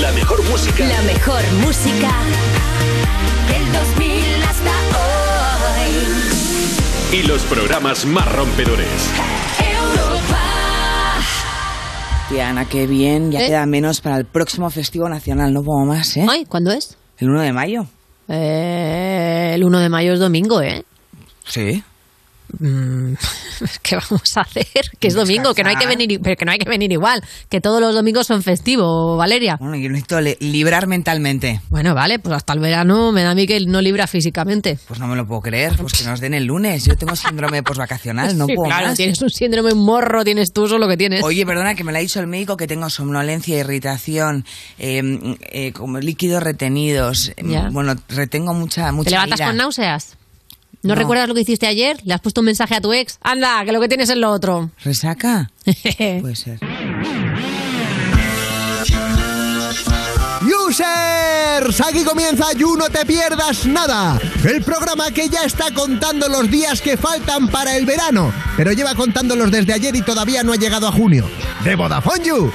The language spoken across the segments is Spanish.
La mejor música. La mejor música del 2000 hasta y los programas más rompedores. hoy. Europa. Diana, qué bien. Ya ¿Eh? queda menos para el próximo festivo nacional. No como más, ¿eh? Ay, ¿cuándo es? El 1 de mayo. Eh, el 1 de mayo es domingo, ¿eh? Sí. Mm, ¿Qué vamos a hacer? Que es domingo, que no hay que venir, i- pero que no hay que venir igual, que todos los domingos son festivo, Valeria. Bueno, yo necesito le- librar mentalmente. Bueno, vale, pues hasta el verano me da a mí que no libra físicamente. Pues no me lo puedo creer. Pues que nos den el lunes. Yo tengo síndrome posvacacional. No Sí, puedo claro, más. tienes un síndrome morro, tienes tú solo que tienes. Oye, perdona, que me lo ha dicho el médico que tengo somnolencia, irritación, eh, eh, como líquidos retenidos. eh, Ya. Bueno, retengo mucha, mucha ¿Te levantas ira. con náuseas? ¿No, No. recuerdas lo que hiciste ayer? ¿Le has puesto un mensaje a tu ex? Anda, que lo que tienes es lo otro. ¿Resaca? Puede ser. Users, aquí comienza You No Te Pierdas Nada, el programa que ya está contando los días que faltan para el verano, pero lleva contándolos desde ayer y todavía no ha llegado a junio. De Vodafone You,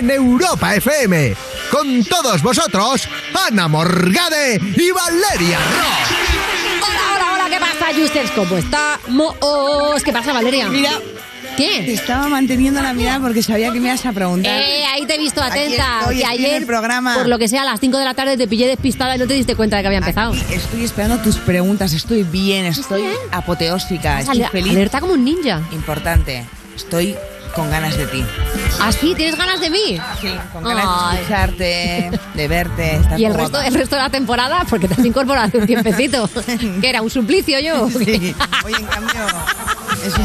en Europa FM, con todos vosotros, Ana Morgade y Valeria Ross. Hola, hola, hola, ¿qué pasa, Justers? ¿Cómo oh, estamos? ¿Qué pasa, Valeria? Mira, te ¿Qué? estaba manteniendo la mirada porque sabía que me ibas a preguntar. Eh, ahí te he visto Aquí atenta. estoy, que estoy en ayer, el programa. por lo que sea, a las 5 de la tarde te pillé despistada y no te diste cuenta de que había empezado. Aquí estoy esperando tus preguntas. Estoy bien, estoy bien. apoteósica, Estás estoy ale- feliz. Alerta como un ninja. Importante, estoy con ganas de ti. ¿Así? ¿Ah, ¿Tienes ganas de mí? con ganas de ganas de escucharte, de verte. estás Y el muy resto, guapa. el resto de la temporada, porque te has incorporado hace un tiempecito. que era un suplicio yo. Sí. Oye, en cambio,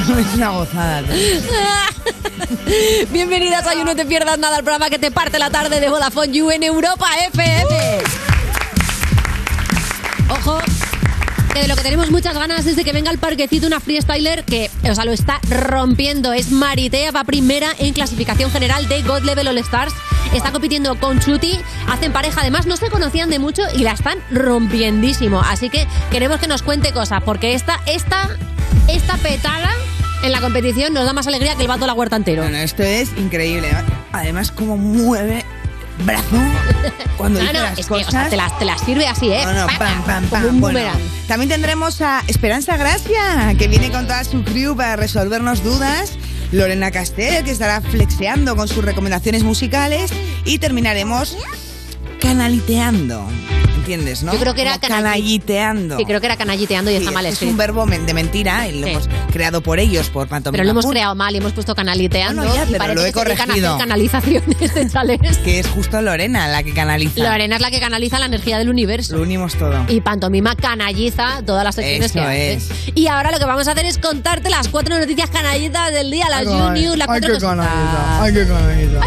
eso es una gozada. Bienvenidas a You No Te Pierdas Nada, el programa que te parte la tarde de Vodafone You en Europa FM. Ojo, que de lo que tenemos muchas ganas es de que venga al parquecito una freestyler que, o sea, lo está rompiendo. Es Maritea, va primera en clasificación general de God Level All Stars. Está compitiendo con Chuti, hacen pareja, además no se conocían de mucho y la están rompiendísimo. Así que queremos que nos cuente cosas, porque esta, esta, esta petada en la competición nos da más alegría que el vato de la huerta entero. Bueno, esto es increíble. Además, como mueve brazo cuando No, dice no, las es que, o cosas. sea, te, las, te las sirve así, ¿eh? No, no, Pa, pam, pam, como pam. un Bueno, boomerang. también tendremos a Esperanza Gracia, que viene con toda su crew para resolvernos dudas. Lorena Castel, que estará flexeando con sus recomendaciones musicales. Y terminaremos canaliteando. ¿Entiendes, no? Yo creo que era Como canalli- canalliteando. Sí, creo que era canalliteando y Sí, está mal es que es escrito. un verbo men- de mentira y lo Sí. hemos creado por ellos, por pantomima. Pero lo hemos Pur, creado mal y hemos puesto canaliteando Bueno, ya, y pero parece lo he que se dedican a hacer corregido. canalizaciones de chalés. Que es justo Lorena la que canaliza. Lorena es la que canaliza la energía del Lo universo. unimos todo. Y Pantomima canalliza todas las secciones Eso que hace. es. Y ahora lo que vamos a hacer es contarte las cuatro noticias canallitas del día, las You News, las cuatro cositas. Ay,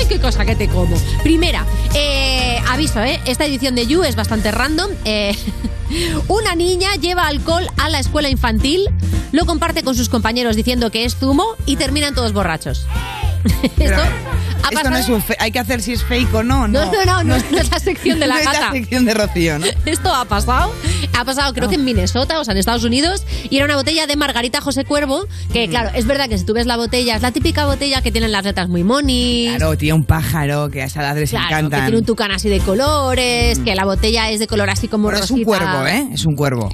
qué cosa que te como. Primera, eh, aviso, ¿eh? Esta edición de You es bastante random. Eh, una niña lleva alcohol a la escuela infantil, lo comparte con sus compañeros diciendo que es zumo y terminan todos borrachos. Pero, Esto ha esto pasado... no es un fe- Hay que hacer si es fake o no. no, No, no, no, no, no es la sección de No la es gata. sección de Rocío, ¿no? Esto ha pasado. Ha pasado creo que en Minnesota, o sea, en Estados Unidos. Y era una botella de Margarita José Cuervo, que Mm. claro, es verdad que si tú ves la botella, es la típica botella que tienen las letras muy monis. Claro, tiene un pájaro que a esa edad les Claro, encantan. Mm. que tiene un tucán así de colores, que la botella es de color así como Pero es un rosita. cuervo, ¿eh? Es un cuervo.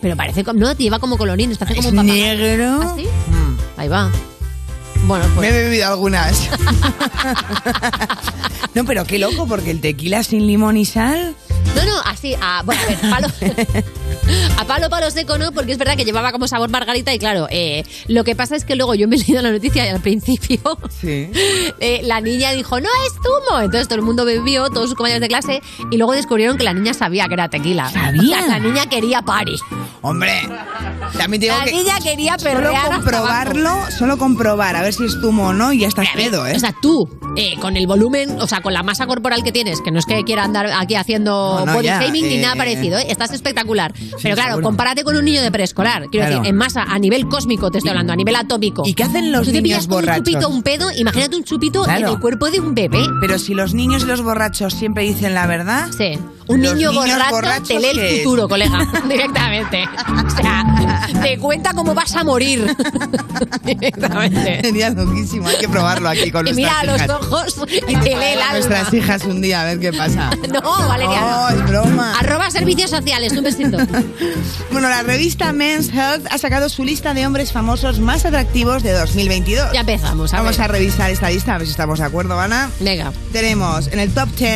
Pero parece como... No, lleva como colorines, te hace como Es un papagayo. negro. ¿Ah, sí? Mm. Ahí va. Bueno, Me pues... he bebido algunas. no, pero qué loco, porque el tequila sin limón y sal. No, no, así, a... Bueno, a ver, palo... a palo, palo seco, ¿no? Porque es verdad que llevaba como sabor margarita y claro, eh, lo que pasa es que luego yo me he leído la noticia y al principio... Sí. eh, la niña dijo, no es zumo. Entonces todo el mundo bebió, todos sus compañeros de clase, y luego descubrieron que la niña sabía que era tequila. ¿Sabía? O sea, la niña quería party. Mm. Hombre, también te digo La que. niña quería Solo perrear hasta abajo. comprobarlo, solo comprobar, a ver si es zumo o no y ya estás A ver, pedo, ¿eh? O sea, tú, eh, con el volumen, o sea, con la masa corporal que tienes, que no es que quiera andar aquí haciendo No, no, body ya, shaming ni eh, nada parecido, ¿eh? estás espectacular. Pero claro, seguro. compárate con un niño de preescolar. Quiero Claro. decir, en masa, a nivel cósmico te estoy hablando, a nivel atómico. ¿Y qué hacen los Tú niños te pillas con borrachos? un chupito, un pedo, imagínate un chupito en Claro. el cuerpo de un bebé. Pero si los niños y los borrachos siempre dicen la verdad. Sí. Un Los niño niños borracho borrachos, te ¿qué lee el es? futuro, colega, directamente. O sea, Te cuenta cómo vas a morir. Sería loquísimo, hay que probarlo aquí con Y nuestras mira a los hijas. ojos y te lee el Con alma. Nuestras hijas un día, a ver qué pasa. No, Valeria. No, no. es broma. Arroba servicios sociales, un besito. Bueno, la revista Men's Health ha sacado su lista de hombres famosos más atractivos de 2022. Ya empezamos. A Vamos ver. a revisar esta lista, a ver si estamos de acuerdo, Ana. Venga, Tenemos en el top 10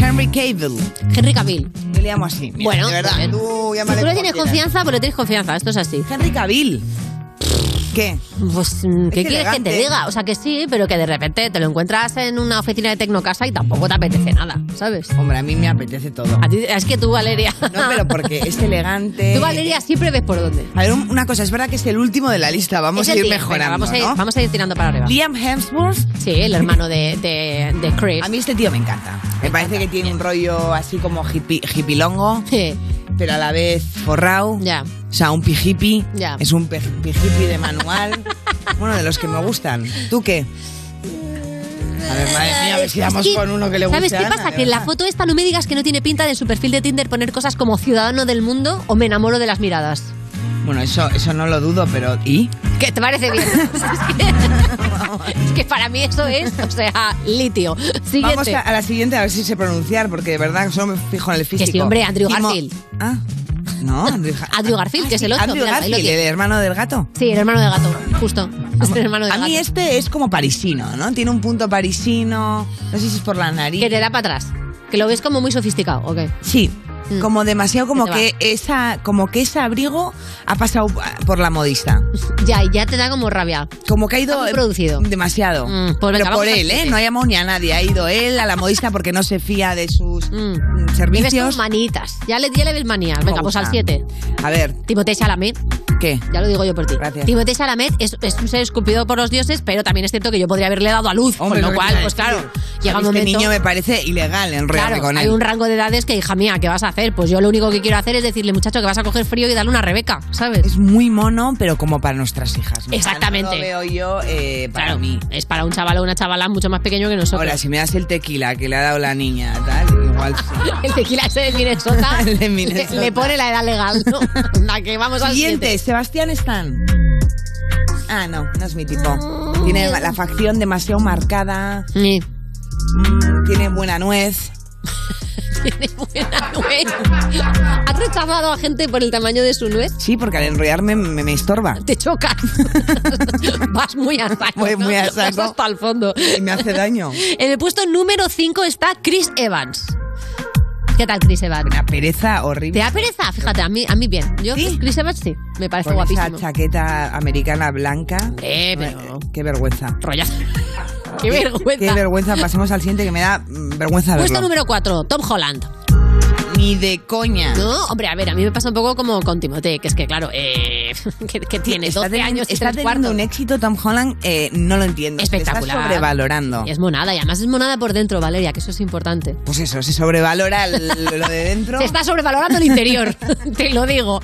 Henry Cavill. Henry Cavill. Le llamo así. mira, Bueno, de verdad. bien. eh, Tú, Si llámale tú le como tienes quieras. confianza, pero tienes confianza. Esto es así. Henry Cavill. ¿Qué? Pues, mm, ¿qué Es quieres que te elegante. diga? O sea, que sí, pero que de repente te lo encuentras en una oficina de Tecnocasa y tampoco te apetece nada, ¿sabes? Hombre, a mí me apetece todo. A ti- es que tú, Valeria. No, pero porque es elegante. Tú, Valeria, siempre ves por dónde. A ver, un- una cosa, es verdad que es el último de la lista, vamos Es a el ir día. mejorando, Venga, vamos, a ir, ¿no? vamos a ir tirando para arriba. Liam Hemsworth, Sí, el hermano de, de, de Chris. a mí este tío me encanta. Me parece que tiene un rollo así como hippie, hippilongo, Sí, pero a la vez forrao. ya. O sea, un pijipi. Ya. Es un pe- pijipi de manual. bueno, de los que me gustan. ¿Tú qué? A ver, madre mía, a ver si Es damos que, con uno que le gusta. ¿Sabes qué a Ana, pasa? de Que en la verdad. foto esta no me digas que no tiene pinta de en su perfil de Tinder poner cosas como ciudadano del mundo o me enamoro de las miradas. Bueno, eso, eso no lo dudo, pero ¿y? ¿Qué te parece bien? es, que, es que para mí eso es, o sea, litio. Siguiente. Vamos a, a la siguiente a ver si sé pronunciar, porque de verdad solo me fijo en el físico. sí, hombre, Andrew Timo- Garfield. Ah, no, Andrew, Gar- Andrew Garfield, que es el otro. Andrew mira, ahí lo Garfield, el tiene. hermano del gato. Sí, el hermano de gato, justo. Es el hermano de A gato. mí este es como parisino, ¿no? Tiene un punto parisino, no sé si es por la nariz. Que te da para atrás. Que lo ves como muy sofisticado, ¿ok? Sí, Mm. como demasiado como Que te que esa como que ese abrigo ha pasado por la modista. Ya, y ya te da como rabia. Como que ha ido Está muy producido. demasiado. Mm, pues Pero venga, por vamos al él, ¿eh? siguiente. No ha llamado ni a nadie, ha ido él a la modista porque no se fía de sus Mm. mm, Le ves como servicios. manitas. Ya le, ya le ves manías. Me Venga, pues al gusta. 7. A ver, Timothée Chalamet. ¿qué? Ya lo digo yo por ti. Gracias. Timothée Chalamet es, es un ser esculpido por los dioses, pero también es cierto que yo podría haberle dado a luz, Hombre, con que lo cual, te iba a pues decir. claro, llega un Este momento... niño me parece ilegal enredarme Claro, con él. hay un rango de edades que, hija mía, ¿qué vas a hacer? Pues yo lo único que quiero hacer es decirle, muchacho, que vas a coger frío y darle una Rebeca, ¿sabes? Es muy mono, pero como para nuestras hijas. ¿no? Exactamente. No lo veo yo eh, para claro, mí. es para un chaval o una chavala mucho más pequeño que nosotros. Ahora, si me das el tequila que le ha dado la niña, tal, igual sí. El tequila ese de Minnesota, El de Minnesota. Le, le pone la edad legal, ¿no? Anda, que vamos al Siguiente, siguiente. Sebastián Stan. Ah, no, no es mi tipo. Tiene la facción demasiado marcada, Oh. Sí. mm, tiene buena nuez. Tiene buena nuez. ¿Has rechazado a gente por el tamaño de su nuez? Sí, porque al enrollarme me, me estorba. te chocan. Vas muy a saco. Voy ¿no? muy a Vas saco. hasta el fondo. Y me hace daño. En el puesto número 5 está Chris Evans. ¿Qué tal, Chris Evans? Una pereza ¿Te horrible. da pereza? Fíjate, a mí, a mí bien. Yo, ¿Sí? Pues, Chris Evans, sí. Me parece Con esa guapísimo. chaqueta americana blanca. Eh, pero- Qué vergüenza. Rollazo. Qué vergüenza. Qué vergüenza. Pasemos al siguiente que me da mm, vergüenza Puesto verlo. número 4, Tom Holland. Ni de coña. No, hombre, a ver, a mí me pasa un poco como con Timothée, que es que, claro, eh, que, que tiene 12 teniendo- años y está tres teniendo cuartos. un éxito Tom Holland, eh, no lo entiendo. Se Espectacular. está sobrevalorando. Y es monada, y además es monada por dentro, Valeria, que eso es importante. Pues eso, se sobrevalora el- lo de dentro. Se está sobrevalorando el interior, te lo digo.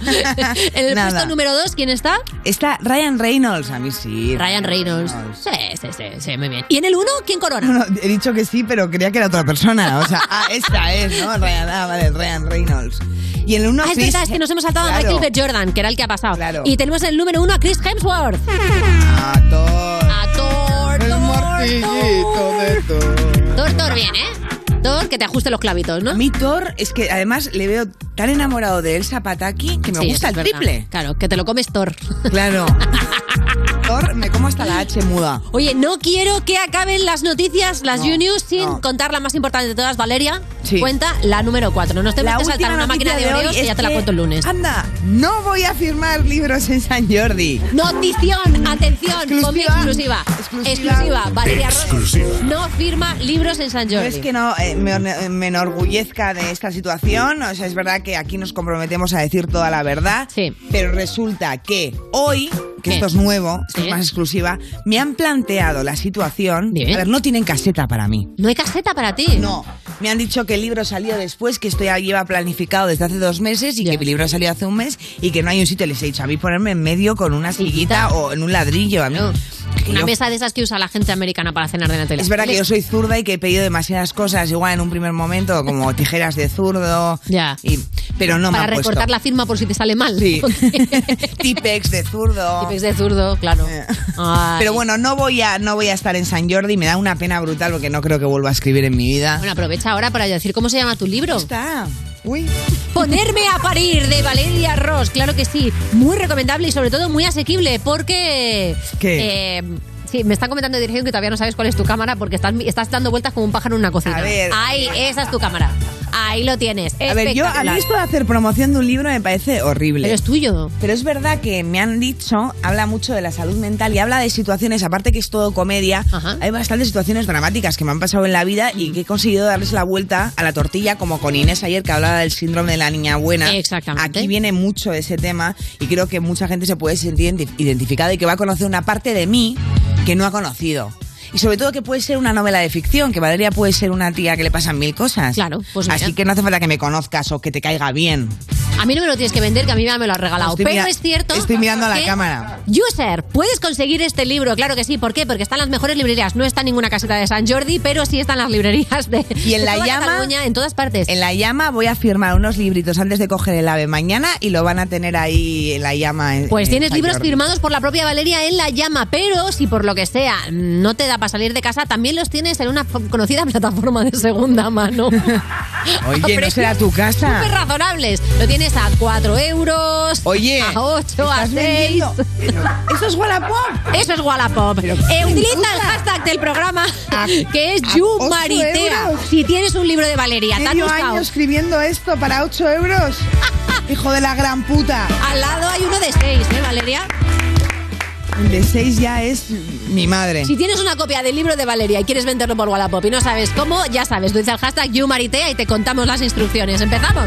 En el Nada. puesto número 2, ¿quién está? Está Ryan Reynolds, a mí sí. Ryan Reynolds. Sí, sí, sí, sí, muy bien. ¿Y en el 1, quién corona? No, he dicho que sí, pero creía que era otra persona. O sea, ah, esta es, ¿no? Ryan, ah, vale, Ryan Reynolds. Y el uno Ah, es Chris- verdad, es que nos hemos saltado a Claro. Michael B. Jordan, que era el que ha pasado. Claro. Y tenemos en el número 1 a Chris Hemsworth. A Thor. A Thor, El Thor, martillito de Thor. Thor. Thor, Thor, bien, ¿eh? Thor, que te ajuste los clavitos, ¿no? A mí Thor es que además le veo tan enamorado de Elsa Pataki que me Sí, gusta el eso es verdad. triple. Claro, que te lo comes Thor. Claro. Thor, me como hasta la H muda. Oye, no quiero que acaben las noticias, las No, You News, sin no. contar la más importante de todas, Valeria. Sí. Cuenta la número 4. Nos la tenemos que saltar última una máquina de noticia Oreos hoy que ya es te la que, cuento el lunes. Anda, no voy a firmar libros en San Jordi. Notición, atención, Exclusiva. conmigo exclusiva. Exclusiva. Valeria Ross Exclusiva. no firma libros en San No Jordi. es que no eh, me, orne- me enorgullezca de esta situación, o sea, es verdad que aquí nos comprometemos a decir toda la verdad, Sí. pero resulta que hoy, que ¿Qué? esto es nuevo, esto Sí. es más exclusiva, me han planteado la situación, Bien. a ver, no tienen caseta para mí. No hay caseta para ti. No, me han dicho que el libro salió después, que esto ya lleva planificado desde hace dos meses y Ya. que mi libro salió hace un mes y que no hay un sitio. Les he dicho a mí ponerme en medio con una Sillita. sillita o en un ladrillo. A mí. No. Una yo- mesa de esas que usa la gente americana para cenar de la tele. Es verdad que yo soy zurda y que he pedido demasiadas cosas, igual en un primer momento, como tijeras de zurdo. Ya. y- pero no Para me han puesto. recortar la firma por si te sale mal. Sí. Tipex de zurdo. Eh. Tipex de zurdo, claro. Ay. Pero bueno, no voy a no voy a estar en San Jordi, me da una pena brutal porque no creo que vuelva a escribir en mi vida. Bueno, aprovecha ahora para decir cómo se llama tu libro. Está. Uy. Ponerme a parir de Valeria Ross, claro que sí. Muy recomendable y sobre todo muy asequible porque... ¿Qué? eh, sí, me están comentando de dirección que todavía no sabes cuál es tu cámara porque estás, estás dando vueltas como un pájaro en una cocina. A ver. Ahí, esa es tu cámara. Ahí lo tienes. A ver, yo a mí Espectacular. esto de hacer promoción de un libro me parece horrible. Pero es tuyo. Pero es verdad que me han dicho, habla mucho de la salud mental y habla de situaciones, aparte que es todo comedia, Ajá. hay bastantes situaciones dramáticas que me han pasado en la vida y que he conseguido darles la vuelta a la tortilla, como con Inés ayer que hablaba del síndrome de la niña buena. Exactamente. Aquí viene mucho ese tema y creo que mucha gente se puede sentir identi- identificada y que va a conocer una parte de mí que no ha conocido. Y sobre todo que puede ser una novela de ficción, que Valeria puede ser una tía que le pasan mil cosas. Claro, pues mira. Así que no hace falta que me conozcas o que te caiga bien. A mí no me lo tienes que vender, que a mí ya me lo has regalado. Estoy Pero mira- es cierto. estoy mirando a la que- cámara. User, puedes conseguir este libro, claro que sí. ¿Por qué? Porque están las mejores librerías. No está en ninguna caseta de San Jordi, pero sí están las librerías de. Y en de La toda Llama- Cataluña, en todas partes. En la llama voy a firmar unos libritos antes de coger el ave mañana y lo van a tener ahí en la llama. en- Pues en tienes San libros Jordi. firmados por la propia Valeria en la llama, pero si por lo que sea no te da para salir de casa, también los tienes en una conocida plataforma de segunda mano. Oye, ¿no será tu casa? Súper razonables. Lo tienes a 4 euros, Oye, a 8, a ¿estás 6. vendiendo? Eso es Wallapop. Eso es Wallapop. Eh, utiliza el hashtag del programa que es a ocho YouMaritea. euros. Si tienes un libro de Valeria, te han Medio gustado. año escribiendo esto para 8 euros. Hijo de la gran puta. Al lado hay uno de seis, ¿eh, Valeria? De 6 ya es mi madre. Si tienes una copia del libro de Valeria y quieres venderlo por Wallapop y no sabes cómo, ya sabes, utiliza el hashtag YouMaritea y te contamos las instrucciones. ¿Empezamos?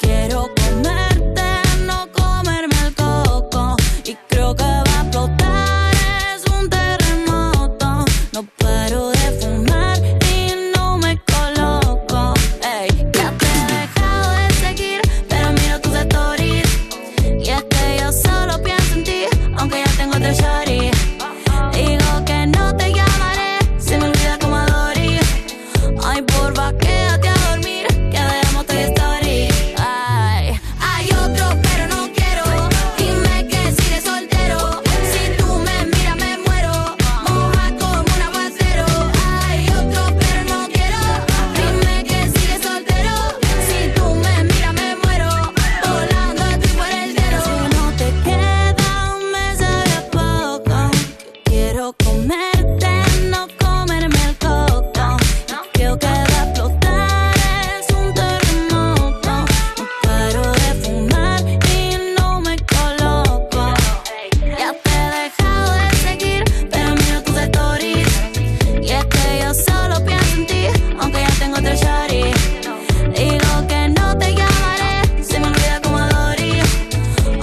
quiero comerte, no comerme el coco. Y creo que va a explotar, es un terremoto. No paro de fumar y no me coloco. Ey, ya te he dejado de seguir, pero miro tus stories. Y es que yo solo pienso en ti, aunque ya tengo otro shorty. Digo que no te llamaré, se me olvida como Dory. Ay, porfa, quédate a dormir, que veamos tu story. Ay, hay otro, pero no quiero. Dime que sigues soltero. Si tú me miras, me muero. Moja como un aguacero. Hay otro, pero no quiero. Dime que sigues soltero. Si tú me miras, me muero. Volando estoy por el cielo. Si no te queda un mes de poco. Quiero comerte, no comerme el coco. Creo que va a explotar, es un terremoto. No paro de fumar y no me coloco. Ya te he dejado de seguir, pero miro tus stories. Y es que yo solo pienso en ti, aunque ya tengo otro shorty. Digo que no te llamaré, se me olvida como Dory.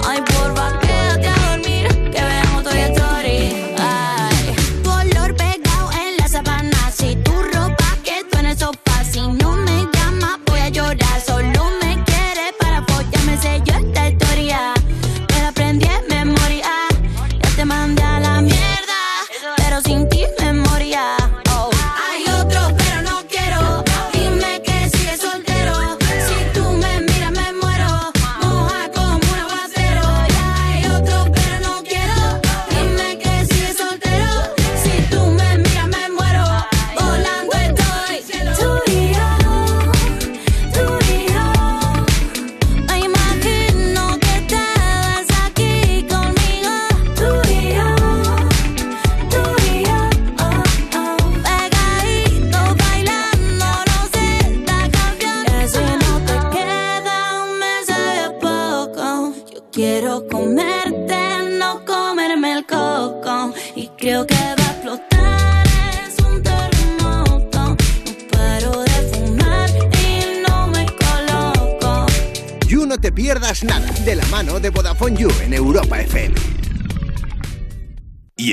Ay, porfa, quédate a dormir, que veamos tu story. Ay, tu olor pegado en la sabana, si tu ropa quedó en el sofá, si no me llamas voy a llorar, solo me quieres para apoyarme, sé yo esta historia, me la aprendí en memoria, ya te mandé a la mierda, pero sin ti me moría. Oh. Hay otro, pero no quiero, dime que sigues soltero, si tú me miras me muero, moja como un aguacero, Ya hay otro, pero no quiero, dime que sigues soltero, si tú me miras me muero, volando estoy, tú y yo, tú y yo. Me imagino que estabas aquí conmigo, tú y yo, tú y yo, oh, oh. Pegadito bailando, no sé, esta canción. Que si no te queda un mes de poco, yo quiero comerte, no comerme el coco. Y creo que va a explotar, es un terremoto. No paro de fumar y no No Te Pierdas Nada, de la mano de Vodafone You en Europa FM. Y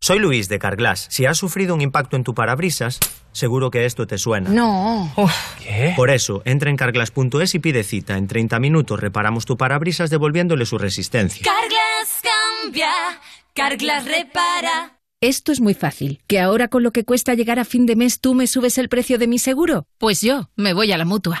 Soy Luis de Carglass. Si has sufrido un impacto en tu parabrisas, seguro que esto te suena. No. ¿Qué? Por eso, entra en carglass.es y pide cita. En 30 minutos reparamos tu parabrisas devolviéndole su resistencia. Carglas cambia, Carglas repara. Esto es muy fácil. ¿Que ahora con lo que cuesta llegar a fin de mes tú me subes el precio de mi seguro? Pues yo me voy a la mutua.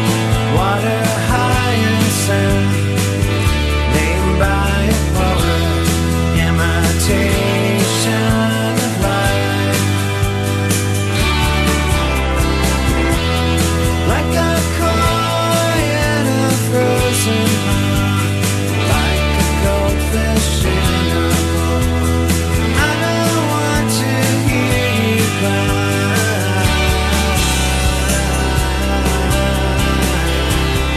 Water Hyacinth, named by a poet, imitation of life. Like a koi in a frozen pond, like a goldfish in a bowl. I don't want to hear you cry.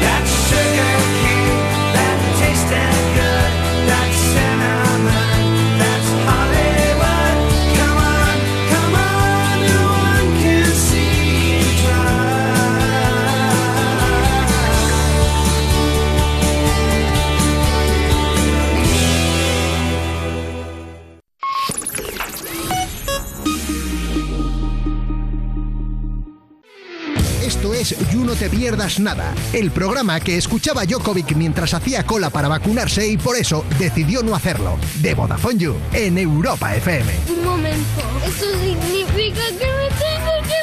That sugar cane, that tasted good, that cinnamon, that's Hollywood. Come on, come on, no one can see you try. Esto es You No Te Pierdas Nada, el programa que escuchaba Jokovic mientras hacía cola para vacunarse y por eso decidió no hacerlo. De Vodafone You en Europa FM. Un momento. Eso significa que me tengo que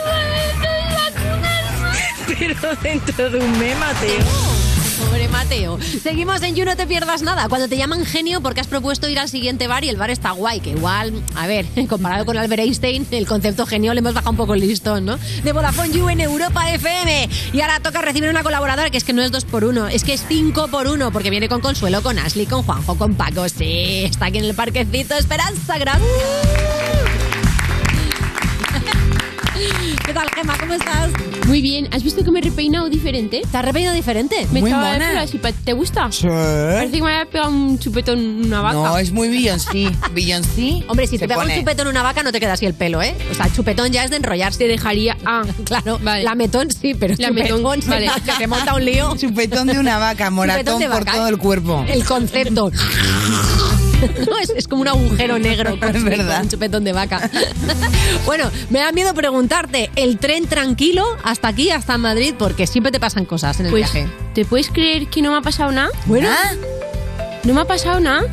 Pero dentro de un me, Mateo. Pobre Mateo. Seguimos en You No Te Pierdas Nada. Cuando te llaman genio porque has propuesto ir al siguiente bar y el bar está guay, que igual, a ver, comparado con Albert Einstein, el concepto genio le hemos bajado un poco el listón, ¿no? De Vodafone You en Europa FM. Y ahora toca recibir una colaboradora que es que no es dos por uno, es que es cinco por uno, porque viene con Consuelo, con Ashley, con Juanjo, con Paco. Sí, está aquí en el parquecito Esperanza Gracias. ¿Qué tal, Gemma? ¿Cómo estás? Muy bien, ¿has visto que me he repeinado diferente? ¿Te has repeinado diferente? Me Muy echaba de mona. flash y pa- ¿Te gusta? Sí. Parece que me había pegado un chupetón en una vaca. No, es muy Beyoncé. Beyoncé. Hombre, si te pega un chupetón una vaca no te queda así el pelo, ¿eh? O sea, chupetón ya es de enrollarse. Te dejaría... Ah, claro. Vale. La metón sí, pero La chupetón metón, se- vale. que te monta un lío. Chupetón de una vaca, moratón Chupetón de por vaca, todo el cuerpo. El concepto. No, es, es como un agujero negro. con Es verdad. Un chupetón de vaca. Bueno, me da miedo preguntarte, ¿el tren tranquilo hasta aquí, hasta Madrid? Porque siempre te pasan cosas en el Pues, viaje. ¿te puedes creer que no me ha pasado nada? Bueno. No me ha pasado nada.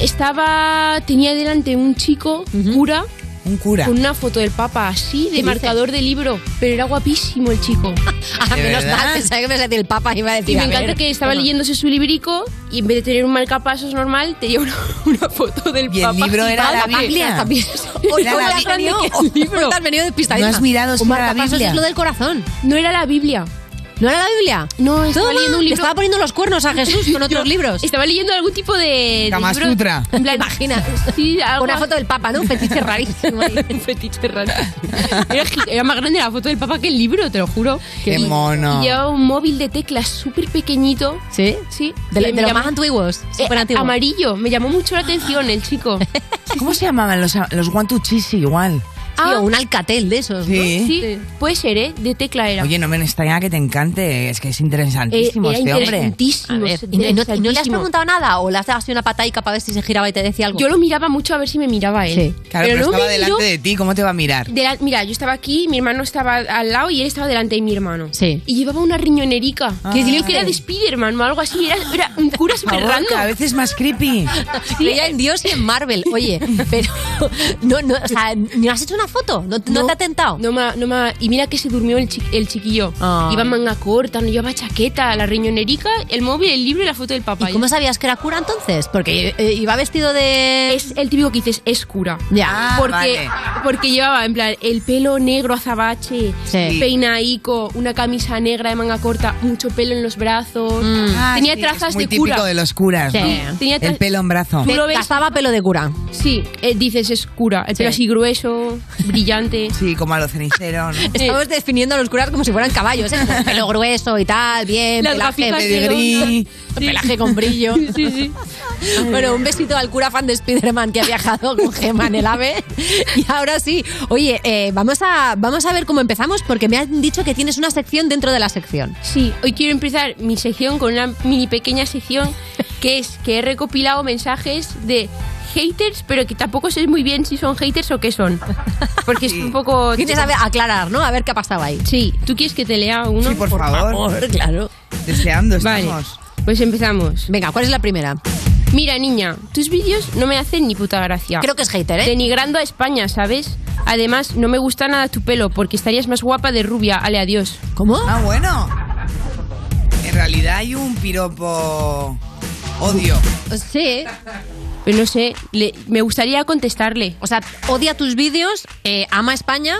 Estaba... Tenía delante un chico, cura, Un cura. con una foto del Papa así, de marcador de libro. Pero era guapísimo el chico. Ah, A menos mal, pensaba que me decir el Papa iba a decir. Y me a ver, encanta que estaba bueno. leyéndose su librico y en vez de tener un marcapasos normal, tenía una, una foto del Y el Papa libro era gigante. la Biblia. También. Hoy Era hoy la has Biblia. venido- ¿Qué libro? hoy te has venido despistadita. No has mirado si Un era la marcapasos Biblia. es lo del corazón. No era la Biblia. ¿No era la Biblia? No, estaba leyendo un libro- estaba poniendo los cuernos a Jesús con otros Yo libros. Estaba leyendo algún tipo de. Kama de libro- Sutra. En plan, imagina. Una foto del Papa, ¿no? Un fetiche rarísimo. Eh, Un fetiche rarísimo. Era, gi- era más grande la foto del Papa que el libro, te lo juro. Qué Y- mono. Y llevaba un móvil de teclas súper pequeñito. ¿Sí? Sí. De lo- de los más antiguos. superantiguos. eh, amarillo. Me llamó mucho la atención el chico. ¿Cómo se llamaban los, los guantuchis igual? ah, un alcatel de esos. ¿no? Sí. Sí. puede ser, ¿eh? De tecla era. Oye, no me extraña que te encante, es que es interesantísimo Eh, era este hombre. interesantísimo, A ver, ¿y no- y no- y no le has preguntado nada? ¿O le has dado así una pataica para ver si se giraba y te decía algo? Yo lo miraba mucho a ver si me miraba él. Claro, pero, luego estaba me delante miró- de ti, ¿cómo te va a mirar? Dela- mira, yo estaba aquí, mi hermano estaba al lado y él estaba delante de mi hermano. Sí. Y llevaba una riñonerica. Ah. Que creo que era de Spiderman o algo así. Era, era un cura Por súper favor, random. cada vez es más creepy. Creía en Dios y en Marvel. Oye, pero. No, no, o sea, ¿no has hecho una foto? ¿No, no te ha tentado? No ma- no ma- y mira que se durmió el, chi- el chiquillo. Ah. Iba manga corta, no llevaba chaqueta, la riñonerica, el móvil, el libro y la foto del papá. ¿Y cómo sabías que era cura entonces? Porque eh, iba vestido de. Es el típico que dices, es cura. Ah, Ya. Ah, porque, porque llevaba, en plan, el pelo negro azabache, Sí. peinaico, una camisa negra de manga corta, mucho pelo en los Mm. brazos. Ah, Tenía sí, trazas es muy de cura. típico de los curas, Sí. ¿no? Tenía tra- El pelo en brazo. ¿Tú lo ves? Estaba pelo de cura. Sí, eh, dices es cura. El pelo así grueso, brillante. Eh, Sí, como a los ceniceros. Estamos definiendo a los curas como si fueran caballos, ¿eh? Con Pelo grueso y tal, bien, Las pelaje gafitas pedigrí, pelaje con brillo. Sí, sí. Bueno, un besito al cura fan de Spiderman que ha viajado con Gemma en el AVE. Y ahora sí, oye, eh, vamos, a, vamos a ver cómo empezamos porque me han dicho que tienes una sección dentro de la sección. Sí, hoy quiero empezar mi sección con una mini pequeña sección que es que he recopilado mensajes de haters, pero que tampoco sé muy bien si son haters o qué son. Porque es un poco... Quieres saber- aclarar, ¿no? A ver qué ha pasado ahí. Sí, ¿tú quieres que te lea uno? Sí, por, favor. claro. Deseando Vale, estamos. pues empezamos. Venga, ¿cuál es la primera? Mira, niña, tus vídeos no me hacen ni puta gracia. Creo que es hater, ¿eh? Denigrando a España, ¿sabes? Además, no me gusta nada tu pelo, porque estarías más guapa de rubia. Ale, adiós. ¿Cómo? Ah, bueno. En realidad hay un piropo odio. Sí. Pero no sé, le- me gustaría contestarle. O sea, odia tus vídeos, eh, ama España,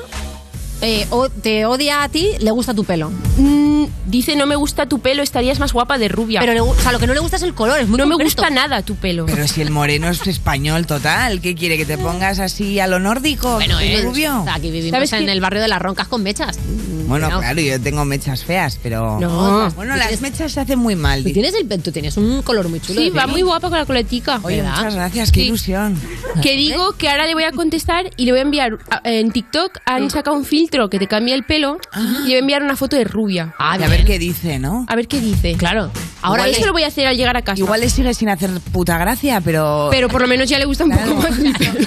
eh, o- te odia a ti, le gusta tu pelo. Mm, dice, no me gusta tu pelo, estarías más guapa de rubia. Pero le gu- o sea, lo que no le gusta es el color, es muy no me concreto. gusta nada tu pelo. Pero si el moreno es español total, ¿qué quiere? ¿Que te pongas así a lo nórdico? Bueno, ¿Soy eh, rubio? o sea, aquí vivimos ¿Sabes en qué? el barrio de las roncas con mechas. Bueno, No. claro, yo tengo mechas feas, pero... No. Bueno, las mechas se hacen muy mal. Tú dice. tienes, el, pe- tú tienes un color muy chulo. Sí, de va pelo. muy guapa con la coletica. Oye, ¿verdad? muchas gracias, qué Sí. ilusión. Que digo que ahora le voy a contestar y le voy a enviar a- en TikTok han sacado un filtro que te cambia el pelo y le voy a enviar una foto de rubia. Ah, Y a bien. ver qué dice, ¿no? A ver qué dice. Claro. Ahora Ahora es eso lo voy a hacer al llegar a casa. Igual le sigue sin hacer puta gracia, pero... Pero por lo menos ya le gusta un poco más mi pelo.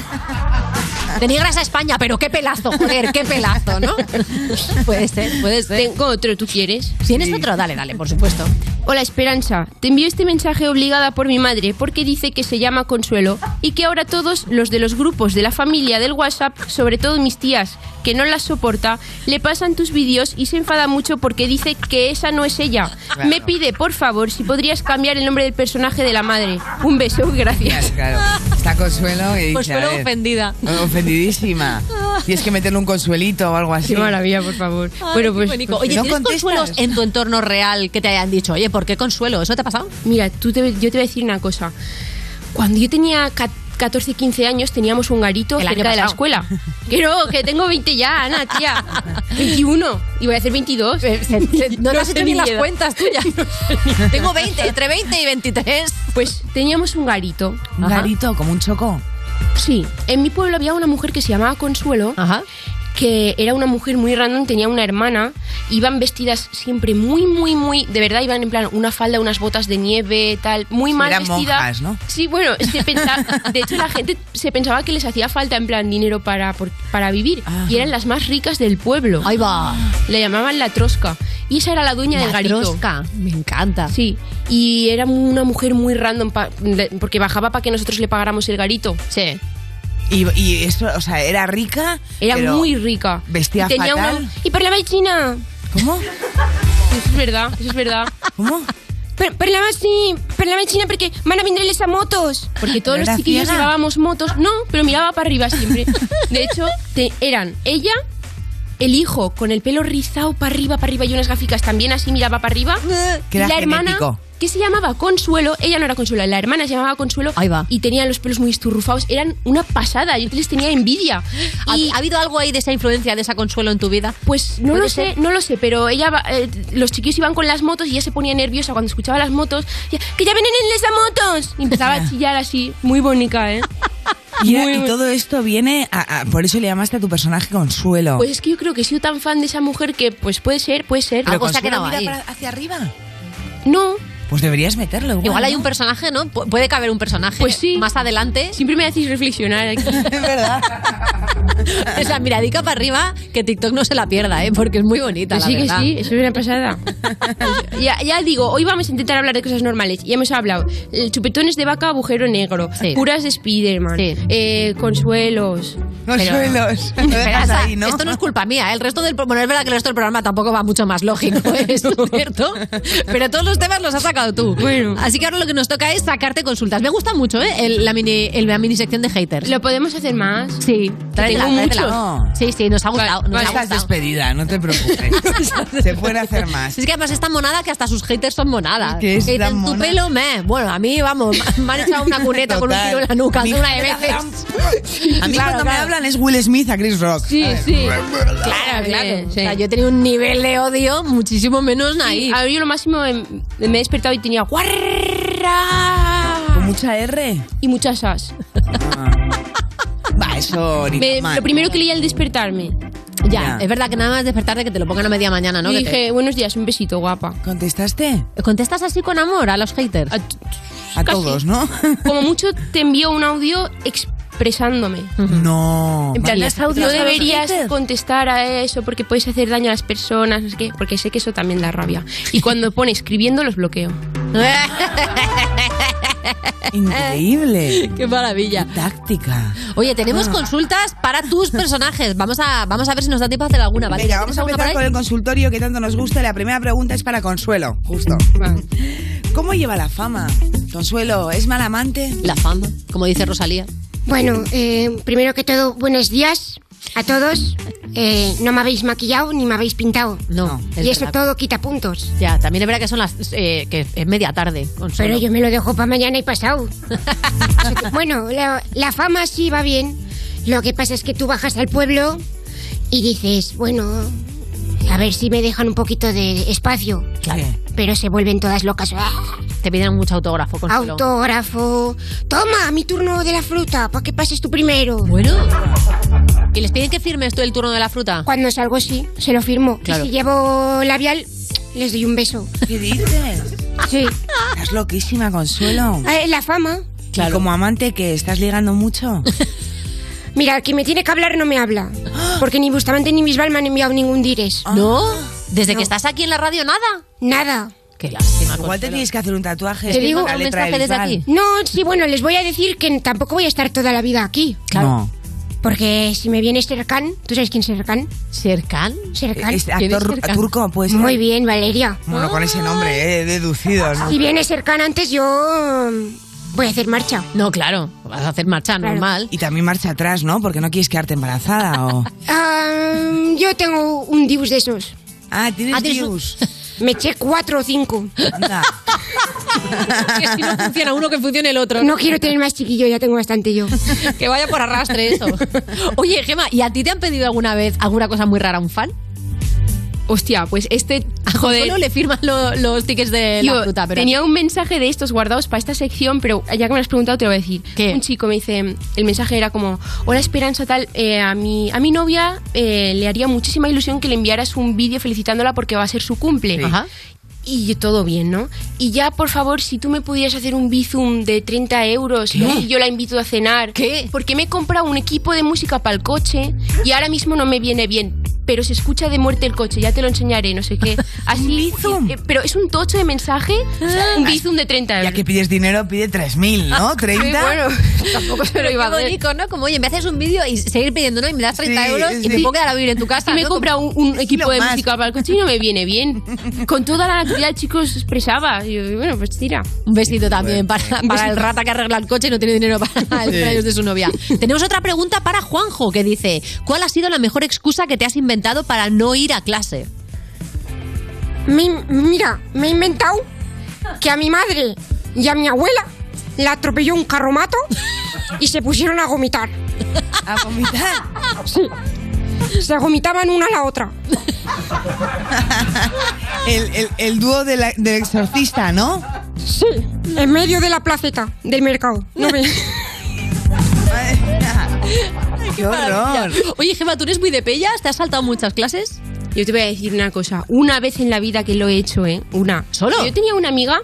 Denigras a España, pero qué pelazo, joder, qué pelazo, ¿no? puede ser, puede ser. Tengo otro, ¿tú quieres? ¿Tienes otro? Dale, dale, por supuesto. Hola Esperanza, te envío este mensaje obligada por mi madre porque dice que se llama Consuelo y que ahora todos los de los grupos de la familia del WhatsApp, sobre todo mis tías, que no las soporta, le pasan tus vídeos y se enfada mucho porque dice que esa no es ella. Claro. Me pide, por favor, si podrías cambiar el nombre del personaje de la madre. Un beso, gracias. Claro, está Consuelo y dice, Pues Consuelo a ver, ofendida. Ofendidísima. Tienes que meterle un consuelito o algo así. Qué maravilla, por favor. bueno, pues, Oye, pues, ¿no ¿tienes contestas? consuelos en tu entorno real que te hayan dicho, oye, ¿por qué consuelo? ¿Eso te ha pasado? Mira, tú te- yo te voy a decir una cosa. Cuando yo tenía ca- 14, 15 años teníamos un garito El año cerca de la pasado. escuela. Que no, que tengo 20 ya, Ana, tía. 21. Y voy a hacer 22. Pues, No, te has sé hecho ni ni las edad. cuentas tuyas. Tengo 20, entre 20 y 23. Pues teníamos un garito. Un Ajá. garito, como un choco. Sí, en mi pueblo había una mujer que se llamaba Consuelo, Ajá. que era una mujer muy random, tenía una hermana, iban vestidas siempre muy, muy, muy, de verdad iban en plan una falda, unas botas de nieve, tal, muy mal eran vestida. monjas, ¿no? Sí, bueno, se pensa- de hecho la gente se pensaba que les hacía falta en plan dinero para, por- para vivir y eran las más ricas del pueblo. Ah. Ahí va. Le llamaban la trosca y esa era la dueña del La garito. trosca. Me encanta. Sí, y era una mujer muy random pa- le- porque bajaba para que nosotros le pagáramos el garito. Sí. Y, y eso, o sea, era rica. Era pero- muy rica. vestía y tenía fatal. Una... Y parlaba china. ¿Cómo? Eso es verdad, eso es verdad. ¿Cómo? Per parlaba así, parlaba china porque van a venderles a motos. Porque todos ¿No los era chiquillos ciega? llevábamos motos. No, pero miraba para arriba siempre. De hecho, te- eran ella, el hijo con el pelo rizado para arriba, para arriba y unas gaficas también así miraba para arriba. Que y era la hermana genético. que se llamaba Consuelo, ella no era Consuelo, la hermana se llamaba Consuelo y tenían los pelos muy esturrufados, eran una pasada, yo les tenía envidia. ¿Ha, habido algo ahí de esa influencia, de esa Consuelo en tu vida? Pues no ¿Puede lo sé, no lo sé, pero ella va- eh, los chiquillos iban con las motos y ella se ponía nerviosa cuando escuchaba las motos, decía, que ya vienen en esas motos. Y empezaba a chillar así, muy bonita, ¿eh? Y, era- y todo esto viene a, a- Por eso le llamaste a tu personaje Consuelo. Pues es que yo creo que he sido tan fan de esa mujer que pues puede ser, puede ser. Pero Algo se ha Consuelo quedado mira ahí. hacia arriba? No. Pues deberías meterlo. Igual, Igual hay ¿no? un personaje, ¿no? Pu- puede caber un personaje pues sí. más adelante. Siempre me decís reflexionar aquí. es verdad. Esa miradica para arriba, que TikTok no se la pierda, ¿eh? Porque es muy bonita, Que Pues sí, la que verdad. sí, es una pasada. Ya, ya digo, hoy vamos a intentar hablar de cosas normales. Ya hemos hablado. eh, Chupetones de vaca, agujero negro. Curas de Spiderman. eh, consuelos. Consuelos. Lo Pero dejas esa- ahí, ¿no? Esto no es culpa mía. ¿eh? El resto del, pro- bueno, es verdad que el resto del programa tampoco va mucho más lógico, ¿eh? eso es cierto. Pero todos los temas los has sacado tú. Así que ahora lo que nos toca es sacarte consultas. Me gusta mucho ¿eh? El- la, mini, el- la mini sección de haters. ¿Lo podemos hacer más? Sí, tráetela, tengo tráetela. muchos. Sí, sí, nos ha gustado. nos No ha estás gustado. despedida, no te preocupes. Se puede hacer más. Es que además es tan monada que hasta sus haters son monadas. ¿Qué es Que tan dicen, tu mona? pelo, me. Bueno, a mí, vamos, me han echado una cuneta con un Total. tiro en la nuca Mi una de hija veces. A mí Claro, cuando me claro. hablan es Will Smith a Chris Rock. Sí, A ver. sí. Claro, claro. O sea, yo he tenido un nivel de odio muchísimo menos ahí. a ver, yo lo máximo em, me, he despertado y tenía guarra. Con mucha R. Y muchas as. Va, eso ni Me- tan mal. lo primero que leí al despertarme. Ya, es verdad que nada más despertarte que te lo pongan a media mañana, ¿no? Y Que dije, te- buenos días, un besito, guapa. ¿Contestaste? ¿Contestas así con amor a los haters? A todos, ¿no? Como mucho te envío un audio expresándome. No. En plan, María, no ¿estás a los deberías haters? contestar a eso porque puedes hacer daño a las personas, no sé qué, porque sé que eso también da rabia. Y cuando pone escribiendo, los bloqueo. ¡Ah, Increíble. Qué maravilla. Táctica. Oye, tenemos Ah. consultas para tus personajes. Vamos a, vamos a ver si nos da tiempo a hacer alguna, ¿vale? Venga, ¿Tienes vamos a alguna empezar por con ahí? el consultorio que tanto nos gusta. La primera pregunta es para Consuelo, justo. ¿Cómo lleva la fama? Consuelo, ¿es mal amante? La fama, como dice Rosalía. Bueno, eh, primero que todo, buenos días a todos. Eh, no me habéis maquillado ni me habéis pintado. No. Y eso verdad. todo quita puntos. Ya, también es verdad que son las. eh, que es media tarde. Consuelo. Pero yo me lo dejo para mañana y pasado. Eso que- bueno, la, la fama sí va bien. Lo que pasa es que tú bajas al pueblo y dices, bueno, a ver si me dejan un poquito de espacio. Claro. Pero se vuelven todas locas. Te piden mucho autógrafo, Consuelo. Autógrafo. Toma, mi turno de la fruta, para que pases tú primero. Bueno. ¿Y les piden que firmes tú el turno de la fruta? Cuando salgo, sí, se lo firmo. Claro. Y si llevo labial, les doy un beso. ¿Qué dices? Sí. Estás loquísima, Consuelo. Ah, La fama. Y como amante que estás ligando mucho. Mira, el que me tiene que hablar no me habla. Porque ni Bustamante ni Bisbal me han enviado ningún dires. Ah. ¿No? ¿Desde que estás aquí en la radio nada? Nada. Qué lástima. Igual te tienes que hacer un tatuaje. este ¿Te digo con la letra de Bisbal. No, sí, bueno, les voy a decir que tampoco voy a estar toda la vida aquí. No. Porque si me viene Serkan, ¿tú sabes quién es Serkan? ¿Serkan? Serkan. Es actor turco, pues. Muy bien, Valeria. Bueno, con ese nombre, eh, he deducido, ¿no? Si viene Serkan antes, yo mm, voy a hacer marcha. No, claro. Vas a hacer marcha Claro. normal. Y también marcha atrás, ¿no? Porque no quieres quedarte embarazada o. Ah, yo tengo un dius de esos. Ah, tienes, dius. Me eché cuatro o cinco. que si no funciona uno, que funcione el otro. No quiero tener más chiquillo, ya tengo bastante yo. Que vaya por arrastre eso. Oye, Gema, ¿y a ti te han pedido alguna vez alguna cosa muy rara a un fan? Hostia, pues este. Joder. Solo le firman lo- los tickets de la Yo fruta, pero. tenía un mensaje de estos guardados para esta sección, pero ya que me lo has preguntado te lo voy a decir. Un chico me dice, el mensaje era como, hola Esperanza tal, eh, a, mi, a mi novia eh, le haría muchísima ilusión que le enviaras un vídeo felicitándola porque va a ser su cumple. Sí. Ajá. Y yo, todo bien, ¿no? Y ya, por favor, si tú me pudieras hacer un bizum de 30 euros ¿Qué? y yo la invito a cenar. ¿Qué? Porque me he comprado un equipo de música para el coche y ahora mismo no me viene bien. Pero se escucha de muerte el coche, ya te lo enseñaré, no sé qué. Así, eh, pero es un tocho de mensaje, o sea, un bizum de 30 euros. Ya que pides dinero, pide 3.000, ¿no? ¿30? Sí, bueno, tampoco se lo iba a Qué ver. bonito, ¿no? Como, oye, me haces un vídeo y seguir pidiendo, ¿no? Y me das 30 Sí, euros y sí. me puedo quedar a vivir en tu casa. Y me he ¿no? comprado un, un equipo lo de más. música para el coche y no me viene bien. Con toda la actividad, chicos, expresaba. Y yo, bueno, pues tira. Pues, Un besito también para, Un para el besito. rata que arregla el coche y no tiene dinero para el Sí. cumpleaños de su novia. Tenemos otra pregunta para Juanjo que dice: ¿Cuál ha sido la mejor excusa que te has inventado para no ir a clase? Mi- mira, me he inventado que a mi madre y a mi abuela la atropelló un carromato y se pusieron a vomitar. ¿A vomitar? Sí. Se vomitaban una a la otra. El, el- el dúo de la- del exorcista, ¿no? Sí, en medio de la placeta del mercado. No ve. ¡Qué horror! Oye, Gemma, ¿tú eres muy de pellas? ¿Te has saltado muchas clases? Yo te voy a decir una cosa. Una vez en la vida que lo he hecho, ¿eh? Una. ¿Solo? Yo tenía una amiga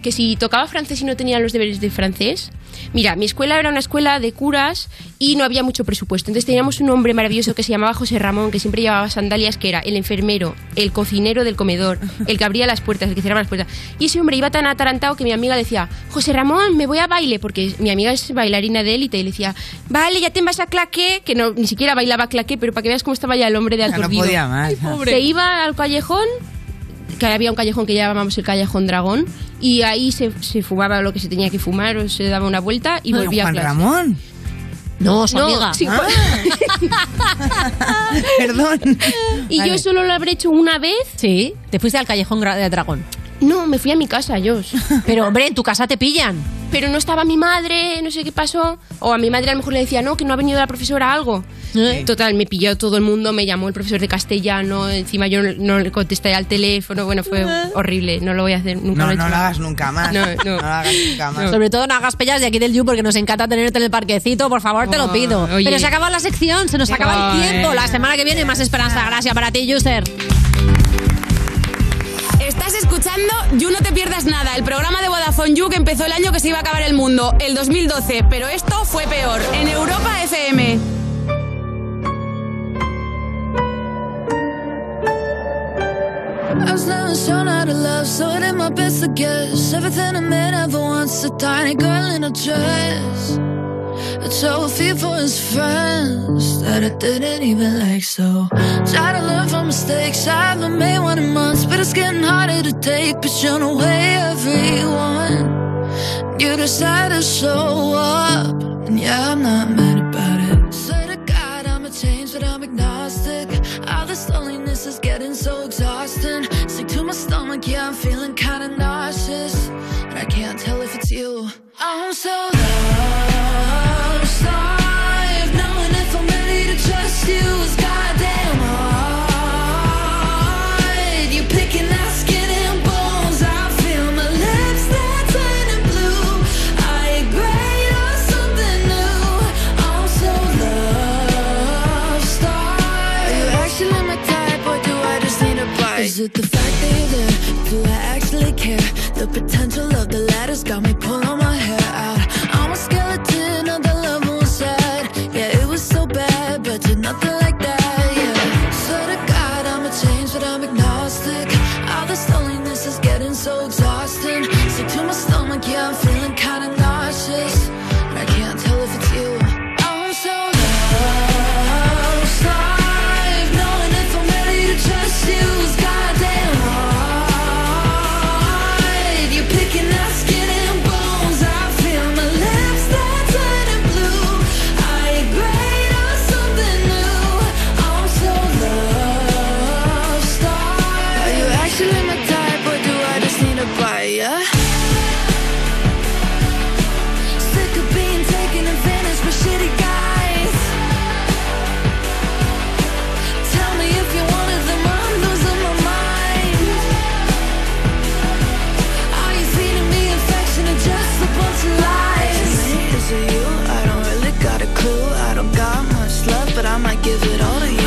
que si tocaba francés y no tenía los deberes de francés. Mira, mi escuela era una escuela de curas y no había mucho presupuesto. Entonces teníamos un hombre maravilloso que se llamaba José Ramón, que siempre llevaba sandalias, que era el enfermero, el cocinero del comedor, el que abría las puertas, el que cerraba las puertas. Y ese hombre iba tan atarantado que mi amiga decía, José Ramón, me voy a baile, porque mi amiga es bailarina de élite y le decía, vale, ya te vas a claqué, que no, ni siquiera bailaba claqué, pero para que veas cómo estaba ya el hombre de Ya no aturdido. podía más. Se iba al callejón, que había un callejón que llamábamos el Callejón Dragón, y ahí se, se fumaba lo que se tenía que fumar, o se daba una vuelta y Ah, volvía Juan a clase. Ramón. No, Ah. No, sí, pues- Juan- Perdón. Y yo solo lo habré hecho una vez. Sí, te fuiste al callejón gra- de dragón. No, me fui a mi casa, yo. Pero hombre, en tu casa te pillan. Pero no estaba mi madre, no sé qué pasó. O a mi madre a lo mejor le decía, no, que no ha venido la profesora algo. ¿Eh? Total, me pilló todo el mundo, me llamó el profesor de castellano, encima yo no le contesté al teléfono, bueno, fue Ah. horrible, no lo voy a hacer nunca. No, lo he no hecho. lo hagas nunca más. No, no lo hagas nunca más. Sobre todo no hagas pellas de aquí del You porque nos encanta tenerte en el parquecito, por favor, te lo pido. oye. Pero se acaba la sección, se nos acaba el Joder. tiempo. La semana que viene más esperanza. Gracias para ti, User. Estás escuchando You No Te Pierdas Nada, el programa de Vodafone You que empezó el año que se iba a acabar el mundo, el 2012, pero esto fue peor, en Europa FM. I was never shown how to love, so I did my best to guess. Everything a man ever wants, a tiny girl in a dress. A trophy for his friends that I didn't even like, so. Try to learn from mistakes, I haven't made one in months, but it's getting harder to take. But you know, way everyone, you decide to show up, and yeah, I'm not mad about it. Swear to God, I'm a change, but I'm agnostic. All this loneliness is getting so exhausting. Sick to my stomach, yeah, I'm feeling kinda nauseous. But I can't tell if it's you. I'm so lost. I've known if I'm ready to trust you is goddamn hard. You're picking out skin and bones. I feel my lips, they're turning blue. I agree on something new. I'm so lost. Are you actually my type, or do I just need a bite? Is it the fact that you're there? Do I actually care? The potential of the ladder's got me pulling my hair out. I'm a skeleton of the love inside. Yeah, it was so bad, but you're nothing like that. Yeah, swear to God I'm a change, but I'm agnostic. All this loneliness is getting so exhausting. Sick to my stomach, yeah, I'm feeling kinda nauseous, but I can't tell if it's you. I'm so lost. I've known if I'm ready to trust you is goddamn hard. You're picking out skin and bones. I feel my lips they're turning blue. I agree on something new. I'm so lost. Are you actually my type, or do I just need a bite? Yeah. Sick of being taken advantage by shitty guys. Tell me if you're one of them. I'm losing my mind. Are you feeding me affection or just a bunch of lies? Is it me? Is it you? I don't really got a clue. I don't got much love, but I might give it all to you.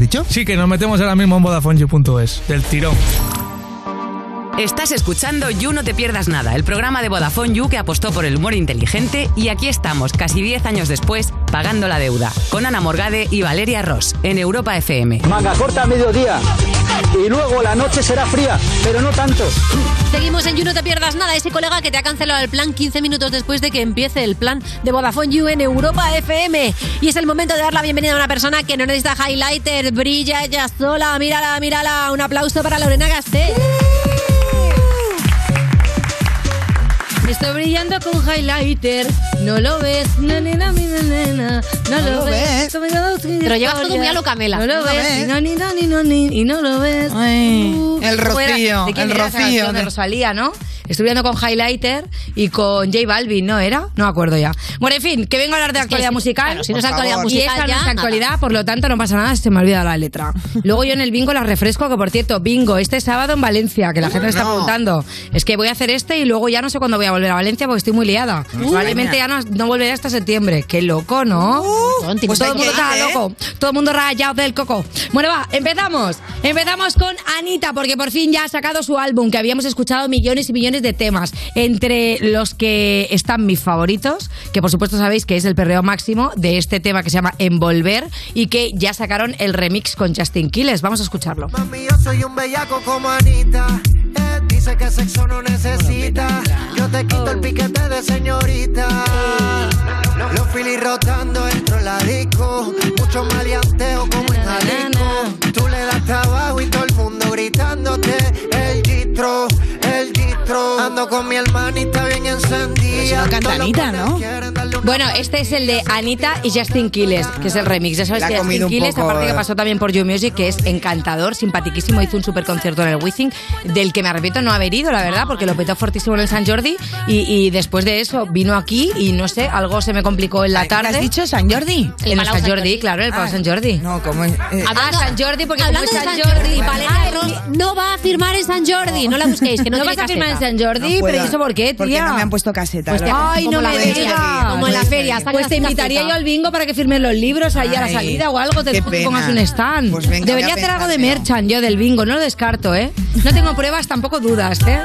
dicho? Sí, que nos metemos ahora mismo en VodafoneYou.es, del tirón. Estás escuchando You No Te Pierdas Nada, el programa de Vodafone You que apostó por el humor inteligente y aquí estamos, casi 10 años después, pagando la deuda, con Ana Morgade y Valeria Ross, en Europa FM. Manga corta a mediodía. Y luego la noche será fría, pero no tanto. Seguimos en You, no te pierdas nada. Ese colega que te ha cancelado el plan 15 minutos después de que empiece el plan de Vodafone You en Europa FM. Y es el momento de dar la bienvenida a una persona que no necesita highlighter, brilla ella sola. Mírala, mírala. Un aplauso para Lorena Gasté. Estoy brillando con highlighter. No lo ves, na, nena, mi nena. No, lo, ves. Te lo llevas todo muy a lo Camela. No lo ves. No, ni, no, ni, no, ni, y no lo ves. Uh, el ¿cómo era? rocío, ¿De quién el era esa rocío canción de- De Rosalía, ¿no? Estoy brillando con highlighter y con J Balvin, ¿no era? No me acuerdo ya. Bueno, en fin, que vengo a hablar de actualidad si- musical. claro, si no es actualidad musical Y esta ya, no es actualidad, nada. por lo tanto no pasa nada, se me olvida la letra. Luego yo en el bingo la refresco, que por cierto, bingo este sábado en Valencia, que la gente me está preguntando. Es que voy a hacer este y luego ya no sé cuándo voy a volver a Valencia porque estoy muy liada. Uh. Probablemente ya no, no volveré hasta septiembre. Qué loco, ¿no? tienes pues todo el que mundo ir, está ¿eh? loco. Todo el mundo rayado del coco. Bueno, va, empezamos. Empezamos con Anita, porque por fin ya ha sacado su álbum, que habíamos escuchado millones y millones de temas. Entre los que están mis favoritos, que por supuesto sabéis que es el perreo máximo de este tema que se llama Envolver, y que ya sacaron el remix con Justin Quiles. Vamos a escucharlo. Mami, yo soy un bellaco como Anita. Él dice que sexo no necesita. Yo te quito Oh. el piquete de señorita. Los filis rotando dentro de la disco. Mucho maleanteo como en Jalisco. Tú le das trabajo y todo el mundo gritándote. El distro, el distro. Ando con mi hermanita bien encendida. Todos los panas quieren darle una Bueno, este es el de Anita y Justin Quiles, que es el remix. Ya sabes La ha que comido Justin un Quiles, poco, aparte que eh. pasó también por You Music, que es encantador, simpatiquísimo, hizo un super concierto en el Wizzing, del que me arrepiento no haber ido, la verdad, porque lo petó fortísimo en el San Jordi. Y, y después de eso vino aquí y no sé, algo se me complicó en la tarde. has dicho San Jordi? Ah, En el San Jordi, claro, en el Palau San Jordi. No, como es. eh, Ah, San Jordi, porque como es hablando de San San Jordi, Jordi, bueno. Valeria Ross no va a firmar en San Jordi. No la busquéis, que no, No tiene vas a firmar caseta. en San Jordi, no pero puedo, ¿y eso por qué, Porque tía? no me han puesto caseta. Pues te- la verdad. ay, no Como me la de- digas. Como en la feria, saca Pues la te caseta. invitaría yo al bingo para que firmes los libros ahí a la Ay, salida o algo, te qué que pongas un pena. stand. Pues venga, Debería voy a hacer algo de merchan yo del bingo, no lo descarto, ¿eh? No tengo pruebas, tampoco dudas, ¿eh?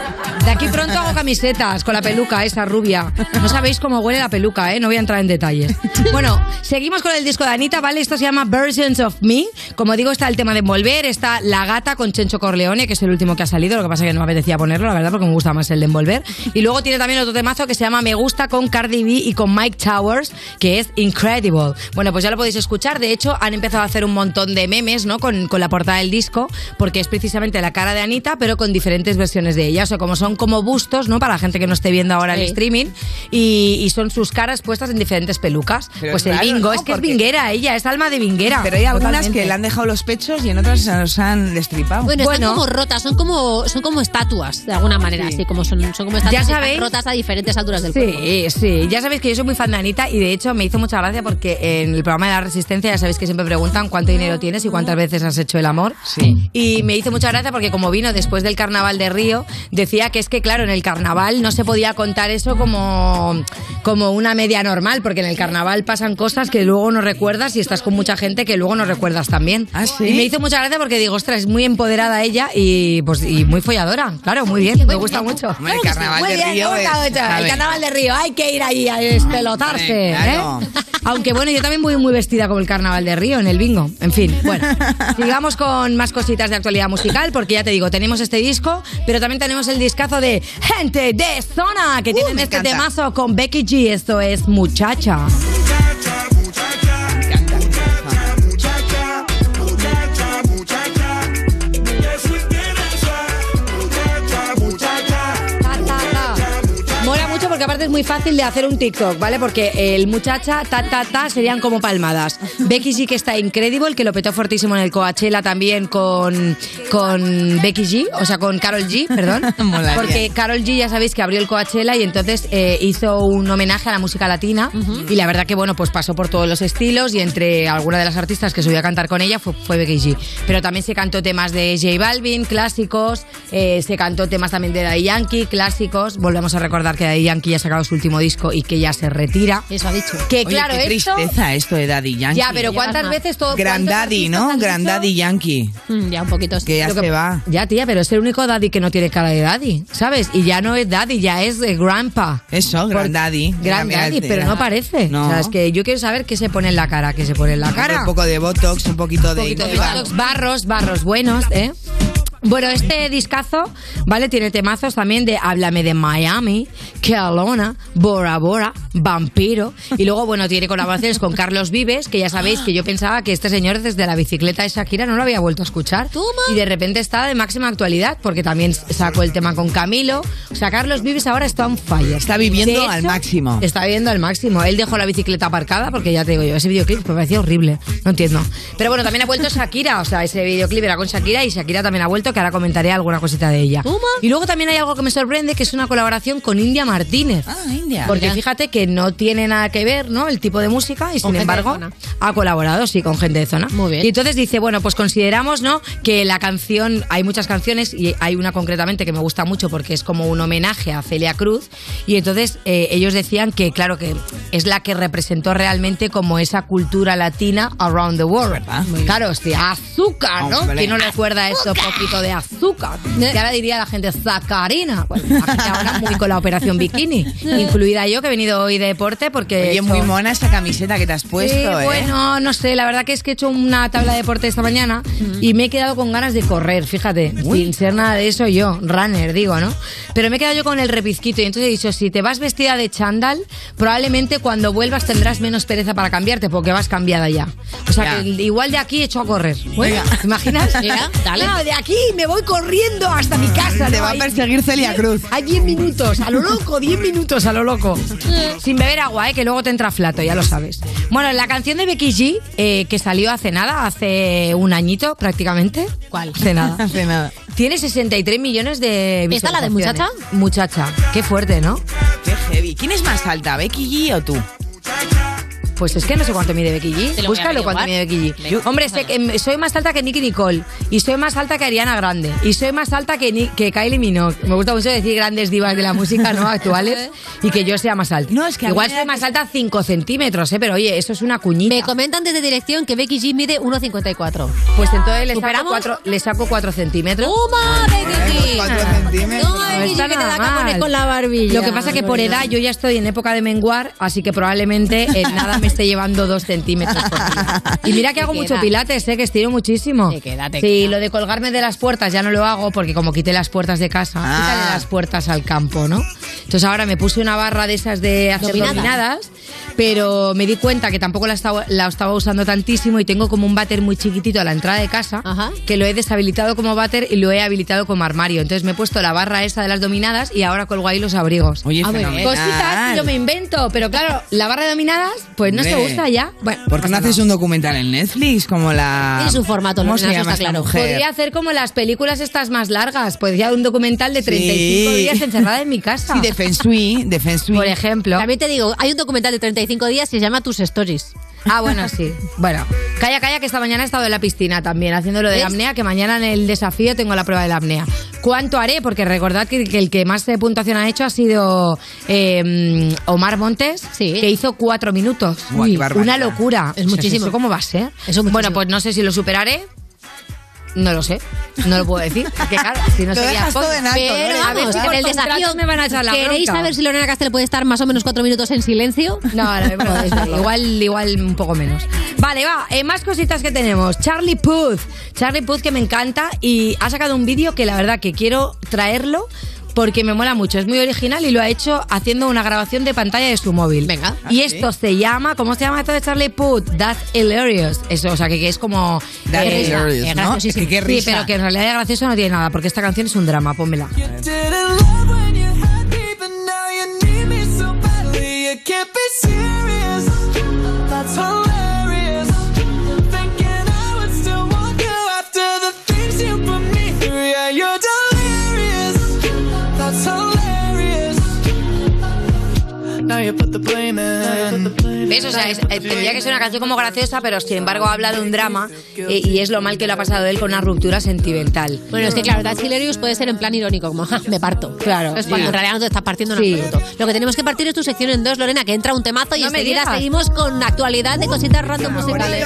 De aquí pronto hago camisetas con la peluca esa rubia. No sabéis cómo huele la peluca, ¿eh? No voy a entrar en detalles. Bueno, seguimos con el disco de Anita, ¿vale? Esto se llama Versions of Me. Como digo, está el tema de envolver, está La Gata con Chencho Corleone, que es el último que ha salido, lo que pasa que no me apetecía ponerlo, la verdad, porque me gusta más el de envolver. Y luego tiene también otro temazo que se llama Me Gusta con Cardi B y con Mike Towers, que es Incredible. Bueno, pues ya lo podéis escuchar. De hecho, han empezado a hacer un montón de memes, ¿no? Con, con la portada del disco, porque es precisamente la cara de Anita, pero con diferentes versiones de ella. O sea, como son como bustos, ¿no? Para la gente que no esté viendo ahora el Sí. streaming. Y, y son sus caras puestas en diferentes pelucas. Pero pues claro, el bingo, ¿no? es que es Porque- vinguera ella, es alma de vinguera. Pero hay algunas Totalmente. que le han dejado los pechos y en otras se los han destripado. Bueno, están como rotas, son como, son como estatuas, de alguna manera, así como son, son como estatuas Ah, Ya que están sabéis. rotas a diferentes alturas del cuerpo. Sí, sí. Ya sabéis que yo soy muy fan de Anita y de hecho me hizo mucha gracia porque en el programa de la Resistencia ya sabéis que siempre preguntan cuánto dinero tienes y cuántas veces has hecho el amor. Sí. Y me hizo mucha gracia porque como vino después del carnaval de Río, decía que es que claro, en el carnaval no se podía contar eso como, como una media normal, porque en el carnaval pasan cosas que luego no recuerdas y estás con mucha gente que luego no recuerdas también. ¿Ah, Y me hizo mucha gracia porque digo, ostras, es muy empoderada ella y pues y muy folladora. Claro, muy bien, me gusta mucho. el carnaval Muy de bien, Río ¿cómo está, es- Ocho? a El ver. carnaval de Río, hay que ir ahí a despelotarse. Hombre, claro. ¿eh? Aunque bueno, yo también voy muy vestida como el carnaval de Río en el bingo. En fin, bueno, sigamos con más cositas de actualidad musical, porque ya te digo, tenemos este disco, pero también tenemos el discazo de Gente de Zona, que tienen este Uh, encanta. temazo con Becky G. Esto es Muchacha. Muchacha, muchacha, muchacha, que soy muchacha, muchacha, Mola mucho porque aparte es muy muy fácil de hacer un TikTok, ¿vale? Porque el muchacha, ta, ta, ta, serían como palmadas. Becky G, que está increíble, que lo petó fortísimo en el Coachella también con, con Becky G, o sea, con Carol G, perdón. Molaría. Porque Carol G, ya sabéis que abrió el Coachella y entonces eh, hizo un homenaje a la música latina. Y la verdad que, bueno, pues pasó por todos los estilos y entre alguna de las artistas que subió a cantar con ella fue, fue Becky G. Pero también se cantó temas de J Balvin, clásicos, eh, se cantó temas también de Daddy Yankee, clásicos. Volvemos a recordar que Daddy Yankee ya ha sacado su último disco y que ya se retira. Eso ha dicho. Que Oye, claro, qué esto... tristeza esto de Daddy Yankee. Ya, pero ¿cuántas Llevas más. veces todo- Grandaddy, cuántos artistas ¿no? han Mm, Grandaddy Yankee. Ya un poquito. Que ya se va. Ya, tía, pero es el único daddy que no tiene cara de daddy, ¿sabes? Y ya no es daddy, ya es eh, grandpa. Eso, Grandaddy. Grandaddy, pero no parece. este, No. O sea, es que yo quiero saber qué se pone en la cara, qué se pone en la cara. Un poco de Botox, un poquito de... poquito de Botox, barros, barros buenos, ¿eh? Bueno, este discazo, ¿vale? Tiene temazos también de Háblame de Miami, Kealona, Bora Bora, Vampiro. Y luego, bueno, tiene colaboraciones con Carlos Vives, que ya sabéis que yo pensaba que este señor desde la bicicleta de Shakira no lo había vuelto a escuchar. Y de repente está de máxima actualidad, porque también sacó el tema con Camilo. O sea, Carlos Vives ahora está on fire. Está viviendo al máximo. Está viviendo al máximo. Él dejó la bicicleta aparcada porque ya te digo yo, ese videoclip me parecía horrible. No entiendo. Pero bueno, también ha vuelto Shakira. O sea, ese videoclip era con Shakira y Shakira también ha vuelto, que ahora comentaré alguna cosita de ella. Y luego también hay algo que me sorprende, que es una colaboración con India Martínez. Ah, India. Porque Mira. fíjate que no tiene nada que ver, ¿no? El tipo de música y sin gente de embargo zona. ha colaborado, sí, con gente de zona. Muy bien. Y entonces dice, bueno, pues consideramos, ¿no? Que la canción, hay muchas canciones y hay una concretamente que me gusta mucho porque es como un homenaje a Celia Cruz. Y entonces eh, ellos decían que, claro, que es la que representó realmente como esa cultura latina around the world. Claro, hostia, azúcar, ¿no? Hombre. Que no recuerda eso, poquito de azúcar. Que ahora diría la gente sacarina. Bueno, la gente ahora muy con la operación bikini. Incluida yo, que he venido hoy de deporte porque... he Oye, hecho- muy mona esa camiseta que te has puesto, Sí, ¿eh? bueno, no sé, la verdad que es que he hecho una tabla de deporte esta mañana y me he quedado con ganas de correr, fíjate, sin ser nada de eso yo, runner, digo, ¿no? Pero me he quedado yo con el repizquito y entonces he dicho, si te vas vestida de chándal, probablemente cuando vuelvas tendrás menos pereza para cambiarte porque vas cambiada ya. O sea, Ya. que igual de aquí he hecho a correr. Bueno, ¿te imaginas? Mira, dale. No, de aquí me voy corriendo hasta mi casa. Te ¿no? va a Ahí- perseguir Celia Cruz. hay 10 minutos, a lo loco, 10 minutos, a lo loco. Sin beber agua, ¿eh? que luego te entra flato, ya lo sabes. Bueno, la canción de Becky G, eh, que salió hace nada, hace un añito prácticamente. ¿Cuál? Hace nada. Hace nada. Tiene 63 millones de ¿Esta la de visualizaciones. Muchacha. Qué fuerte, ¿no? Qué heavy. ¿Quién es más alta, Becky G o tú? Pues es que no sé cuánto mide Becky G. voy a Búscalo cuánto mide averiguar. Becky G. Yo- Hombre, sé que mm, soy más alta que Nicky Nicole. Y soy más alta que Ariana Grande. Y soy más alta que, Ni- que Kylie Minogue. Me gusta mucho decir grandes divas de la música no actuales y que yo sea más alta. No, es que a Igual mí soy más alta 5 centímetros, ¿eh? Pero oye, eso es una cuñita. Me comentan desde dirección que Becky G mide 1,54. Pues entonces le saco, ¿Superamos? cuatro, le saco cuatro centímetros. ¡Toma, Becky G! centímetros. Toma, Becky G, que te da capones con la barbilla. Lo que pasa que por edad yo ya estoy en época de menguar, así que probablemente en nada me esté llevando dos centímetros por día. Y mira que Te hago queda. mucho pilates, eh, que estiro muchísimo. queda, te sí, queda. lo de colgarme de las puertas ya no lo hago porque como quité las puertas de casa, Ah. quítale las puertas al campo, ¿no? Entonces ahora me puse una barra de esas de hacer Dominadas. dominadas, pero me di cuenta que tampoco la estaba, la estaba usando tantísimo y tengo como un váter muy chiquitito a la entrada de casa que lo he deshabilitado como váter y lo he habilitado como armario. Entonces me he puesto la barra esa de las dominadas y ahora colgo ahí los abrigos. Oye, Ah, bueno, fenomenal. cositas que yo me invento, pero claro, la barra de dominadas pues no se Hombre. usa ya. Bueno, ¿Por qué no haces un documental en Netflix como la... Tiene su formato, ¿Cómo Lorena, se eso llama está esta claro. mujer? Podría hacer como las películas estas más largas. Podría un documental de 35 Sí. días encerrada en mi casa. Sí, de Feng Shui, de Feng Shui. Por ejemplo. También te digo, hay un documental de 35 días que se llama Tus Stories. Ah, bueno, sí. Bueno, calla, calla, que esta mañana he estado en la piscina también, haciendo lo de la ¿Ves? apnea, que mañana en el desafío tengo la prueba de la apnea. ¿Cuánto haré? Porque recordad que, que el que más eh, puntuación ha hecho ha sido eh, Omar Montes, que hizo cuatro minutos. Buah, qué barbaridad. una locura. Es O sea, muchísimo. ¿eso ¿Cómo va a ser? Bueno, pues no sé si lo superaré. No lo sé, no lo puedo decir. Porque claro, si no Lo sería dejas todo poco. en alto, Pero Lore, vamos, a ver si en por el contrato desafío me van a echar la ¿Queréis bronca. saber si Lorena Castel puede estar más o menos cuatro minutos en silencio? No, ahora mismo no podéis verlo. igual, igual un poco menos. Vale, va, eh, más cositas que tenemos. Charlie Puth. Charlie Puth que me encanta y ha sacado un vídeo que la verdad que quiero traerlo porque me mola mucho. Es muy original y lo ha hecho haciendo una grabación de pantalla de su móvil. Venga. Ah, Y esto se llama, ¿cómo se llama esto de Charlie Puth? That's hilarious. Eso, o sea, que, que es como... That's hilarious, es ¿no? graciosísimo. Es que qué Sí, risa. pero que en realidad de gracioso no tiene nada porque esta canción es un drama, pónmela. Didn't love when you had me, but now you need me so bad. hilarious. Thinking I would still want you after the things you put me through. Yeah, you're delirious. That's hilarious. Now you put the blame in. ¿Ves? O sea, es- eh, tendría que ser una canción como graciosa, pero sin embargo habla de un drama eh, y es lo mal que lo ha pasado él con una ruptura sentimental. Bueno, es que claro, That's Hilarious puede ser en plan irónico, como "Ja, me parto. Claro. Es cuando sí. en realidad no te estás partiendo en Sí. absoluto. Lo que tenemos que partir es tu sección en dos, Lorena, que entra un temazo y No me enseguida digas. seguimos con actualidad de cositas random musicales.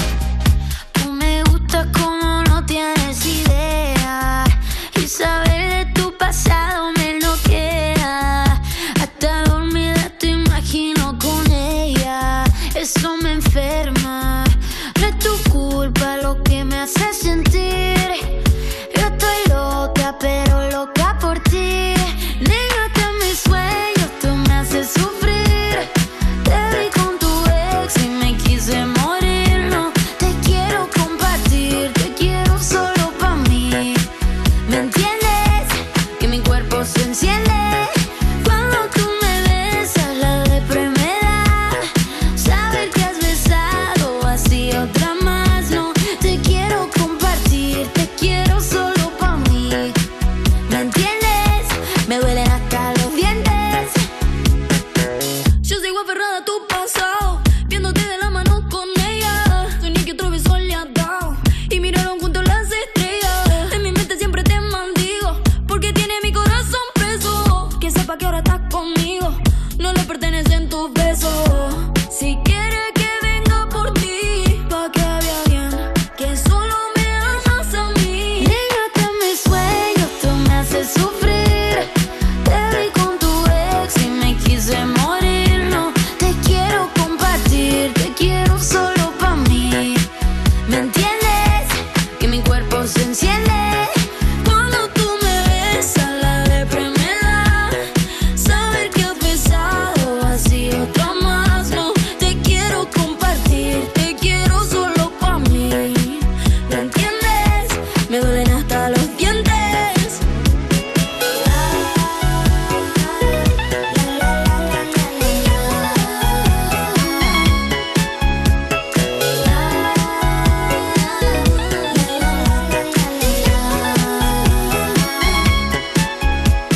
Tú me gustas como no tienes idea. Y saber de tu pasado me queda Hasta dormida te imagino con ella. Eso me enferma. No es tu culpa lo que me hace sentir. Yo estoy loca, pero loca por ti. Negate a mis sueños, tú me haces sufrir. Te vi con tu ex y me quise morir. No te quiero compartir, te quiero solo para mí. ¿Me entiendes? Que mi cuerpo se enciende. Cuando tú me besas, la depresión me da. Saber que has besado así otra más. No te quiero compartir, te quiero solo para mí. ¿Me entiendes? Me duelen hasta los dientes. Yo sigo aferrada a tu pasado, viéndote de la mano con ella. Soñé que otro beso le ha dado y miraron juntos las estrellas. En mi mente siempre te mandigo, porque tiene mi corazón preso. Que sepa que ahora estás conmigo, no le pertenecen tus besos. Si quieres que venga por ti, pa' que vea bien, que solo me amas a mí. Negate mis sueños, tú me haces sufrir. Te vi con tu ex y me quise morir. No te quiero compartir, te quiero solo para mí. ¿Me entiendes? Que mi cuerpo se enciende. Cuando tú me besas, la depresión me da. Saber que has besado así otra más, no te quiero compartir, te quiero solo para mí. ¿Me entiendes? Me duelen hasta los dientes.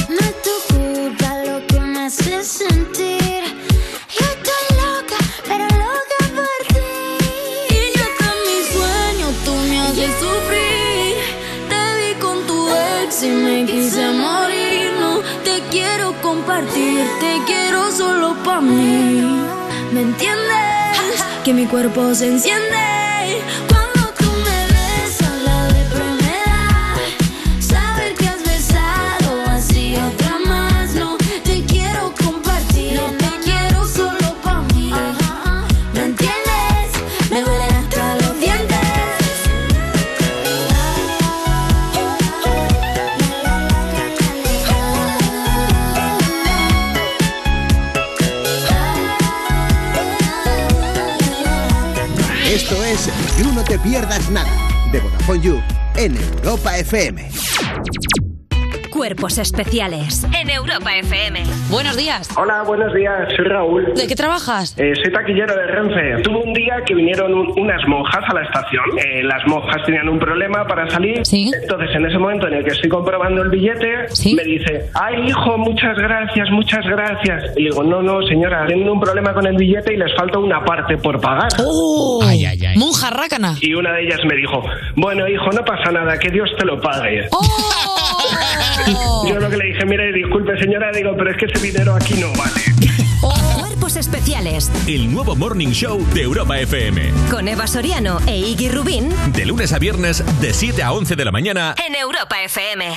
No es tu culpa lo que me hace sentir. Yo estoy loca, pero loca por ti. Y yo con mis sueños tú me haces sufrir. Te vi con tu ex y me quise morir. No te quiero compartir, te quiero solo para mí. ¿Me entiendes? Que mi cuerpo se enciende. Cuando tú me besas, la depresión me da. Saber que has besado así otra más. No te quiero compartir, no te quiero solo para mí. ¿Me entiendes? Me duelen hasta los dientes. Esto es You No Te Pierdas Nada, de Vodafone You, en Europa FM. Cuerpos especiales en Europa FM. Buenos días. Hola, buenos días, soy Raúl. ¿De qué trabajas? Eh, soy taquillero de Renfe. Tuve un día que vinieron un- unas monjas a la estación. Eh, las monjas tenían un problema para salir. Entonces, en ese momento en el que estoy comprobando el billete, me dice, ay, hijo, muchas gracias, muchas gracias. Y le digo, no, no, señora, tienen un problema con el billete y les falta una parte por pagar. Oh. Ay, ay, ay. Monja rácana. Y una de ellas me dijo, bueno, hijo, no pasa nada, que Dios te lo pague. Oh. Yo lo que le dije, mire, disculpe, señora, digo, pero es que ese dinero aquí no vale. Cuerpos especiales El nuevo Morning Show de Europa FM. con Eva Soriano e Iggy Rubín De lunes a viernes, de 7 a 11 de la mañana. en Europa FM.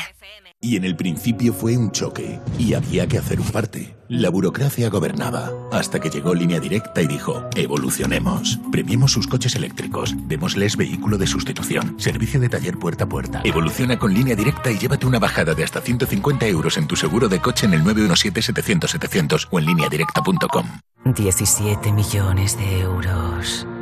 Y en el principio fue un choque y había que hacer un parte. La burocracia gobernaba hasta que llegó Línea Directa y dijo, evolucionemos. Premiemos sus coches eléctricos, démosles vehículo de sustitución, servicio de taller puerta a puerta. Evoluciona con Línea Directa y llévate una bajada de hasta 150 euros en tu seguro de coche en el 917-700-700 o en lineadirecta.com. 17 millones de euros.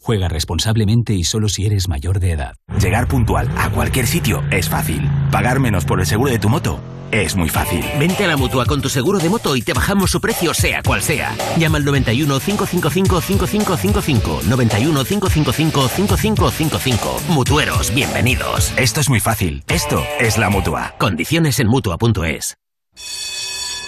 Juega responsablemente y solo si eres mayor de edad. Llegar puntual a cualquier sitio es fácil. Pagar menos por el seguro de tu moto es muy fácil. Vente a la mutua con tu seguro de moto y te bajamos su precio, sea cual sea. Llama al 91 555 5555. 91 555 5555. Mutueros, bienvenidos. Esto es muy fácil. Esto es la mutua. Condiciones en mutua.es.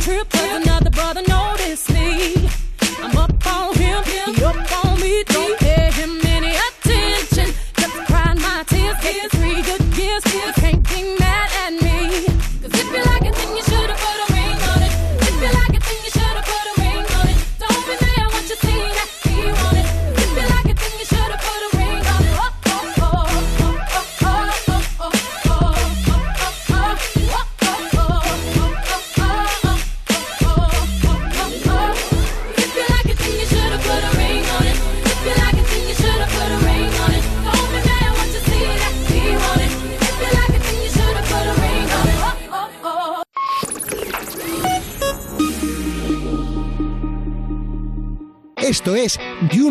Trip, but another brother noticed me. I'm up on him, he up on me. Don't pay him any attention. Just crying my tears, get three good years. You can't be mad at me. 'Cause if you like it, then you should've put a ring on it. If you like it, then you should've put a ring on it. Don't be mad what you see that he want it. If you like it, then you should've put a ring on it. Oh, oh, oh, oh, oh, oh, oh, oh, oh, oh, oh, oh, oh, oh, oh. If you like it, then you should've put a ring on it. If you like it, then you should've put a ring on it. Don't be mad what you see that he want it. If you like it, then you should've put a ring on it. Oh, oh, oh. Esto es You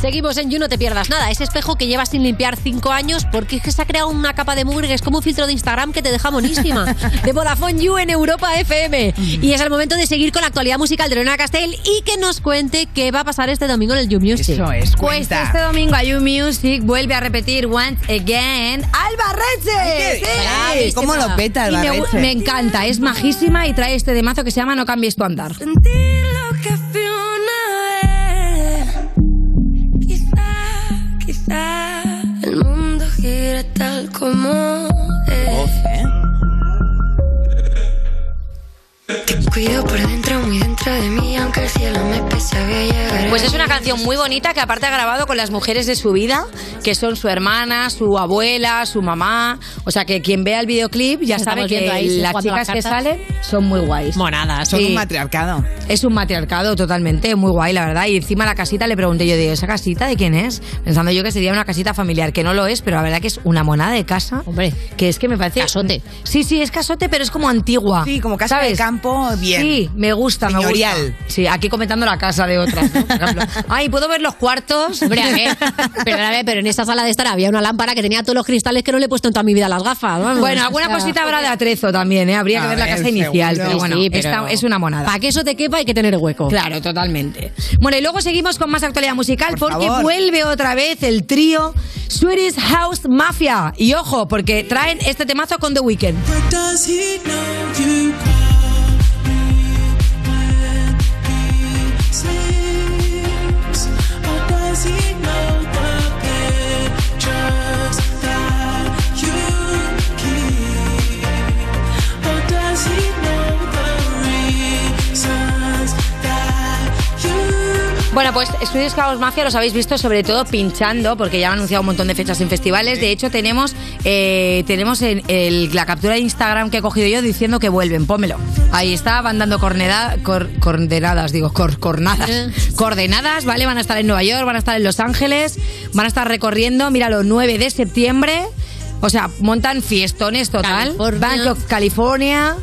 Seguimos en You, no te pierdas nada. Ese espejo que llevas sin limpiar cinco años porque es que se ha creado una capa de mugre que es como un filtro de Instagram que te deja monísima. De Vodafone You en Europa FM. Y es el momento de seguir con la actualidad musical de Lorena Castell y que nos cuente qué va a pasar este domingo en el You Music. Eso es, Pues este domingo a You Music vuelve a repetir once again Albarreche. Ay, Sí. ¿cómo lo peta Y me- Albarreche? Me, encanta, es majísima y trae este de mazo que se llama No cambies tu andar. que fui una vez. Quizá, quizá el mundo gira tal como Oh, es. Te cuido por dentro, muy dentro de mí, aunque el cielo me pese, voy a llegar. Pues es una canción muy bonita que aparte ha grabado con las mujeres de su vida, que son su hermana, su abuela, su mamá. O sea que quien vea el videoclip ya Estamos sabe que viendo ahí, sí, las jugando a chicas que cartas. salen son muy guays. Monadas, son un matriarcado. Es un matriarcado totalmente, muy guay la verdad. Y encima la casita le pregunté yo, digo, ¿esa casita de quién es? Pensando yo que sería una casita familiar, que no lo es, pero la verdad que es una monada de casa. Hombre. Que es que me parece... Casote. Sí, sí, es casote, pero es como antigua. Sí, como casa de campo, bien. Sí, me gusta, me Señorial. gusta. Sí, aquí comentando la casa de otras. ¿no? Por ejemplo. Ay, ¿puedo ver los cuartos? Hombre, a ver, perdóname, pero en esa sala de estar había una lámpara que tenía todos los cristales que no le he puesto en toda mi vida a las gafas. vamos. Bueno, alguna O sea, cosita habrá de atrezo también, ¿eh? Habría pues A que ver, la ver, casa inicial, seguro. pero bueno, Sí, pero- esta es una monada. Para que eso te quepa hay que tener hueco. Claro, totalmente. Bueno, y luego seguimos con más actualidad musical porque favor. vuelve otra vez el trío Swedish House Mafia. Y ojo, porque traen este temazo con The Weeknd. Does he know you sleeps? Or does he know the pictures that you keep? Or does he know the reasons that you Bueno, Bueno, pues Estudios Caos Mafia los habéis visto sobre todo pinchando, porque ya han anunciado un montón de fechas en festivales. De hecho, tenemos, eh, tenemos el- el- la captura de Instagram que he cogido yo diciendo que vuelven. Pómelo. Ahí está, van dando corneda- cor- coordenadas, digo, cor- cornadas. Coordenadas, ¿vale? Van a estar en Nueva York, van a estar en Los Ángeles, van a estar recorriendo, míralo, 9 de septiembre. O sea, montan fiestones total. Bangkok, California.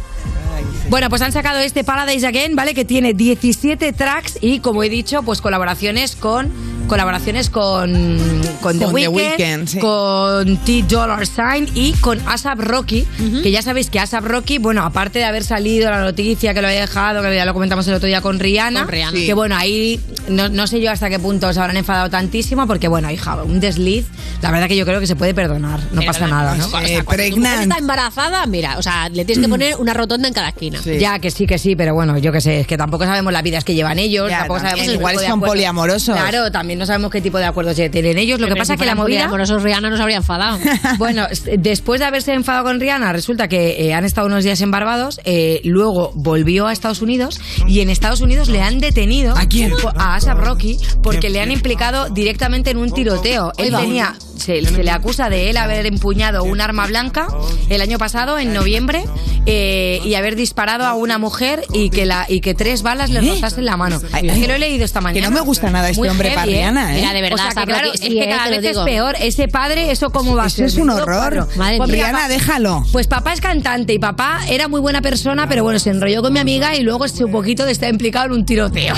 Bueno, pues han sacado este Paradise Again, ¿vale? Que tiene 17 tracks y, como he dicho, pues colaboraciones con colaboraciones con, con The Con The Weeknd, Weeknd, sí. con T Dollar Sign y con ASAP Rocky, que ya sabéis que ASAP Rocky, bueno, aparte de haber salido la noticia que lo había dejado, que ya lo comentamos el otro día con Rihanna, Con Rihanna. Sí. que bueno, ahí no, no sé yo hasta qué punto se habrán enfadado tantísimo, porque bueno, hija, un desliz, la verdad que yo creo que se puede perdonar, no Pero pasa la- nada, ¿no? Mm. o sea, cuando tu mujer está embarazada, mira, o sea, le tienes que poner una rotonda en cada esquina. Ya, que sí, que sí, pero bueno, yo qué sé, es que tampoco sabemos las vidas que llevan ellos, Ya, tampoco también. sabemos qué Igual tipo de son acuerdos- poliamorosos. Claro, también no sabemos qué tipo de acuerdos tienen ellos. Lo Pero que pasa si es que la fueran movida. poliamorosos, Rihanna nos habría enfadado. bueno, s- después de haberse enfadado con Rihanna, resulta que eh, han estado unos días en Barbados, eh, luego volvió a Estados Unidos y en Estados Unidos le han detenido. ¿A quién? A Asa Rocky, porque le han implicado directamente en un tiroteo. Él va. tenía. Se, se le acusa de él haber empuñado un arma blanca el año pasado, en noviembre, eh, y haber disparado a una mujer y que, la, y que tres balas le rozasen la mano. Es que lo he leído esta mañana. ¿Eh? Que no me gusta nada este Muy hombre heavy, para ¿eh? Rihanna, ¿eh? Mira, de verdad, O sea, Asa que claro, eh, Rocky, es que cada te lo vez es digo. peor. Ese padre, ¿eso cómo va a Eso ser? es un Menudo horror. cuadro. Madre Pues mía. mira, Rihanna, pa- déjalo. Pues papá es cantante y papá era muy buena persona, pero bueno, se enrolló con mi amiga y luego un poquito de estar implicado en un tiroteo.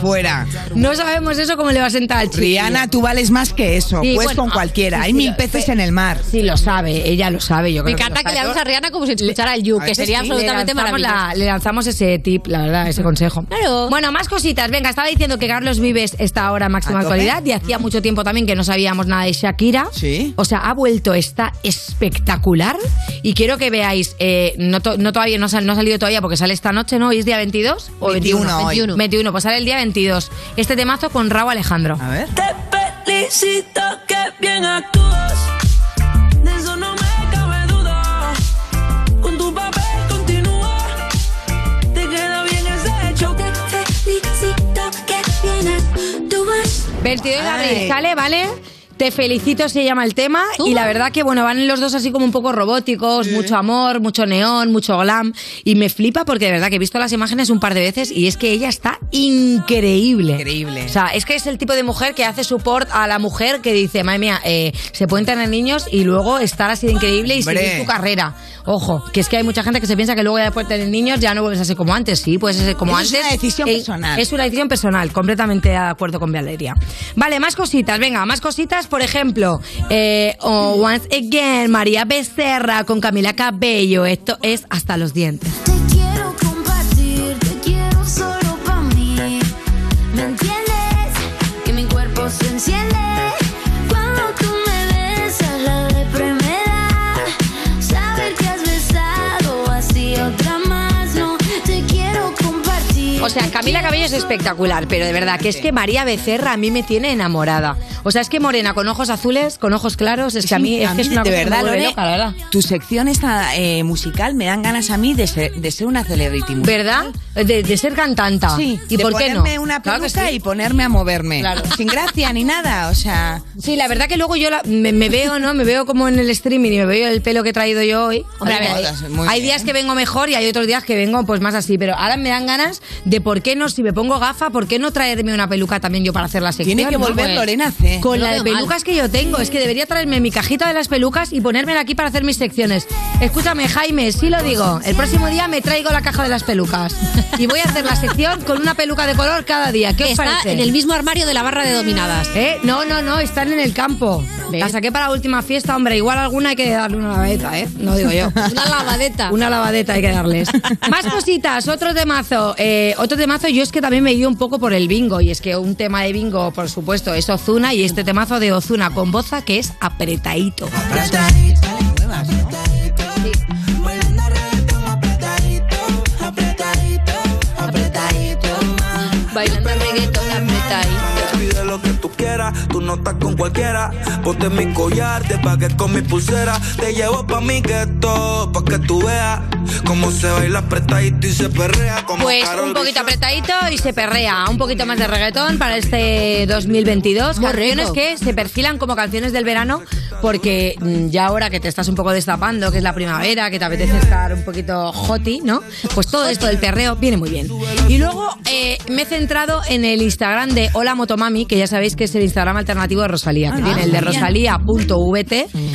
Fuera. No sabemos eso cómo le va a sentar al chico. Rihanna, tú vales más que eso. Sí, pues bueno, con ah, cualquiera. sí, Hay sí, mil lo- peces en el mar. Sí, lo sabe. Ella lo sabe, yo Me creo que encanta lo que le sabe. hagas a Rihanna como si escuchara al You, que sería Sí, absolutamente le lanzamos la- maravilloso. le lanzamos ese tip, la verdad, ese consejo. Bueno, más cositas. Venga, estaba diciendo que Carlos Vives está ahora en máxima A tope. actualidad y hacía mucho tiempo también que no sabíamos nada de Shakira. Sí. O sea, ha vuelto, está espectacular. Y quiero que veáis, eh, no, to- no todavía, no, sal- no ha salido todavía porque sale esta noche, ¿no? ¿Hoy es día 22 o 21 hoy. 21. 21, pues sale el día 22. Este temazo con Raúl Alejandro. A ver. Felicito que bien actúas. De eso no me cabe duda. Con tu papel continúa. Te queda bien ese hecho. Te felicito que bien actúas. 22 de abril sale, ¿vale? Te felicito, se llama el tema. Y la verdad que, bueno, van los dos así como un poco robóticos, mucho amor, mucho neón, mucho glam. Y me flipa porque de verdad que he visto las imágenes un par de veces y es que ella está increíble. Increíble. O sea, es que es el tipo de mujer que hace support a la mujer que dice, madre mía, eh, se pueden tener niños y luego estar así de increíble y Hombre. seguir tu carrera. Ojo, que es que hay mucha gente que se piensa que luego ya después de tener niños ya no vuelves a ser como antes. Sí, puedes ser como Eso es antes. una decisión Eh, personal. Es una decisión personal, completamente de acuerdo con Valeria. Vale, más cositas, venga, más cositas. Por ejemplo, eh, oh, Once Again, María Becerra con Camila Cabello. Esto es hasta los dientes. Quiero compartir, te quiero solo para mí. ¿Me entiendes? Que mi cuerpo se enciende. Cuando tú me besas, la depre me da. Saber que has besado así otra más. No, te quiero compartir. O sea, Camila Cabello es espectacular, pero de verdad que es que María Becerra a mí me tiene enamorada. O sea, es que morena con ojos azules, con ojos claros, es que a mí es, que es de una cosa que me verdad, vuelve Lore, loca, la verdad. tu sección esta eh, musical me dan ganas a mí de ser, de ser una celebrity. musical. ¿Verdad? De, de ser cantanta. Sí, ¿Y de por qué no? ponerme una Claro que peluca sí. y ponerme a moverme. Claro. Sin gracia ni nada, o sea... Sí, la verdad que luego yo la- me, me veo, ¿no? Me veo como en el streaming y me veo el pelo que he traído yo hoy. Hombre, Hay- a ver, hay- muy hay días que vengo mejor y hay otros días que vengo pues más así, pero ahora me dan ganas de por qué no, si me pongo gafa, por qué no traerme una peluca también yo para hacer la sección. Tiene que ¿no? volver Pues, Lorena a hacer. Con Yo las lo veo mal. pelucas que yo tengo, es que debería traerme mi cajita de las pelucas y ponérmela aquí para hacer mis secciones. Escúchame, Jaime, sí lo digo. El próximo día me traigo la caja de las pelucas y voy a hacer la sección con una peluca de color cada día. ¿Qué os Está parece? en el mismo armario de la barra de dominadas. ¿Eh? No, no, no, están en el campo. La saqué para la última fiesta, hombre. Igual alguna hay que darle una lavadeta, ¿eh? No digo yo. Una lavadeta. Una lavadeta hay que darles. Más cositas, otro temazo. Eh, otro temazo, yo es que también me guío un poco por el bingo. Y es que un tema de bingo, por supuesto, es Ozuna. Y este temazo de Ozuna con Boza, que es apretadito. Bailando reggaetón apretadito. Pide lo que tú quiera. Tú no estás con cualquiera. Ponte mi collar, te pagué con mi pulsera. Te llevo pa' mi gueto, pa' que tú veas cómo se baila apretadito y se perrea. Como Pues Karol un poquito apretadito y se perrea. Un poquito más de reggaetón para este 2022. canciones que se perfilan como canciones del verano porque mm, ya ahora que te estás un poco destapando, que es la primavera, que te apetece estar un poquito hoti, ¿no? Pues todo esto del perreo viene muy bien. Y luego eh, me he centrado en el Instagram de Hola Motomami, que ya sabéis que es el Instagram alternativo de Rosalía, que Ah, tiene el de bien. rosalía.vt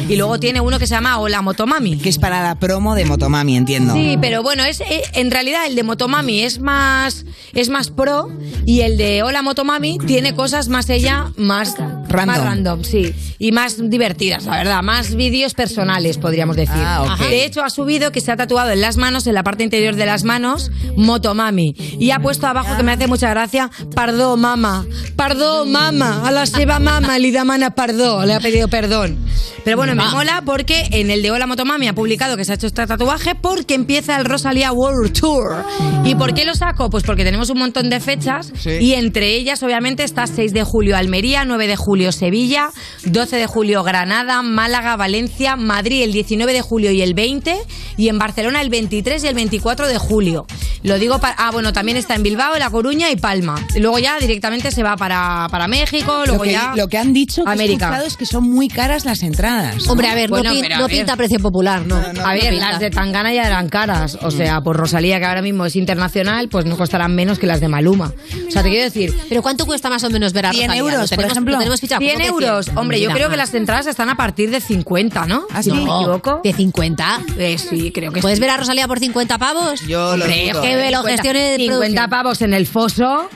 y luego tiene uno que se llama Hola Motomami. Que es para la promo de Motomami, entiendo. Sí, pero bueno, es eh, en realidad el de Motomami es más es más pro y el de Hola Motomami tiene cosas más ella más random, más random sí, y más divertidas, la verdad, más vídeos personales podríamos decir. Ah, ok. De hecho ha subido que se ha tatuado en las manos, en la parte interior de las manos, Motomami y ha puesto abajo que me hace mucha gracia, Pardó mama, Pardó mama, a la seba mama, Lidamana Pardó, le ha pedido perdón. Pero bueno, me Ah. mola porque en el de Hola Motomami ha publicado que se ha hecho este tatuaje porque empieza el Rosalía World Tour. ¿Y por qué lo saco? Pues porque tenemos un montón de fechas Sí. y entre ellas obviamente está 6 de julio Almería, 9 de julio Sevilla, 12 de julio Granada, Málaga, Valencia, Madrid el 19 de julio y el 20 y en Barcelona el 23 y el 24 de julio. Lo digo para... Ah, bueno, también está en Bilbao, La Coruña y Palma. Luego ya directamente se va para, para México, Lo luego que- ya... lo que han dicho que he América. escuchado es que son muy caras las entradas. Hombre, a ver, no pin- no pinta precio popular, no. Mm. a ver, pinta. las de Tangana ya eran caras. O sea, por Rosalía, que ahora mismo es internacional, pues no costarán menos que las de Maluma. O sea, te quiero decir. ¿Pero cuánto cuesta más o menos ver a 100 Rosalía? Lo euros, por tenemos- ejemplo. lo tenemos fichado, 100 ¿cómo que euros. 100? Hombre, yo Mira. creo que las entradas están a partir de 50, ¿no? ¿Ah, sí? No, No. me equivoco? ¿De 50? sí, creo que ¿Puedes sí. ver a Rosalía por 50 pavos? Yo lo dudo, Que ¿eh? me lo 50 gestione 50 pavos en el foso,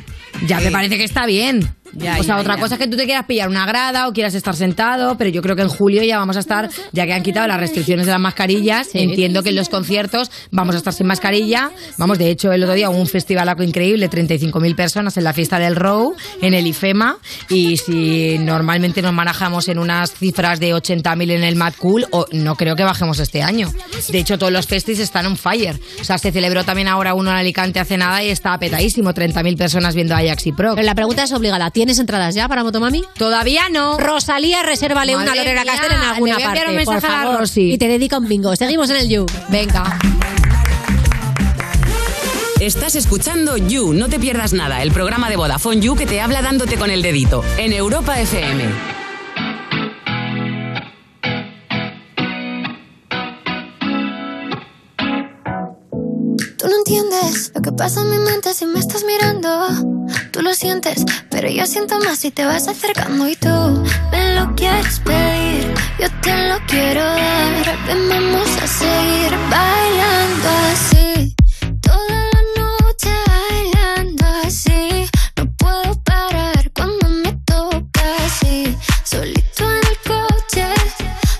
ya me parece que está bien. o sea, otra cosa es que tú te quieras pillar una grada o quieras estar sentado, pero yo creo que en julio ya vamos a estar, ya que han quitado las restricciones de las mascarillas, entiendo que en los conciertos vamos a estar sin mascarilla. Vamos, de hecho, el otro día hubo un festivalaco increíble, 35.000 personas en la fiesta del Row, en el IFEMA, y si normalmente nos manejamos en unas cifras de 80.000 en el Mad Cool, o no creo que bajemos este año. De hecho, todos los festis están on fire. O sea, se celebró también ahora uno en Alicante hace nada y está petadísimo, 30.000 personas viendo a Ajax y Pro. Pero la pregunta es obligada, ¿tienes entradas ya para Motomami? Todavía no. Rosalía, resérvale Madre una a Lorena mía, Castell en le alguna voy a enviar parte. un mensaje por a la favor. Rosy. Y te dedica un bingo. Seguimos en el You. Venga. Estás escuchando You, no te pierdas nada, el programa de Vodafone You que te habla dándote con el dedito en Europa FM. Tú no entiendes lo que pasa en mi mente si me estás mirando. Tú lo sientes, pero yo siento más si te vas acercando y tú me lo quieres pedir. Yo te lo quiero dar. Ven, vamos a seguir bailando así. Toda la noche bailando así. No puedo parar cuando me toca así. Solito en el coche,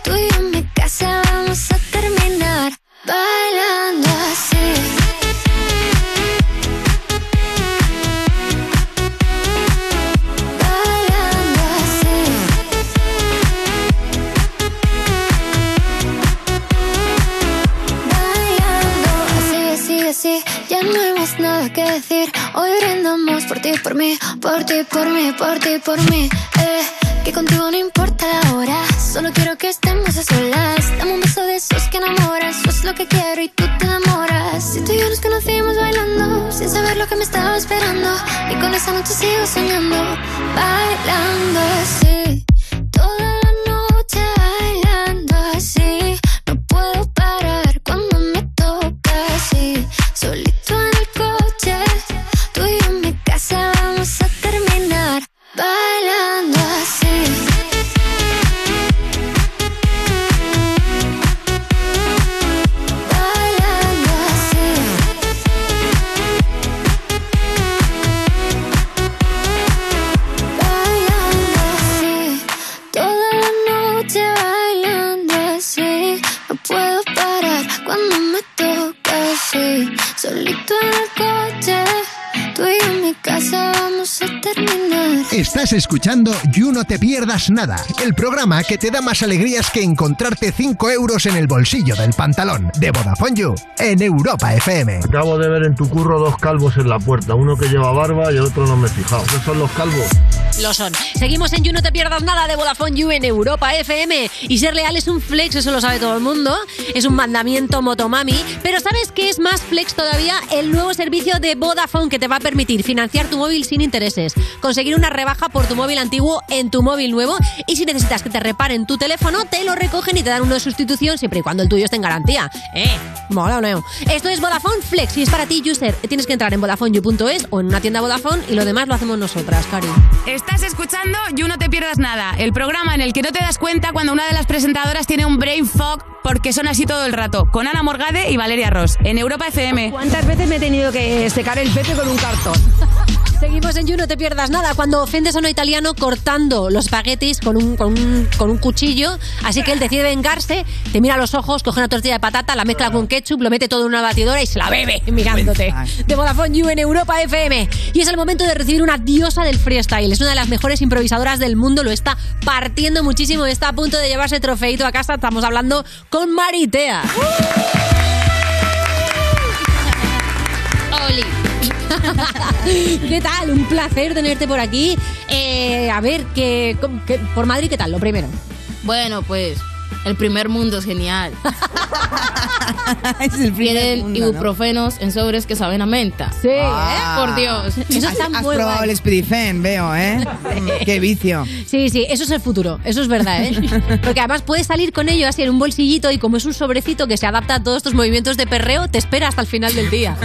tú y yo en mi casa vamos a terminar bailando así. Bailando así. Bailando así, así, así. Ya no hay más nada que decir. Hoy brindamos por ti, por mí, por ti, por mí, por ti, por mí. Eh, que contigo no importa la hora. Solo quiero que estemos a solas. Dame un beso de esos que enamoras. Eso es lo que quiero y tú te enamoras. Si tú y yo nos conocimos bailando, sin saber lo que me estaba esperando. Y con esa noche sigo soñando, bailando así. Toda la noche bailando así. No puedo parar cuando me toca así. Solito en el coche, tú y yo en mi casa vamos a terminar bailando así. Bailando así. Bailando así. Toda la noche bailando así. No puedo parar cuando me toca así. Solito en el coche. Tú y yo en mi casa vamos a terminar. Estás escuchando You No Te Pierdas Nada, el programa que te da más alegrías que encontrarte 5 euros en el bolsillo del pantalón de Vodafone You en Europa FM. Acabo de ver en tu curro dos calvos en la puerta, uno que lleva barba y el otro no me he fijado. ¿Qué son los calvos? Lo son. Seguimos en You No Te Pierdas Nada de Vodafone You en Europa FM. Y ser leal es un flex, eso lo sabe todo el mundo. Es un mandamiento motomami. Pero ¿sabes qué es más flex todavía? El nuevo servicio de Vodafone que te va a permitir financiar tu móvil sin intereses, conseguir una rebaja por tu móvil antiguo en tu móvil nuevo. Y si necesitas que te reparen tu teléfono, te lo recogen y te dan una sustitución siempre y cuando el tuyo esté en garantía. ¿Eh? Mola o no. Esto es Vodafone Flex y es para ti, user. Tienes que entrar en vodafoneyou.es o en una tienda Vodafone y lo demás lo hacemos nosotras, Cari. Estás escuchando You No Te Pierdas Nada, el programa en el que no te das cuenta cuando una de las presentadoras tiene un brain fog porque son así todo el rato, con Ana Morgade y Valeria Ross, en Europa FM. ¿Cuántas veces me he tenido que secar el pepe con un cartón? Seguimos en You, no te pierdas nada. Cuando ofendes a un italiano cortando los espaguetis con un, con, un, con un cuchillo, así que él decide vengarse, te mira a los ojos, coge una tortilla de patata, la mezcla con ketchup, lo mete todo en una batidora y se la bebe mirándote. De Vodafone You en Europa FM. Y es el momento de recibir una diosa del freestyle. Es una de las mejores improvisadoras del mundo, lo está partiendo muchísimo, está a punto de llevarse trofeito a casa. Estamos hablando con Maritea. Oli. ¿Qué tal? Un placer tenerte por aquí. Eh, a ver, que, com- que- por Madrid, ¿qué tal? Lo primero. Bueno, pues el primer mundo es genial. Tienen mundo, ¿no? ibuprofenos en sobres que saben a menta. Sí, Ah. por Dios. Eso Has- está Has muy probado guay. el Spirifen, veo, ¿eh? Mm, Qué vicio. Sí, sí, eso es el futuro, eso es verdad, ¿eh? Porque además puedes salir con ello así en un bolsillito y como es un sobrecito que se adapta a todos estos movimientos de perreo, te espera hasta el final del día.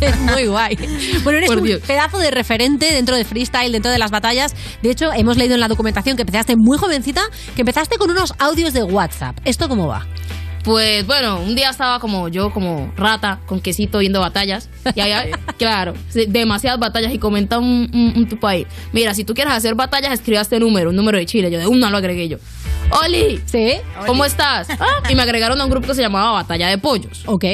Es muy guay. Bueno, eres un pedazo de referente dentro de freestyle, dentro de las batallas. De hecho, hemos leído en la documentación que empezaste muy jovencita, que empezaste con unos audios de WhatsApp. ¿Esto cómo va? Pues bueno, un día estaba como yo, como rata, con quesito viendo batallas. Y había, claro, sí, demasiadas batallas. Y comentaba un, un, un tipo ahí: Mira, si tú quieres hacer batallas, escriba este número, un número de Chile. Yo de una lo agregué yo. ¡Oli! ¿Sí? ¿Cómo estás? Ah, y me agregaron a un grupo que se llamaba Batalla de Pollos. Ok.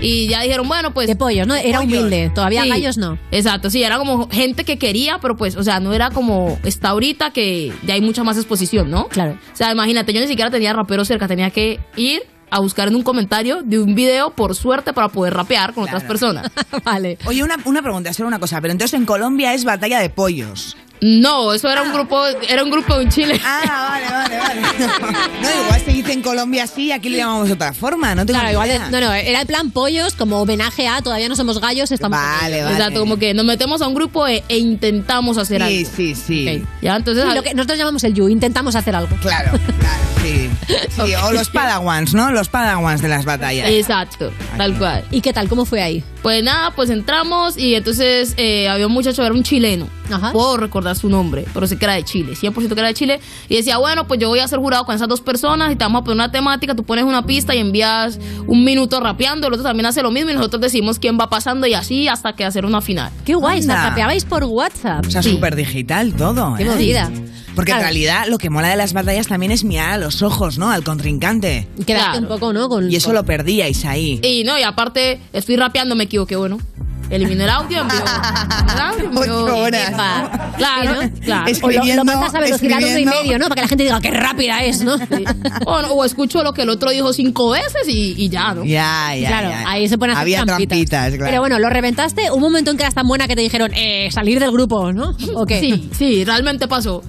Y ya dijeron, bueno, pues. De pollos, ¿no? Era humilde, todavía gallos no. Exacto, sí, era como gente que quería, pero pues, o sea, no era como está ahorita que ya hay mucha más exposición, ¿no? Claro. O sea, imagínate, yo ni siquiera tenía rapero cerca, tenía que ir a buscar en un comentario de un video, por suerte, para poder rapear con otras personas. vale. Oye, una, una pregunta, solo una cosa. Pero entonces en Colombia es batalla de pollos. No, eso era un grupo, era un grupo de un Chile. Ah, vale, vale, vale. No, igual se dice en Colombia así, aquí lo llamamos de otra forma, ¿no? Tengo Claro, ni igual de- idea. no, no, era el plan pollos como homenaje a todavía no somos gallos, estamos... Vale, Exacto, como que nos metemos a un grupo e, e intentamos hacer algo. Sí, sí, sí. Ya, entonces. lo que nosotros llamamos el you, intentamos hacer algo. Claro, claro, sí. Sí, O los padawans, ¿no? Los padawans de las batallas. Exacto, tal cual. ¿Y qué tal? ¿Cómo fue ahí? Pues nada, pues entramos y entonces eh, había un muchacho, era un chileno. Puedo recordar su nombre, pero sé que era de Chile, 100% que era de Chile. Y decía, bueno, pues yo voy a ser jurado con esas dos personas y te vamos a poner una temática, tú pones una pista y envías un minuto rapeando, el otro también hace lo mismo y nosotros decimos quién va pasando y así hasta que hacer una final. Qué guay, se Anda. rapeabais por WhatsApp. O sea, súper digital todo. Qué ¿eh? movida. Porque en Claro. realidad lo que mola de las batallas también es mirar a los ojos, ¿no? Al contrincante. Y quedarte un poco, ¿no? Con, y eso lo perdíais ahí. Y no, y aparte estoy rapeando, me equivoqué, bueno. Eliminó el audio, envió el audio, envió- Ocho horas. Epa. Claro, claro. O lo, lo matas a velocidad uno y escribiendo. medio, ¿no? Para que la gente diga qué rápida es, ¿no? O, no, o escucho lo que el otro dijo cinco veces y, y ya, ¿no? Ya, ya, Claro, ya. ahí se ponen a hacer Había trampitas. trampitas, claro. Pero bueno, lo reventaste. Hubo un momento en que eras tan buena que te dijeron eh, salir del grupo, ¿no? ¿O qué? Sí, sí, realmente pasó.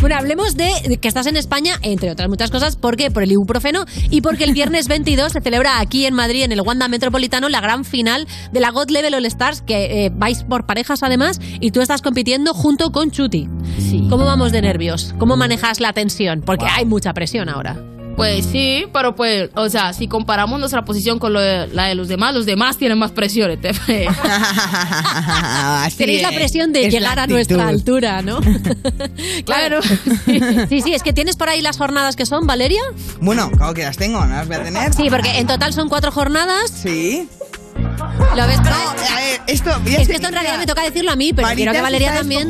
bueno, hablemos de de que estás en España, entre otras muchas cosas, porque por el ibuprofeno y porque el viernes 22 se celebra aquí en Madrid, en el Wanda Metropolitano, la gran final de la God Level All Stars, que eh, vais por parejas además, y tú estás compitiendo junto con Chuti. ¿Cómo vamos de nervios? ¿Cómo manejas la tensión? Porque hay mucha presión ahora. Pues sí, pero pues, o sea, si comparamos nuestra posición con lo de- la de los demás, los demás tienen más presiones. te- Así Tenéis la es. presión de Es la llegar a actitud. nuestra altura, ¿no? claro. Sí, sí, es que tienes por ahí las jornadas que son, Valeria. Bueno, claro que las tengo, ¿no las voy a tener? Sí, porque en total son cuatro jornadas. Sí. ¿Lo ves? Pero es- esto, es que esto en realidad me toca decirlo a mí, pero quiero que Valeria también.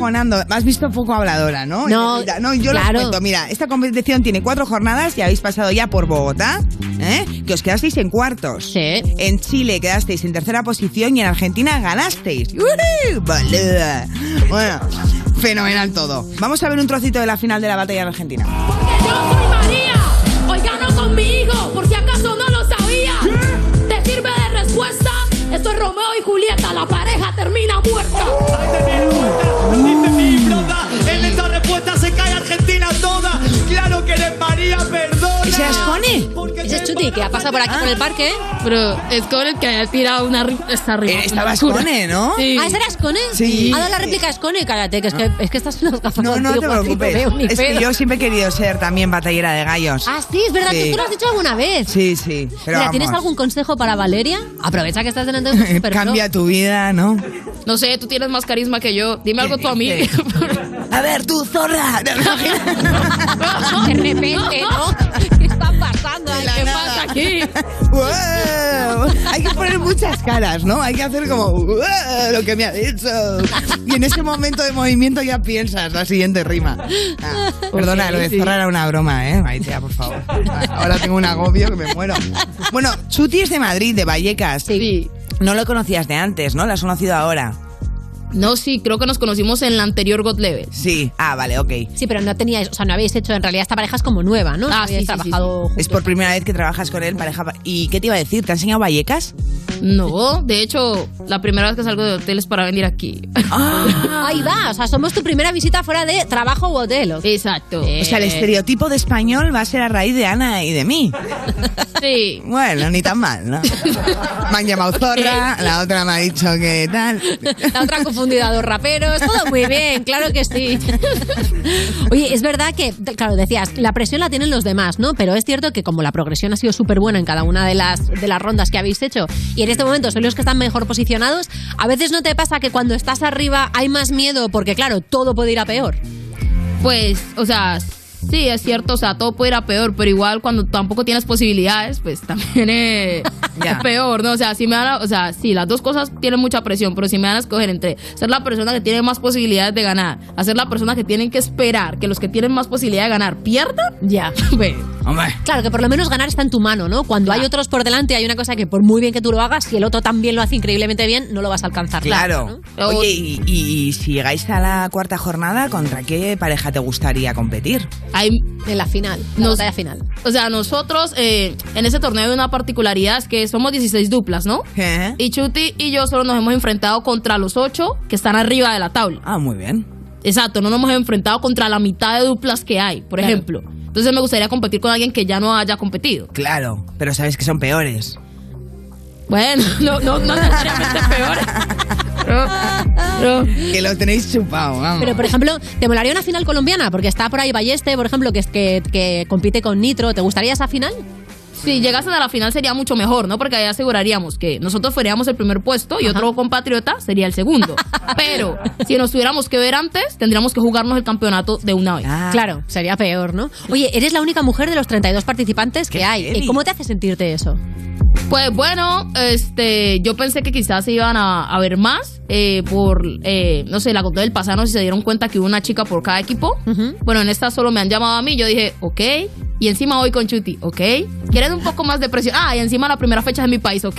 Has visto poco habladora, ¿no? No, Ya, no yo claro. lo cuento. Mira, esta competición tiene cuatro jornadas y habéis pasado ya por Bogotá, ¿eh? que os quedasteis en cuartos. En Chile quedasteis en tercera posición y en Argentina ganasteis. ¡Yujú! Boluda. Bueno, fenomenal todo. Vamos a ver un trocito de la final de la batalla en Argentina. María, hoy gano conmigo, por si acaso no lo sabía. ¿Te sirve de respuesta? Esto es Romeo y Julieta, la pareja termina muerta. Dice mi brota, en esta respuesta se cae Argentina toda. Claro que le paría perdón. ¿Ese es Connie? Ese es Chuti, que ha pasado por aquí por el parque. ¿Eh? Pero es con el que ha tirado una ri- esta Eh, arriba. estaba Ascone, ¿no? Sí. Ah, ¿esa era Ascone? Sí. Ha dado la réplica a Ascone, cállate, que es que, es que estás en las gafas. No, no te antiguas y preocupes. veo ni Es que pedo. yo siempre he querido ser también batallera de gallos. Ah, sí, es verdad, Sí. que tú lo has dicho alguna vez. Sí, sí. Pero Mira, vamos, ¿tienes algún consejo para Valeria? Aprovecha que estás delante de un super Cambia tu vida, ¿no? No sé, tú tienes más carisma que yo. Dime algo tú a mí. A ver, tú, zorra. De repente, ¿no? ¿Qué oh. está pasando? Ay, ¿Qué pasa aquí? ¡Wow! Hay que poner muchas caras, ¿no? Hay que hacer como "Wow, lo que me ha dicho. Y en ese momento de movimiento ya piensas la siguiente rima. Ah, perdona, Ok, lo de sí. zorra era una broma, ¿eh? Maitea, por favor. Ahora tengo un agobio que me muero. Bueno, Chuti es de Madrid, de Vallecas. Sí. No lo conocías de antes, ¿no? Lo has conocido ahora. No, sí, creo que nos conocimos en la anterior God Level. Sí. Ah, vale, ok. Sí, pero no teníais, o sea, no habéis hecho, en realidad esta pareja es como nueva, ¿no? Ah, Habéis sí, sí, trabajado Es por primera vez que trabajas con él, pareja. pa- ¿Y qué te iba a decir? ¿Te ha enseñado Vallecas? No, de hecho, la primera vez que salgo de hotel es para venir aquí. Ah. Ahí va, o sea, somos tu primera visita fuera de trabajo u hotel. Exacto. O Eh, sea, el estereotipo de español va a ser a raíz de Ana y de mí. Sí. Bueno, ni tan mal, ¿no? Me han llamado zorra, Eh. la otra me ha dicho que tal. La otra ha confundido a dos raperos, todo muy bien, claro que sí. Oye, es verdad que, t- claro, decías, la presión la tienen los demás, ¿no? Pero es cierto que como la progresión ha sido súper buena en cada una de las, de las rondas que habéis hecho y en este momento son los que están mejor posicionados, a veces no te pasa que cuando estás arriba hay más miedo porque, claro, todo puede ir a peor. Pues, o sea, sí, es cierto, o sea, todo puede ir a peor, pero igual cuando tampoco tienes posibilidades, pues también eh, Ya. es peor, ¿no? O sea, si me dan, a- o sea, sí, las dos cosas tienen mucha presión, pero si me van a escoger entre ser la persona que tiene más posibilidades de ganar, a ser la persona que tienen que esperar que los que tienen más posibilidad de ganar pierdan, ya, pues, Hombre. Claro, que por lo menos ganar está en tu mano, ¿no? Cuando hay otros por delante hay una cosa que por muy bien que tú lo hagas, si el otro también lo hace increíblemente bien, no lo vas a alcanzar. Claro. Oye, y, y si llegáis a la cuarta jornada, ¿contra qué pareja te gustaría competir? en la final, en la batalla final. O sea, nosotros eh, en ese torneo hay una particularidad es que somos 16 duplas, ¿no? Y Chuti y yo solo nos hemos enfrentado contra los 8 que están arriba de la tabla. Ah, muy bien. Exacto, no nos hemos enfrentado contra la mitad de duplas que hay, por Claro. ejemplo. Entonces me gustaría competir con alguien que ya no haya competido. Claro, pero sabes que son peores. Bueno, no, no, no necesariamente peor. Que lo tenéis chupado, vamos. Pero, por ejemplo, ¿te molaría una final colombiana? Porque está por ahí Balleste, por ejemplo, que, es- que, que compite con Nitro. ¿Te gustaría esa final? Si llegasen a la final sería mucho mejor, ¿no? Porque ahí aseguraríamos que nosotros fuéramos el primer puesto y otro compatriota sería el segundo. Pero si nos tuviéramos que ver antes, tendríamos que jugarnos el campeonato de una vez. Claro, Ah, sería peor, ¿no? Oye, eres la única mujer de los 32 participantes que hay. ¿Y cómo te hace sentirte eso? Pues bueno, este, yo pensé que quizás se iban a, a ver más eh, por, eh, no sé, la Copa del pasado, no sé si se dieron cuenta que hubo una chica por cada equipo. Bueno, en esta solo me han llamado a mí, yo dije, ok. Y encima hoy con Chuti, ok. ¿Quieren un poco más de presión? Ah, y encima la primera fecha es en mi país, ok.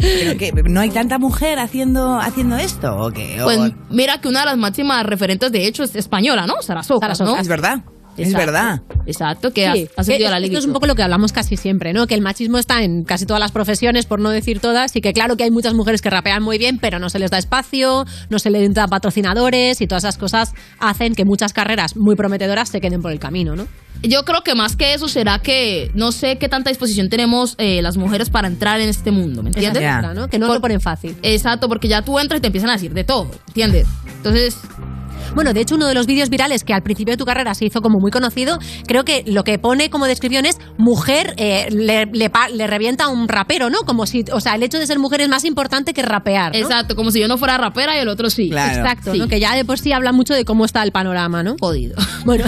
¿Pero qué? ¿No hay tanta mujer haciendo, haciendo esto? ¿O qué? ¿O- Pues mira que una de las máximas referentes, de hecho, es española, ¿no? Sarasota, ¿no? Es verdad, es Exacto. verdad. Exacto, que ha- Sí, ha, que sentido la esto liga. y es un todo. poco lo que hablamos casi siempre, ¿no? Que el machismo está en casi todas las profesiones, por no decir todas, y que claro que hay muchas mujeres que rapean muy bien, pero no se les da espacio, no se les da patrocinadores y todas esas cosas hacen que muchas carreras muy prometedoras se queden por el camino, ¿no? Yo creo que más que eso será que no sé qué tanta disposición tenemos eh, las mujeres para entrar en este mundo, ¿me entiendes? Esa es otra, ¿no? Que no lo ponen fácil. Exacto, porque ya tú entras y te empiezan a decir de todo, ¿entiendes? Entonces, Bueno, de hecho, uno de los vídeos virales que al principio de tu carrera se hizo como muy conocido, creo que lo que pone como descripción es mujer eh, le, le pa- le revienta a un rapero, ¿no? Como si, o sea, el hecho de ser mujer es más importante que rapear. ¿no? Exacto, como si yo no fuera rapera y el otro sí. Claro. Exacto, ¿no? que ya de por sí habla mucho de cómo está el panorama, ¿no? Jodido. Bueno,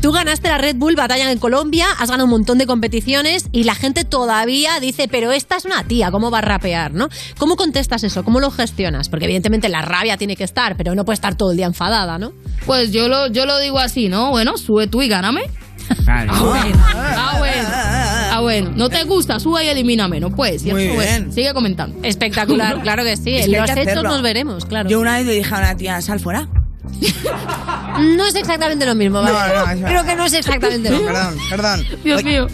tú ganaste la Red Bull Batalla en Colombia, has ganado un montón de competiciones y la gente todavía dice, pero esta es una tía, ¿cómo va a rapear, no? ¿Cómo contestas eso? ¿Cómo lo gestionas? Porque evidentemente la rabia tiene que estar, pero no puede estar todo el día enfadada, ¿no? Pues yo lo, yo lo digo así, ¿no? Bueno, sube tú y gáname. Ah, bueno. Ah, bueno. No te gusta, sube y elimíname, ¿no? Pues, ¿cierto? Muy Pues, bien. Sigue comentando. Espectacular, claro que sí. Es En que hay los que hechos hacerlo. nos veremos, claro. Yo una vez le dije a una tía, sal fuera. No es exactamente lo mismo, ¿vale? No, no, es verdad. Creo que no es exactamente lo mismo. Perdón, perdón. Dios mío.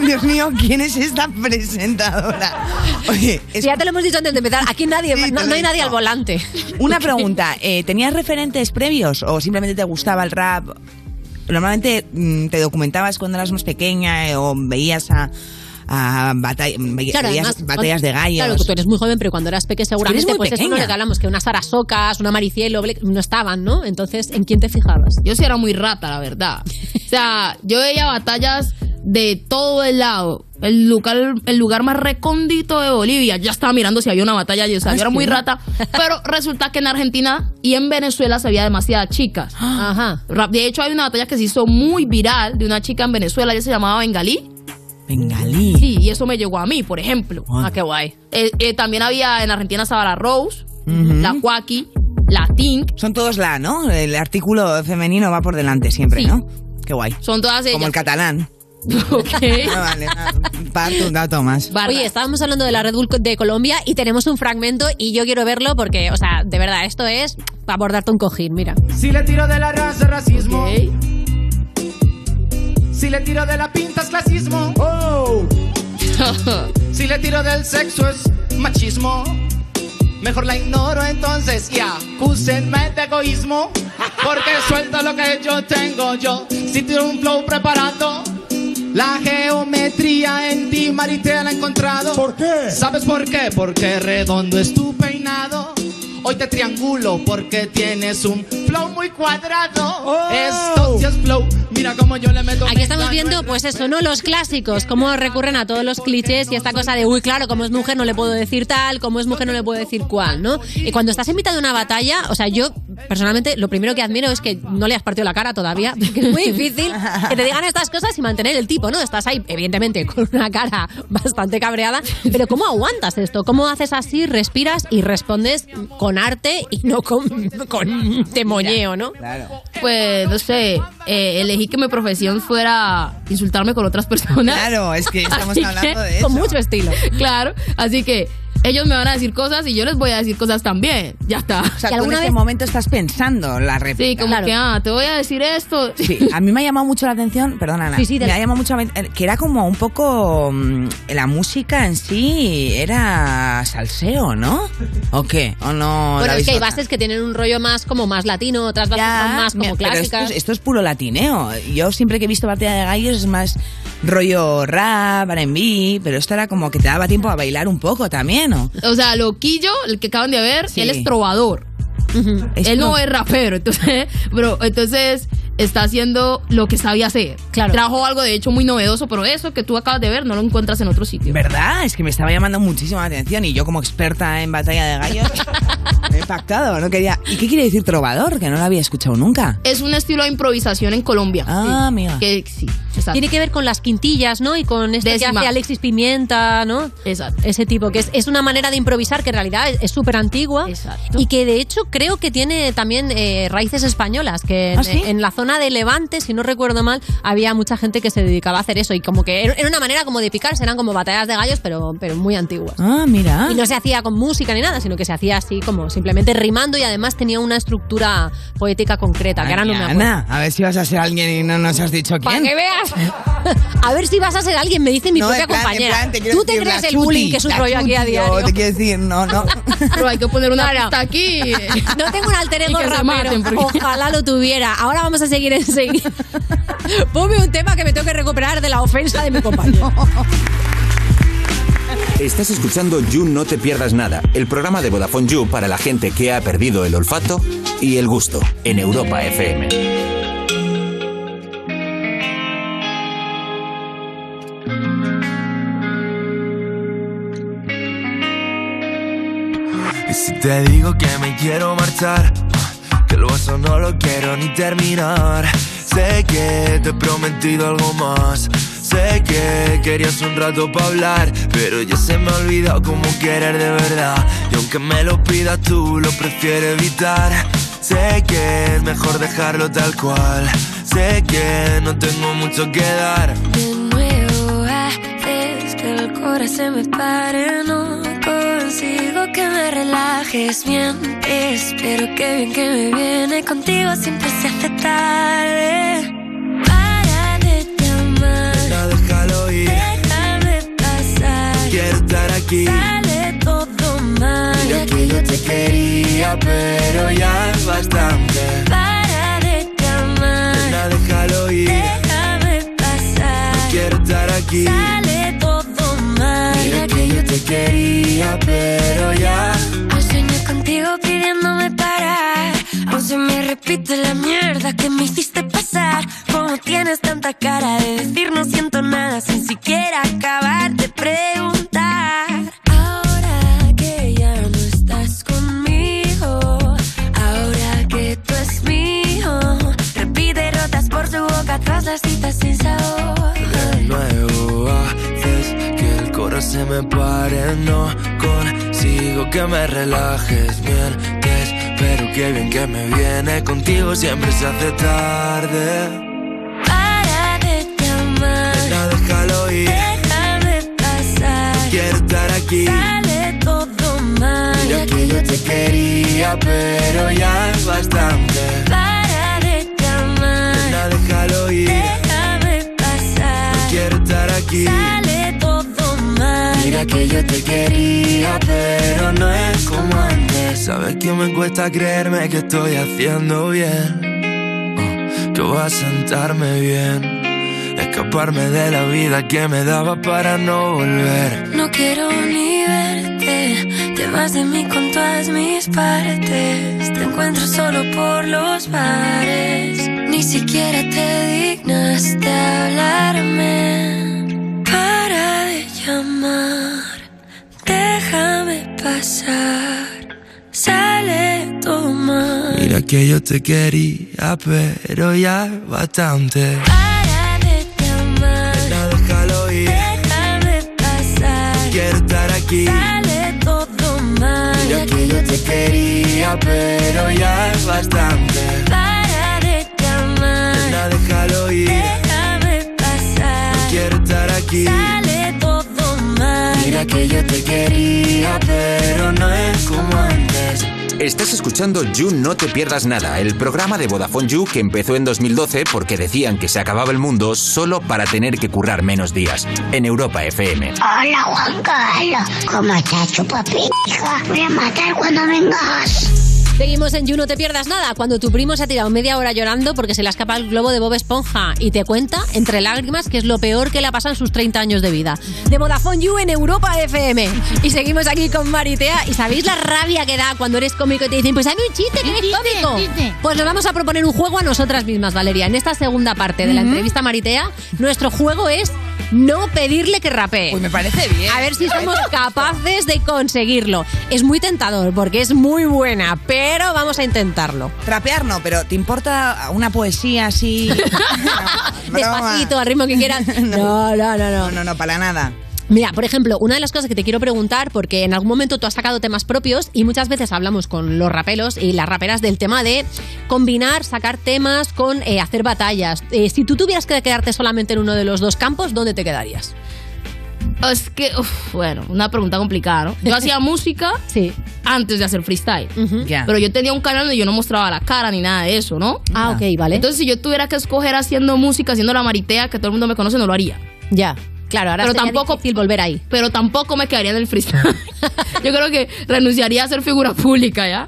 Dios mío, ¿quién es esta presentadora? Oye, Si ya te lo hemos dicho antes de empezar, aquí nadie, Sí, no, te lo no he hay nadie dicho. al volante. Una pregunta, eh, ¿tenías referentes previos o simplemente te gustaba el rap? Normalmente mm, te documentabas cuando eras más pequeña eh, o veías a, a batall- ve- veías además, batallas de gallos. Claro, que tú eres muy joven, pero cuando eras pequeña seguramente muy pues eso no pequeña. lo que hablamos, que unas Sarasocas, una Maricielo, Ble- no estaban, ¿no? Entonces, ¿en quién te fijabas? Yo sí era muy rata, la verdad. O sea, yo veía batallas de todo el lado. El lugar, el lugar más recóndito de Bolivia. Ya estaba mirando si había una batalla. allí, O sea, Ah, yo era sí. muy rata. Pero resulta que en Argentina y en Venezuela se había demasiadas chicas. Ajá. Rap- De hecho, hay una batalla que se hizo muy viral de una chica en Venezuela. Ella se llamaba Bengalí. Bengalí. Sí, y eso me llegó a mí, por ejemplo. Ah, qué guay. Eh, eh, también había en Argentina estaba la Rose, la Joaquín, la Tink. Son todos la, ¿no? El artículo femenino va por delante siempre, ¿no? Qué guay. Son todas ellas. Como el catalán. Ah, vale, ah, parte un dato más. Oye, estábamos hablando de la Red Bull de Colombia y tenemos un fragmento y yo quiero verlo porque, o sea, de verdad, esto es para abordarte un cojín, mira. Si le tiro de la raza, racismo. Si le tiro de la pinta, es clasismo. Oh. si le tiro del sexo, es machismo. Mejor la ignoro entonces y acúsenme de egoísmo. Porque suelto lo que yo tengo yo. Si tiro un flow preparado. La geometría en ti, Maritea, la he encontrado. ¿Por qué? ¿Sabes por qué? Porque redondo es tu peinado. Hoy te triangulo porque tienes un flow muy cuadrado. Esto sí es flow. Mira cómo yo le meto. Aquí estamos viendo, pues eso, ¿no? Los clásicos, cómo recurren a todos los clichés y esta cosa de, uy, claro, como es mujer no le puedo decir tal, como es mujer no le puedo decir cual, ¿no? Y cuando estás invitado a una batalla, o sea, yo personalmente lo primero que admiro es que no le has partido la cara todavía, porque es muy difícil que te digan estas cosas y mantener el tipo, ¿no? Estás ahí, evidentemente, con una cara bastante cabreada, pero ¿cómo aguantas esto? ¿Cómo haces así, respiras y respondes con arte y no con, con demoñeo, ¿no? Pues, no sé, eh, elegí que mi profesión fuera insultarme con otras personas. Claro, es que estamos Así que, hablando de eso. Con mucho estilo. Claro, así que ellos me van a decir cosas y yo les voy a decir cosas también. Ya está. O sea, tú en este momento estás pensando la réplica. Sí, como que, ah, te voy a decir esto. Sí, a mí me ha llamado mucho la atención, perdona, Ana, Sí, sí, me dale. ha llamado mucho la atención, que era como un poco mm, la música en sí era salseo, ¿no? ¿O qué? ¿O no? la Bueno, es habéis que hay notado? bases que tienen un rollo más como más latino, otras bases son más como Mira, pero esto, clásicas. es, esto es puro latineo. Yo siempre que he visto batalla de gallos es más rollo rap, R&B, pero esto era como que te daba tiempo a bailar un poco también, ¿no? O sea, Loquillo, el que acaban de ver, Sí. él es trovador. Él no es rapero, entonces, bro, entonces está haciendo lo que sabía hacer. Claro. Trajo algo de hecho muy novedoso, pero eso que tú acabas de ver no lo encuentras en otro sitio. ¿Verdad? Es que me estaba llamando muchísimo la atención y yo como experta en batalla de gallos me he impactado, no quería... ¿Y qué quiere decir trovador? Que no lo había escuchado nunca. Es un estilo de improvisación en Colombia. Ah, amiga. Que sí, exacto. Tiene que ver con las quintillas, ¿no? Y con este que Décima. hace Alexis Pimienta, ¿no? Exacto. Ese tipo, que es, es una manera de improvisar que en realidad es- es súper antigua. Y que de hecho creo que tiene también eh, raíces españolas, que en, ¿Ah, sí? en la zona de Levante, si no recuerdo mal, había mucha gente que se dedicaba a hacer eso. Y como que era era una manera como de picarse, eran como batallas de gallos, pero, pero muy antiguas. Ah, mira. Y no se hacía con música ni nada, sino que se hacía así como simplemente rimando y además tenía una estructura poética concreta, que ahora no me acuerdo. Ana, a ver si vas a ser alguien y no nos has dicho Para quién. que veas. A ver si vas a ser alguien, me dice mi No, en propia plan- en plan, compañera. quiero Tú te decir, crees la el bullying chuti, que es un la rollo aquí a chuti, yo diario. Te quiero decir, no, no. Pero hay que poner una No, no. pista aquí. No tengo un alter ego Y que se rapero. maten, porque- Ojalá lo tuviera. Ahora vamos a seguir enseguida. Ponme un tema que me tengo que recuperar de la ofensa de mi compañero. Estás escuchando You No Te Pierdas Nada, el programa de Vodafone You para la gente que ha perdido el olfato y el gusto en Europa FM. Y si te digo que me quiero marchar, que el vaso no lo quiero ni terminar. Sé que te he prometido algo más. Sé que querías un rato para hablar, pero ya se me ha olvidado cómo querer de verdad. Y aunque me lo pidas tú, lo prefiero evitar. Sé que es mejor dejarlo tal cual. Sé que no tengo mucho que dar. De nuevo haces que el corazón se me pare, no consigo que me relajes. Mientes, pero qué bien que me viene contigo, siempre se hace tarde. Para de llamar, Ya déjalo ir. déjame pasar. Quiero estar aquí. Sale todo mal. Mira que yo te quería, pero ya es bastante. Para de llamar, Nena, déjalo ir. déjame pasar. Quiero estar aquí. Sale todo mal. Mira que yo te quería, pero ya. Hoy sueño contigo pidiéndome parar. Aún se me repite la mierda que me hiciste pasar. Como tienes tanta cara de decir no siento nada sin siquiera acabar de preguntar. Ahora que ya no estás conmigo, ahora que tú es mío, repite rotas por su boca todas las citas sin sabor. De nuevo haces que el corazón se me pare, no consigo que me relajes. Mientes, pero qué bien que me viene contigo, siempre se hace tarde. Para de llamar, Nena, déjalo ir. déjame pasar. Quiero estar aquí. Sale todo mal. Mira que yo te quería, pero ya es bastante. Para de llamar, Nena, déjalo ir. déjame pasar. Quiero estar aquí. Sale todo mal. Mira que yo te quería, pero no es como antes. Sabes que me cuesta creerme que estoy haciendo bien. Oh, que voy a sentarme bien. Escaparme de la vida que me daba para no volver. No quiero ni verte, te vas de mí con todas mis partes. Te encuentro solo por los bares, ni siquiera te dignas de hablarme. Para de llamar, déjame pasar, sale todo mal. Mira que yo te quería, pero ya es bastante. Para de llamar, Nena, déjalo ir. déjame pasar. Quiero estar aquí. Sale todo mal. Mira que yo te quería, pero ya es bastante. Para de Nena, llamar, déjalo ir. déjame pasar. Quiero estar aquí. Sale todo mal. Mira que yo te quería, pero no es como antes. Estás escuchando You No Te Pierdas Nada, el programa de Vodafone You que empezó en 2012 porque decían que se acababa el mundo solo para tener que currar menos días, en Europa FM. Hola Juan Carlos, ¿cómo estás, chupapi? Hija, voy a matar cuando vengas. Seguimos en You, no te pierdas nada. Cuando tu primo se ha tirado media hora llorando porque se le ha escapado el globo de Bob Esponja y te cuenta, entre lágrimas, que es lo peor que le ha pasado en sus 30 años de vida. De Vodafone You en Europa FM. Y seguimos aquí con Maritea. ¿Y sabéis la rabia que da cuando eres cómico y te dicen, pues hazme un chiste que no es cómico? Pues nos vamos a proponer un juego a nosotras mismas, Valeria. En esta segunda parte de la entrevista a Maritea, nuestro juego es no pedirle que rapee. Pues me parece bien. A ver si somos capaces de conseguirlo. Es muy tentador porque es muy buena, pero vamos a intentarlo. Trapear no, pero ¿te importa una poesía así? Despacito, al ritmo que quieras. No, no, no, no. No, no, para nada. Mira, por ejemplo, una de las cosas que te quiero preguntar, porque en algún momento tú has sacado temas propios y muchas veces hablamos con los raperos y las raperas del tema de combinar, sacar temas con eh, hacer batallas. Eh, si tú tuvieras que quedarte solamente en uno de los dos campos, ¿dónde te quedarías? Es que, uf, bueno, una pregunta complicada, ¿no? Yo hacía música antes de hacer freestyle. Ya. Pero yo tenía un canal donde yo no mostraba la cara ni nada de eso, ¿no? Ah, ok, vale. Entonces, si yo tuviera que escoger haciendo música, haciendo la maritea, que todo el mundo me conoce, no lo haría. Ya. Claro, ahora pero sería tampoco, volver ahí. Pero tampoco me quedaría en el freestyle. yo creo que renunciaría a ser figura pública, ¿ya?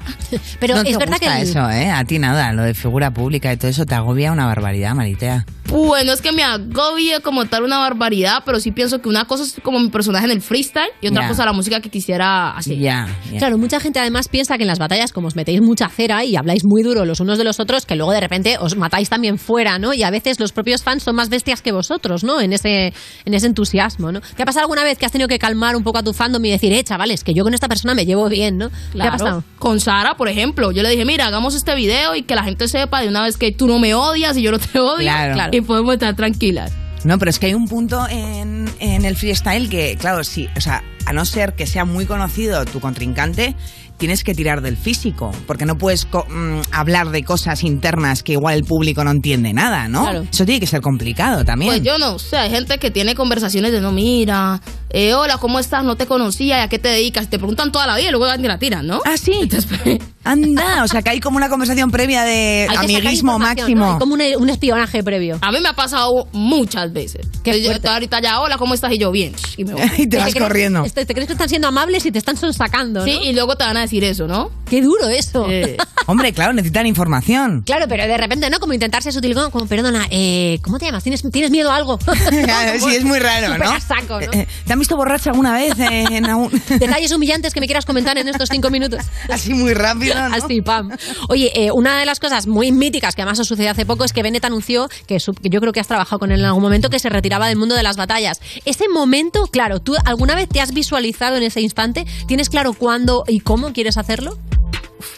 Pero no te gusta eso, ¿eh? A ti nada, lo de figura pública y todo eso te agobia una barbaridad, Maritea. Bueno, es que me agobia como tal una barbaridad, pero sí pienso que una cosa es como mi personaje en el freestyle y otra Ya. cosa la música que quisiera hacer. Ya, Claro, mucha gente además piensa que en las batallas, como os metéis mucha cera y habláis muy duro los unos de los otros, que luego de repente os matáis también fuera, ¿no? Y a veces los propios fans son más bestias que vosotros, ¿no? En ese, en ese entusiasmo, ¿no? ¿Te ha pasado alguna vez que has tenido que calmar un poco a tu fandom y decir, eh, chavales, que yo con esta persona me llevo bien, ¿no? ¿Te ha Claro. pasado? Con Sara, por ejemplo, yo le dije, mira, hagamos este video y que la gente sepa de una vez que tú no me odias y yo no te odio. Claro. Y podemos estar tranquilas. No, pero es que hay un punto en, en el freestyle que, claro, sí, o sea, a no ser que sea muy conocido tu contrincante, tienes que tirar del físico, porque no puedes co- mm, hablar de cosas internas que igual el público no entiende nada, ¿no? Claro. Eso tiene que ser complicado también. Pues yo no, o sea, hay gente que tiene conversaciones de no, mira, eh, hola, ¿cómo estás? No te conocía, ¿y ¿a qué te dedicas? Te preguntan toda la vida y luego te la tiran, ¿no? pues, Ah, sí. Anda, o sea, que hay como una conversación previa de Hay que sacar amiguismo información, máximo. ¿no? Hay como Un, un espionaje previo. A mí me ha pasado muchas veces. Que yo estoy ahorita ya, hola, ¿cómo estás? Y yo, bien. Y, me voy. ¿Te crees- este, ¿Te crees que están siendo amables y te están sonsacando, Sí, y luego te van a decir eso, ¿no? Qué duro eso. Hombre, claro, necesitan información. Claro, pero de repente, ¿no? Como intentarse ser sutil, como, como, perdona, eh, ¿cómo te llamas? ¿Tienes, ¿Tienes miedo a algo? sí, es muy raro, Súper ¿no? a saco, ¿no? Eh, eh, ¿Te han visto borracha alguna vez? eh, en algún- Detalles humillantes que me quieras comentar en estos cinco minutos. Así muy rápido, ¿no? Así, pam. Oye, eh, una de las cosas muy míticas que además os sucedió hace poco es que Bennett anunció, que su- que yo creo que has trabajado con él en algún momento, que se retiraba del mundo de las batallas. Ese momento, claro, ¿tú alguna vez te has visualizado en ese instante? ¿Tienes claro cuándo y cómo quieres hacerlo?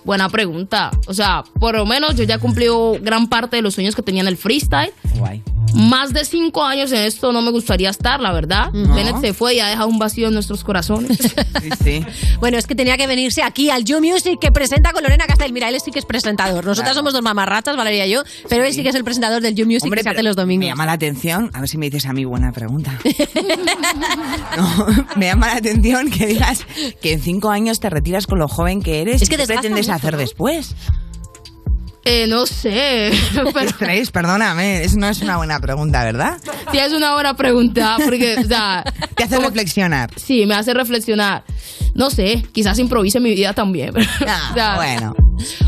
Buena pregunta. O sea, por lo menos yo ya cumplí gran parte de los sueños que tenía en el freestyle. Guay. Más de cinco años en esto no me gustaría estar, la verdad. Bennett se fue y ha dejado un vacío en nuestros corazones. Bueno, es que tenía que venirse aquí al You Music que presenta con Lorena Castel. Mira, él sí que es presentador. Nosotras somos dos mamarrachas, Valeria y yo, pero él sí que es el presentador del You Music que se hace los Me domingos. llama la atención, a ver si me dices a mí buena pregunta. No, me llama la atención que digas que en cinco años te retiras con lo joven que eres. Es que ¿Qué desgasta pretendes mucho, hacer ¿no? después? Eh, no sé. Pero Estrés, perdóname, eso no es una buena pregunta, ¿verdad? sí, es una buena pregunta porque, o sea, Te hace reflexionar. sí, me hace reflexionar. No sé, quizás improvise mi vida también. O sea, Ah, Bueno.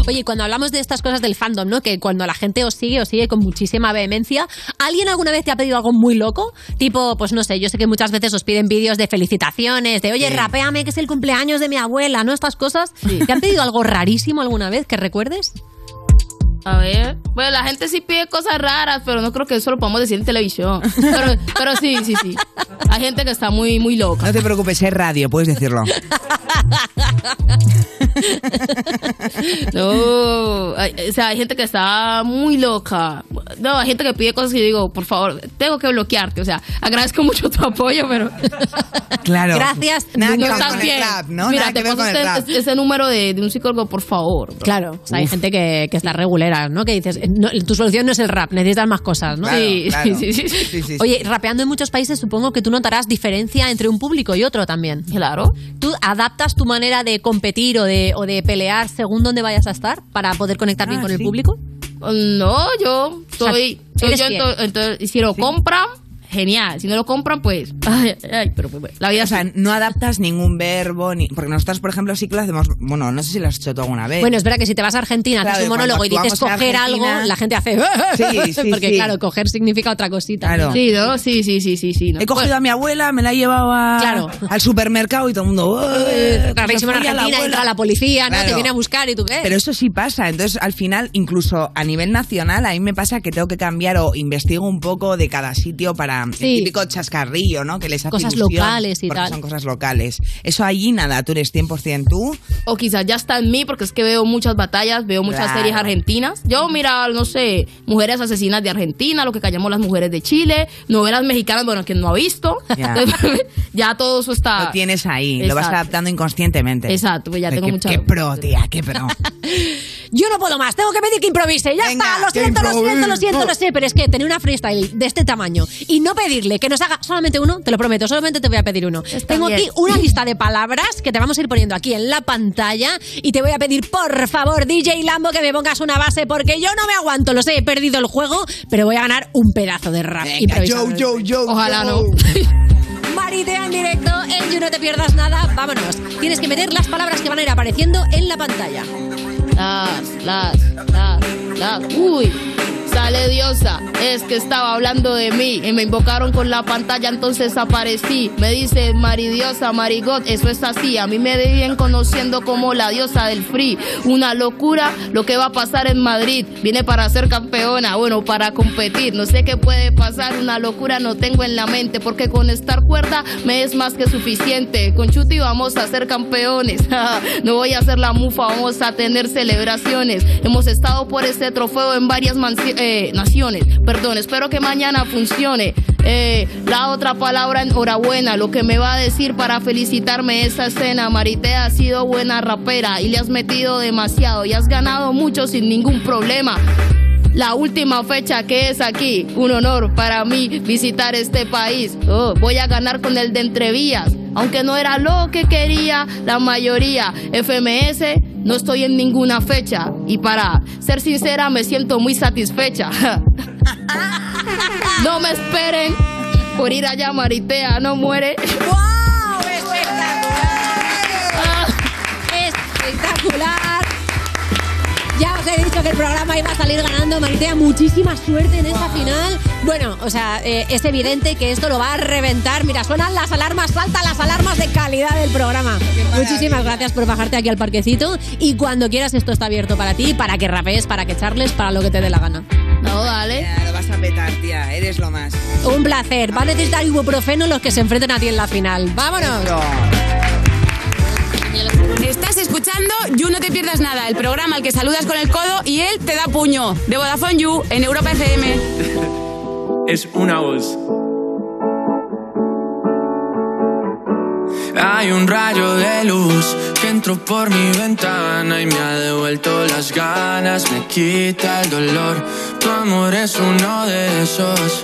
Oye, cuando hablamos de estas cosas del fandom, ¿no? Que cuando la gente os sigue, os sigue con muchísima vehemencia. ¿Alguien alguna vez te ha pedido algo muy loco? Tipo, pues no sé, yo sé que muchas veces os piden vídeos de felicitaciones, de oye, Sí. rapéame que es el cumpleaños de mi abuela, ¿no? Estas cosas. ¿Te han pedido algo rarísimo alguna vez que recuerdes? A ver. Bueno, la gente sí pide cosas raras, pero no creo que eso lo podamos decir en televisión. Pero, pero sí, sí, sí. Hay gente que está muy, muy loca. No te preocupes, es radio, puedes decirlo. No, hay- Oh, o sea, hay gente que está muy loca. No, hay gente que pide cosas que yo digo, por favor, tengo que bloquearte. O sea, agradezco mucho tu apoyo, pero... Claro. Nada que ver estás con el bien. rap, ¿no? Mira, Nada te que ver paso con el este- rap. este, número de, de un psicólogo, por favor. bro. Claro, o sea, hay Uf. gente que, que está regulera, ¿no? Que dices, eh, no, tu solución no es el rap, necesitas más cosas, ¿no? Claro, Sí, claro. sí, sí, sí. Sí, sí, sí. Oye, rapeando en muchos países supongo que tú notarás diferencia entre un público y otro también. Claro. ¿Tú adaptas tu manera de competir o de, o de pelear según donde vayas a estar para poder conectar bien con el público? Ah, No, "Oh, yo sea, soy... soy eres yo, fiel. ento- entonces, si lo compran, genial. Si no lo compran, pues... ay, ay, pero pues, bueno, la vida o sea, no adaptas ningún verbo, ni, porque nosotros, por ejemplo, sí que lo hacemos, bueno, no sé si lo has hecho tú alguna vez. Bueno, es verdad que si te vas a Argentina, Eh. Claro, haces un cuando monólogo y dices actuamos en coger algo, Argentina- la gente hace. Sí, sí, porque, sí. claro, coger significa otra cosita. Claro. Sí, ¿no? Sí, sí, sí, sí. sí ¿no? He cogido a mi abuela, me la he llevado a- al supermercado y todo el mundo. "Ué, Claro, se en fue a la Argentina abuela". entra la policía, ¿no? Te Claro. viene a buscar y tú qué. Pero eso sí pasa. Entonces, al final, incluso a nivel nacional, a mí me pasa que tengo que cambiar o investigo un poco de cada sitio para el típico chascarrillo, ¿no? Que les hace Cosas ilusión, locales y porque tal. Son cosas locales. Eso allí nada, tú eres 100% tú. O quizás ya está en mí, porque es que veo muchas batallas, veo muchas Claro. series argentinas. Yo mira, no sé, mujeres asesinas de Argentina, lo que callamos las mujeres de Chile, novelas mexicanas, bueno, quien no ha visto. Ya. ya todo eso está. Ah, Lo tienes ahí, lo vas Exacto. adaptando inconscientemente. Exacto, pues ya Ay, tengo qué- mucha- Qué pro, tía, qué pro. Yo no puedo más, tengo que pedir que improvise. Ya está, lo que siento, lo siento, lo improvise. siento, lo sé, pero es que tener una freestyle de este tamaño y no pedirle que nos haga solamente uno, te lo prometo, solamente te voy a pedir uno. Tengo bien. aquí una lista de palabras que te vamos a ir poniendo aquí en la pantalla y te voy a pedir, por favor, DJ Lambo, que me pongas una base porque yo no me aguanto, lo sé, he perdido el juego, pero voy a ganar un pedazo de rap. improvisado. Ojalá no. Maritea en directo en You No Te Pierdas Nada. Vámonos. Tienes que meter las palabras que van a ir apareciendo en la pantalla. Las, las, las, las. Uy. Dale diosa, es que estaba hablando de mí y me invocaron con la pantalla, entonces aparecí. Me dice maridiosa, marigot, eso es así. A mí me viven conociendo como la diosa del free. Una locura lo que va a pasar en Madrid. Vine para ser campeona, bueno, para competir. No sé qué puede pasar, una locura no tengo en la mente, porque con estar cuerda me es más que suficiente. Con Chuti vamos a ser campeones. no voy a ser la mufa, vamos a tener celebraciones. Hemos estado por este trofeo en varias manci- eh, naciones. Perdón, espero que mañana funcione. Eh, la otra palabra, enhorabuena. Lo que me va a decir para felicitarme esta escena. Marité ha sido buena rapera y le has metido demasiado y has ganado mucho sin ningún problema. La última fecha que es aquí, un honor para mí visitar este país. Oh, voy a ganar con el de entrevías, aunque no era lo que quería la mayoría. FMS, no estoy en ninguna fecha y para ser sincera me siento muy satisfecha. no me esperen por ir allá, Maritea, no muere. Ah, Espectacular. Ya os he dicho que el programa iba a salir ganando. Maritea, muchísima suerte en esta final. Bueno, o sea, eh, es evidente que esto lo va a reventar. Mira, suenan las alarmas, saltan las alarmas de calidad del programa. Muchísimas gracias por bajarte aquí al parquecito. Y cuando quieras, esto está abierto para ti, para que rapees, para que charles, para lo que te dé la gana. No, dale. lo vas a petar, tía. Eres lo más. Un placer. Va a necesitar ibuprofeno los que se enfrenten a ti en la final. ¡Vámonos! Estás escuchando You No Te Pierdas Nada, el programa al que saludas con el codo y él te da puño. De Vodafone You, en Europa FM. es una voz. Hay un rayo de luz que entró por mi ventana y me ha devuelto las ganas, me quita el dolor. Tu amor es uno de esos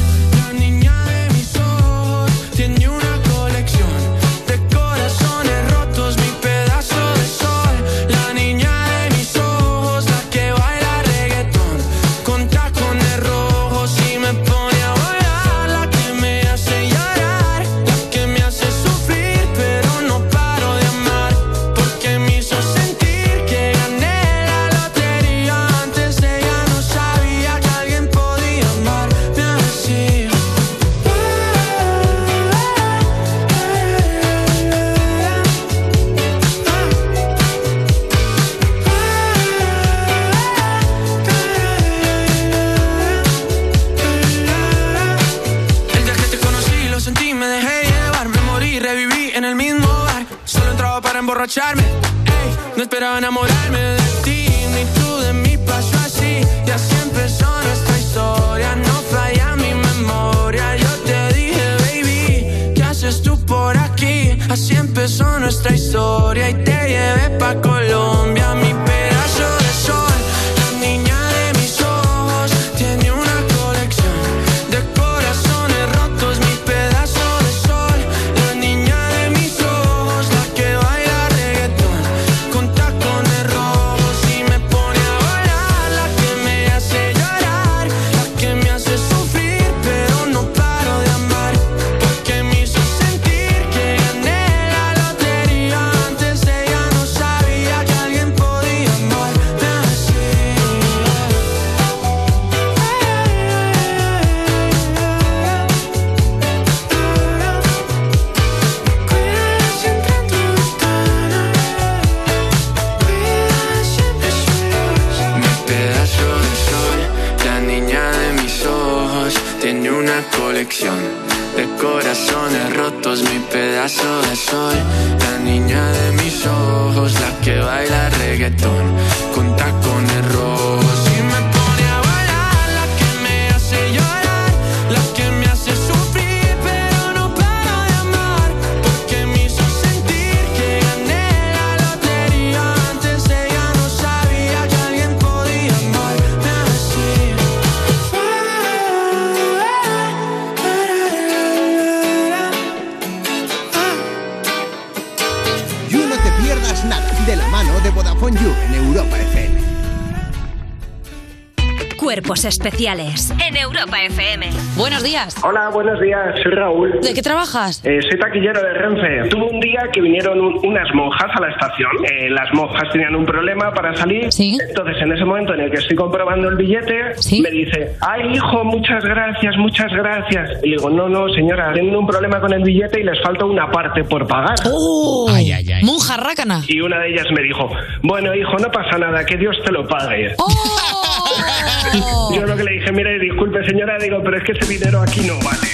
la niña de mis ojos, tiene una colección de corazones rotos. Mi pedazo de sol, la niña de mis ojos, la que baila reggaetón con tacones rojos y me pone a volar la que me hace llorar, la que me hace sufrir, pero no paro de amar porque me hizo sentir que gané la lotería antes ella no sabía que alguien podía amarme así. El día que te conocí lo sentí, me dejé llevar, me morí, reviví en el mismo bar. Solo entraba para emborracharme, ey, no esperaba enamorarme de ti, ni tú de mí pasó así. Y así empezó nuestra historia, no falla mi memoria. Yo te dije, baby, ¿qué haces tú por aquí? Así empezó nuestra historia y te llevé pa' Colombia, mi pedazo de sol. La niña de mis ojos tiene una colección. De corazones rotos, mi pedazo de sol. La niña de mis ojos, la que baila reggaetón. Con tacones rojos y me pone a volar. La que me hace llorar, la que me hace sufrir. Pero no paro de amar. Porque me hizo sentir que gané la lotería. Antes ella no sabía que alguien podía amarme así. Mi pedazo de sol, la niña de mis ojos, tiene una colección de corazones rotos. Mi pedazo de sol, la niña de mis ojos, la que baila reggaetón con tacones rojos. Y me pone a bailar, la que me hace llorar, la que me hace sufrir, pero no paro de amar, porque me hizo sentir que gané la lotería. Antes ella no sabía que alguien podía amarme así. You No Te Pierdas Nada, de la mano de Vodafone You en Europa FM. Cuerpos especiales en Europa FM. Buenos días. Hola, buenos días, soy Raúl. ¿De qué trabajas? Eh, soy taquillero de Renfe. Tuve un día que vinieron un- unas monjas a la estación. Eh, las monjas tenían un problema para salir. Entonces, en ese momento en el que estoy comprobando el billete, me dice, ay, hijo, muchas gracias, muchas gracias. Y le digo, no, no, señora, tienen un problema con el billete y les falta una parte por pagar. Ay, ay, ay. ¡Oh! Monja rácana. Y una de ellas me dijo, bueno, hijo, no pasa nada, que Dios te lo pague. ¡Oh! Yo lo que le dije, mire, disculpe, señora, digo, pero es que ese dinero aquí no vale.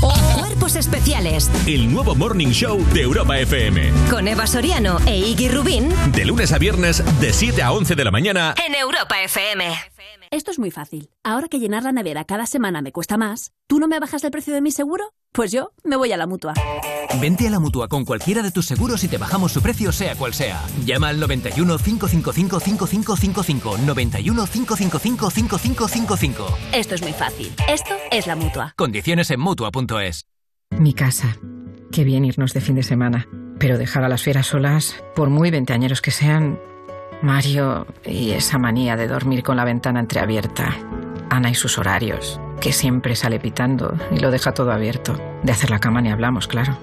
pues Cuerpos especiales El nuevo Morning Show de Europa FM. con Eva Soriano e Iggy Rubín De lunes a viernes, de 7 a 11 de la mañana. en Europa FM. Esto es muy fácil. Ahora que llenar la nevera cada semana me cuesta más, ¿tú no me bajas el precio de mi seguro? Pues yo me voy a la mutua. Vente a la mutua con cualquiera de tus seguros y te bajamos su precio, sea cual sea. Llama al 91 555 5555. 91 555 5555. Esto es muy fácil. Esto es la mutua. Condiciones en mutua.es. Mi casa. Qué bien irnos de fin de semana. Pero dejar a las fieras solas, por muy veinteañeros que sean, Mario y esa manía de dormir con la ventana entreabierta. Ana y sus horarios, que siempre sale pitando y lo deja todo abierto. De hacer la cama ni hablamos, claro.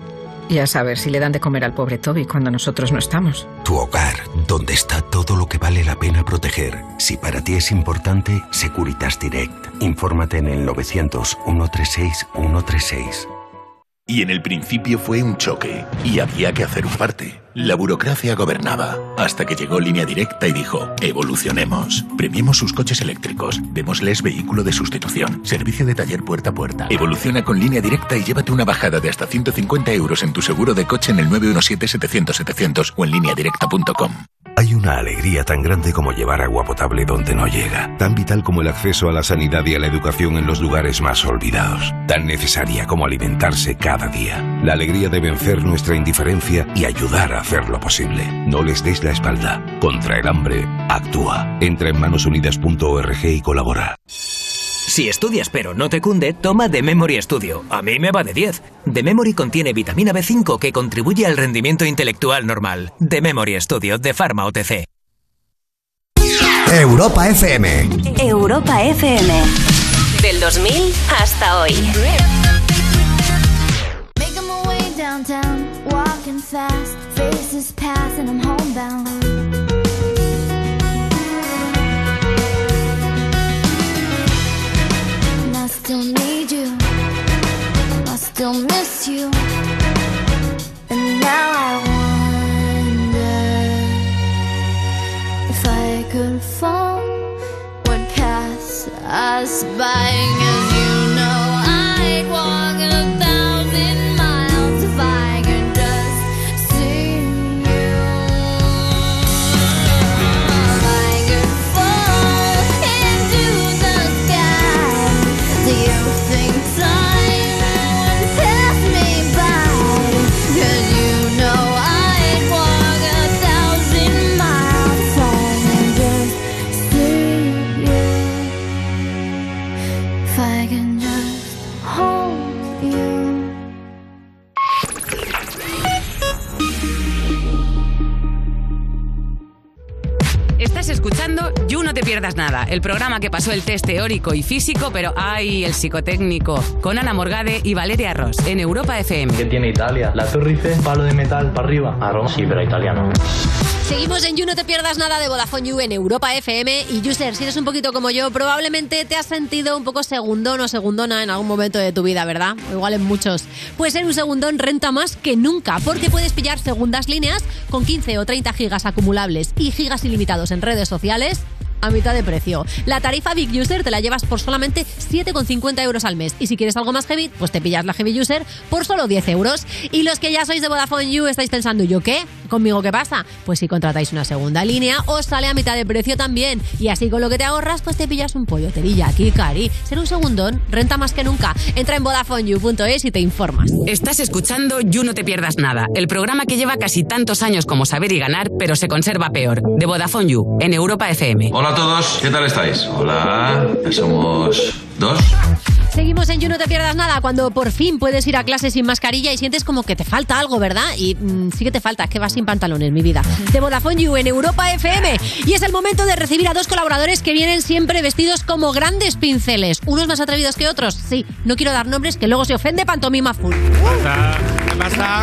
Y a saber si le dan de comer al pobre Toby cuando nosotros no estamos. Tu hogar, donde está todo lo que vale la pena proteger. Si para ti es importante, Securitas Direct. Infórmate en el 900 136 136. Y en el principio fue un choque, y había que hacer un parte. La burocracia gobernaba, hasta que llegó Línea Directa y dijo, evolucionemos, premiemos sus coches eléctricos, démosles vehículo de sustitución, servicio de taller puerta a puerta. Evoluciona con Línea Directa y llévate una bajada de hasta 150 euros en tu seguro de coche en el 917-700-700 o en lineadirecta.com. Hay una alegría tan grande como llevar agua potable donde no llega, tan vital como el acceso a la sanidad y a la educación en los lugares más olvidados, tan necesaria como alimentarse cada día. La alegría de vencer nuestra indiferencia y ayudar a hacer lo posible. No les des la espalda. Contra el hambre, actúa. Entra en manosunidas.org y colabora. Si estudias pero no te cunde, toma The Memory Studio. A mí me va de 10. The Memory contiene vitamina B5 que contribuye al rendimiento intelectual normal. The Memory Studio de Pharma OTC. Europa FM. Europa FM. Del 2000 hasta hoy. Making my way downtown, walking fast. Faces pass and I'm homebound. And I still need you. I still miss you. And now I wonder if I could fall would pass us by. 'Cause you know I'd walk a thousand miles if I could just see you. If I could fall into the sky, do you think time would pass me by? 'Cause you know I'd walk a thousand miles if I could just see you. If I can just hold you. Estás escuchando You No Te Pierdas Nada, el programa que pasó el test teórico y físico, pero ¡ay! el psicotécnico, con Ana Morgade y Valeria Ross, en Europa FM. ¿Qué tiene Italia? La Torre Eiffel, palo de metal para arriba. A Roma. Sí, pero italiano. Seguimos en You, no te pierdas nada de Vodafone You en Europa FM. Y user, si eres un poquito como yo, probablemente te has sentido un poco segundón o segundona en algún momento de tu vida, ¿verdad? O igual en muchos. Pues ser un segundón renta más que nunca, porque puedes pillar segundas líneas con 15 o 30 gigas acumulables y gigas ilimitados en redes sociales a mitad de precio. La tarifa Big User te la llevas por solamente 7,50 euros al mes. Y si quieres algo más heavy, pues te pillas la Heavy User por solo 10 euros. Y los que ya sois de Vodafone You estáis pensando, ¿yo qué? ¿Conmigo qué pasa? Pues si contratáis una segunda línea, os sale a mitad de precio también. Y así con lo que te ahorras, pues te pillas un pollo. Te pilla aquí, Cari. Ser un segundón renta más que nunca. Entra en VodafoneYou.es y te informas. Estás escuchando You No Te Pierdas Nada, el programa que lleva casi tantos años como saber y ganar, pero se conserva peor, de Vodafone You, en Europa FM. Hola a todos, ¿qué tal estáis? Hola, ya somos dos. Seguimos en You No Te Pierdas Nada, cuando por fin puedes ir a clase sin mascarilla y sientes como que te falta algo, ¿verdad? Y mm, sí que te falta, es que vas sin pantalones, mi vida. De Vodafone You en Europa FM. Y es el momento de recibir a dos colaboradores que vienen siempre vestidos como grandes pinceles. Unos más atrevidos que otros, sí. No quiero dar nombres, que luego se ofende Pantomima Full. pasa? ¿Qué pasa?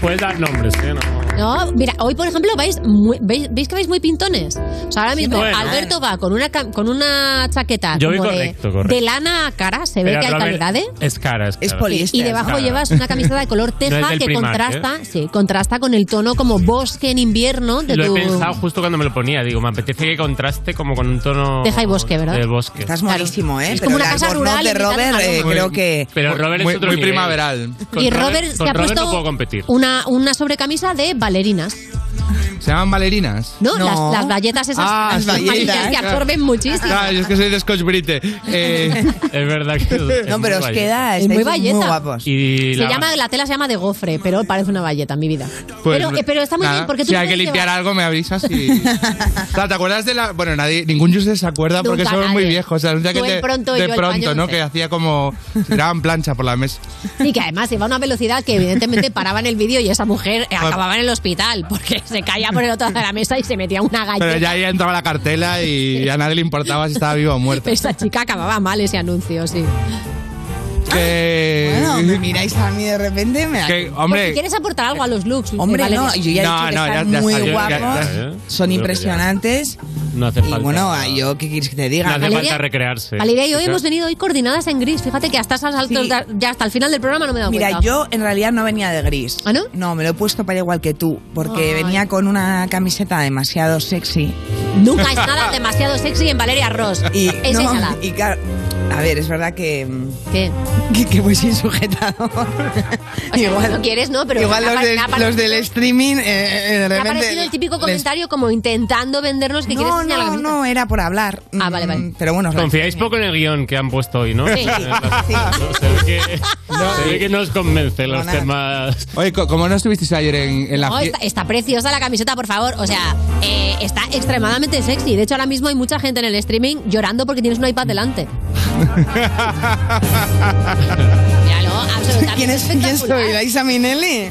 Puedes dar nombres, ¿eh? No. No, mira, hoy por ejemplo vais, muy- veis, veis que vais muy pintones. O sea, ahora mismo bueno. eh. Alberto va con una cam- con una chaqueta Yo voy como correcto, de, correcto. de lana a cara, se ve Pero que hay otra vez, calidad, ¿eh? Es cara, es cara. Y, y debajo Cara. llevas una camiseta de color teja No es del que Primark, ¿eh? contrasta, sí, contrasta con el tono como bosque en invierno de Lo he tu pensado justo cuando me lo ponía. Digo, me apetece que contraste como con un tono... teja y bosque, ¿verdad? De bosque. Estás malísimo, ¿eh? Es Pero como una el casa albornoz rural de imitar Robert, un eh, albornoz. creo que... Pero Robert muy- es otro muy nivel. primaveral. Con y Robert se con ha puesto no puedo competir. una una sobrecamisa de bailarinas. ¿Se llaman valerinas? No, Las, las galletas esas Ah, las amarillas galletas. que absorben muchísimo. Ah, Claro, Ah, yo es que soy de Scotch Brite. Eh, es verdad que. No, pero os queda... Es muy estáis valleta. guapos. Y Se la- llama, la tela se llama de gofre, pero parece una valleta, mi vida. Pues, pero, eh, pero está muy nada, bien porque tú Si no hay que puedes limpiar llevar- algo, me avisas y. O sea, ¿Te acuerdas de la.? Bueno, nadie, ningún user se acuerda porque Nunca somos muy nadie. viejos. O sea, un día Tú que el te- pronto y de yo el pronto, paño, ¿no? no sé. Que hacía como. se Tiraban plancha por la mesa. Y que además iba a una velocidad que evidentemente paraba en el vídeo y esa mujer Pues- eh, acababa en el hospital porque se caía por el otro lado de la mesa y se metía una galleta. Pero ya ahí entraba la cartela y a nadie le importaba si estaba viva o muerta. Esa chica acababa mal ese anuncio, sí. Que. Bueno, me miráis a mí de repente, me da- Eh, Que, hombre- Porque quieres aportar algo a los looks. Hombre, Valeria. no, yo ya he No, dicho no, que ya- están ya muy está, yo- ya- guapos, ya, ya. son Creo que impresionantes. No hace falta. Y bueno, ay, yo, ¿qué quieres que te diga? No hace falta recrearse. Valeria y yo Chica. hemos venido hoy coordinadas en gris. Fíjate que hasta, esas altas- ya hasta el final del programa no me he dado Mira, cuenta. yo en realidad no venía de gris. ¿Ah, no? No, me lo he puesto para igual que tú, porque Ay. venía con una camiseta demasiado sexy. Nunca es nada demasiado sexy en Valeria Ross. Y, es no, esa y claro, a ver, es verdad que... ¿Qué? Que, que voy sin sujetador. no quieres, no, pero Igual me ha los, pare- del- me ha parecido- los del streaming, eh, eh, de Me ha repente parecido el típico les- comentario como intentando vendernos que quieres No, enseñar la no, camiseta. no, era por hablar. Ah, vale, vale. Pero bueno, Confiáis poco en el guión que han puesto hoy, ¿no? Sí. No, Se ve que, se ve que no os convence los temas. Oye, co- como no estuvisteis ayer en, en la No, fie- Oh, está, está preciosa la camiseta, por favor. O sea, eh, está extremadamente sexy. De hecho, ahora mismo hay mucha gente en el streaming llorando porque tienes un iPad delante. Míralo, absolutamente. Ah, ¿Quién es quién soy? ¿La Isa Minelli?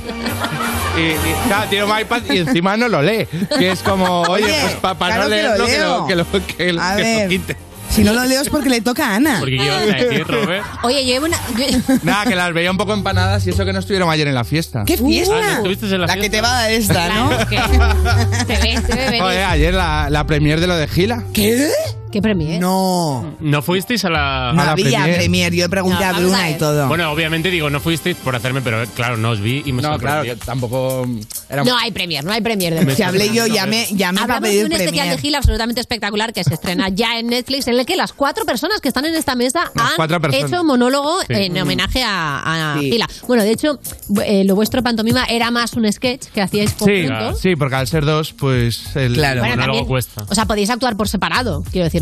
Y, y, claro, tiene un iPad y encima no lo lee. Que es como, oye, Oye, pues para claro no que lo leerlo, que leo. lo, que lo, que lo- A que lo ver. quite. Si no lo leo es porque le toca a Ana. Porque yo iba a decir, Robert. Oye, yo llevo una. yo- Nada, que las veía un poco empanadas y eso que no estuvieron ayer en la fiesta. ¿Qué fiesta? Ah, ¿no estuviste en la que te va a dar esta, ¿no? Se ve, se ve venir. Joder, ayer la, la premier de lo de Gila. ¿Qué? ¿Qué premier? No. ¿No fuisteis a la.? No había premier, yo pregunté a Bruna y todo. Bueno, obviamente digo, no fuisteis por hacerme, pero eh, claro, no os vi y me No, claro, tampoco. No hay premier, no hay premier. De Me Si hablé yo, llamé, llamé para Hablamos de pedir un especial de premier. Gil absolutamente espectacular que se estrena ya en Netflix, en el que las cuatro personas que están en esta mesa Las cuatro han personas. hecho monólogo Sí. en homenaje a, a Sí. Gila. Bueno, de hecho, bu- eh, lo vuestro pantomima era más un sketch que hacíais Sí, conjunto. sí, porque al ser dos, pues el Bueno, también- O sea, podéis actuar por separado, quiero decir.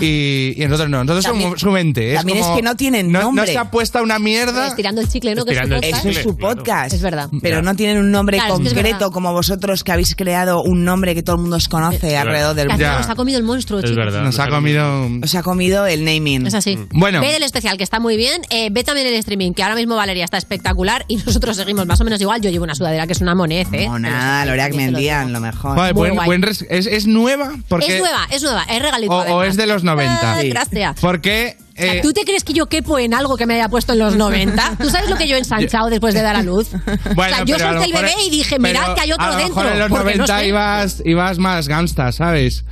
Y, y nosotros no, nosotros También- somos su mente. también es como- que no tienen no, No nombre. se ha puesto una mierda. Estirando el chicle, ¿no? Que Estirando el podcast. chicle, Ese es su claro. podcast. Es verdad. Pero no tienen un nombre Claro, es que es concreto verdad. como vosotros que habéis creado un nombre que todo el mundo os conoce alrededor del Casi mundo. Nos ha comido el monstruo, chicos. Nos ha comido. Os ha comido el Mm. naming. Es así. Bueno. Ve el especial, que está muy bien. Eh, ve también el streaming, que ahora mismo Valeria está espectacular. Y nosotros seguimos más o menos igual. Yo llevo una sudadera que es una monez, ¿eh? Mona, Loreac Mendian, lo mejor. Joder, buen- guay. buen res- es, es nueva porque Es nueva, es nueva. Es regalito. O, o además. es de los 90. Ah, gracias. Porque O sea, eh, ¿Tú te crees que yo quepo en algo que me haya puesto en los 90? ¿Tú sabes lo que yo he ensanchado después de dar a luz? Bueno, o sea, yo pero a lo solté el mejor- bebé y dije, mirad pero que hay otro a lo dentro. mejor en los porque 90 no, sé. ibas, ibas más gangsta, ¿sabes?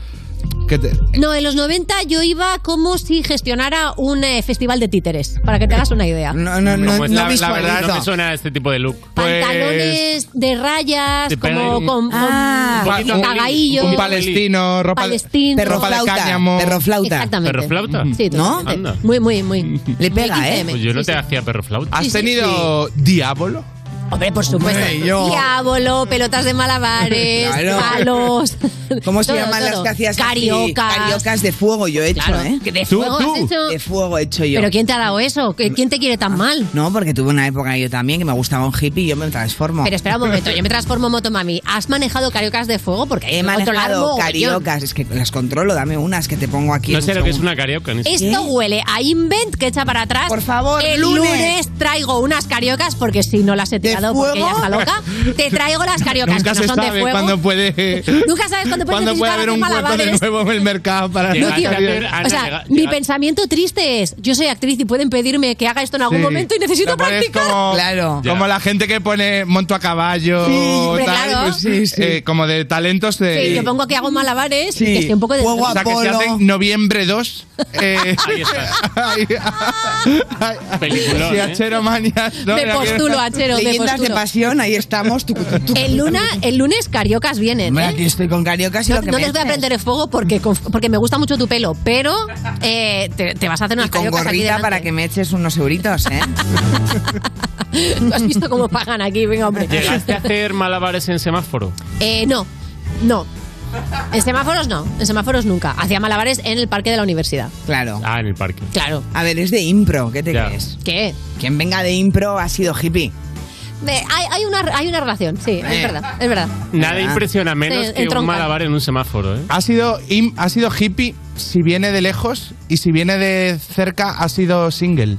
Que te- No, en los 90 yo iba como si gestionara un eh, festival de títeres, para que te hagas una idea. Pero pues no la, la verdad visualizo. no me suena este tipo de look. Pues, eh, Pantalones de rayas, Te pegan como un- con, con Ah, con poquito cagaillos. un palestino, ropa de- Palestino. Perro ropa de flauta, cáñamo. perro flauta. Exactamente. ¿Perro flauta? Sí, ¿No? totalmente. Anda. Muy, muy, muy. Le ¿eh? Pues yo no te hacía perro flauta. ¿Has tenido diablo? Hombre, por supuesto. Hombre, yo- Diablo, pelotas de malabares, Claro. palos. ¿Cómo se Todo, llaman las todo. que hacías aquí? Cariocas. Cariocas de fuego yo he hecho, Claro, ¿eh? que de ¿Tú, fuego has tú? hecho. De fuego he hecho yo. Ah. ¿Pero quién te ha dado eso? ¿Qué- ¿Quién te quiere tan mal? No, porque tuve una época yo también que me gustaba un hippie y yo me transformo. Pero espera un momento, yo me transformo en motomami. ¿Has manejado cariocas de fuego? Porque hay que He controlar manejado mogollón. cariocas, es que las controlo, dame unas que te pongo aquí. No en sé un lo que es segundo. una carioca. ni- Esto huele a invent que echa para atrás. Por favor, el lunes. traigo unas cariocas porque si no las he tirado porque fuego? ella está loca. Te traigo las cariocas Nunca que no se son de sabe fuego. cuándo puede. Nunca sabes cuándo puedes puede necesitar haber un hacer hueco de malabares. nuevo en el mercado para No, tío. las cariotas. O sea, mi pensamiento triste es, yo soy actriz y pueden pedirme que haga esto en algún Sí. momento y necesito Te pones practicar. Como, Como la gente que pone monto a caballo. Sí, hombre, tal, claro. pues, Sí, sí. eh, como de talentos de. Sí, yo pongo que hago malabares y que esté un poco de o sea, que se hacen noviembre 2. Eh, Ahí está. Peliculón, Sí, ¿eh? Hachero Manias. ¿no? Me Era que- postulo, Hachero, me Leyendas de postulo. pasión, ahí estamos. Tú, El, luna, el lunes cariocas vienen. Hombre, ¿eh? aquí estoy con cariocas y No, lo que no me les voy a prender el fuego porque, con- porque me gusta mucho tu pelo, pero eh, te, te vas a hacer unas Y con cariocas aquí gorrita delante. para que me eches unos euritos, ¿eh? Tú has visto cómo pagan aquí, venga, hombre. ¿Llegaste a hacer malabares en semáforo? Eh, no, no. En semáforos no, en semáforos nunca. Hacía malabares en el parque de la universidad. Claro. Ah, en el parque. Claro. A ver, es de impro, ¿qué te Ya. crees? ¿Qué? Quien venga de impro ha sido hippie. Eh, hay, hay una, hay una relación, sí, es verdad, es verdad. Nada Ah. impresiona menos Sí, que un entronca. malabar en un semáforo, ¿eh? Ha sido, im- ha sido hippie si viene de lejos y si viene de cerca ha sido single.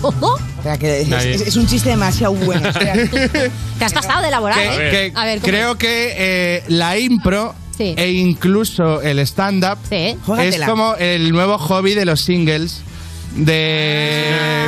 ¿Cómo? sea, que es, Nadie. es- es un chiste demasiado bueno. o sea, Te has pasado de elaborar, Que- ¿eh? que creo que eh, la impro e incluso el stand-up es Jógatela. como el nuevo hobby de los singles. De.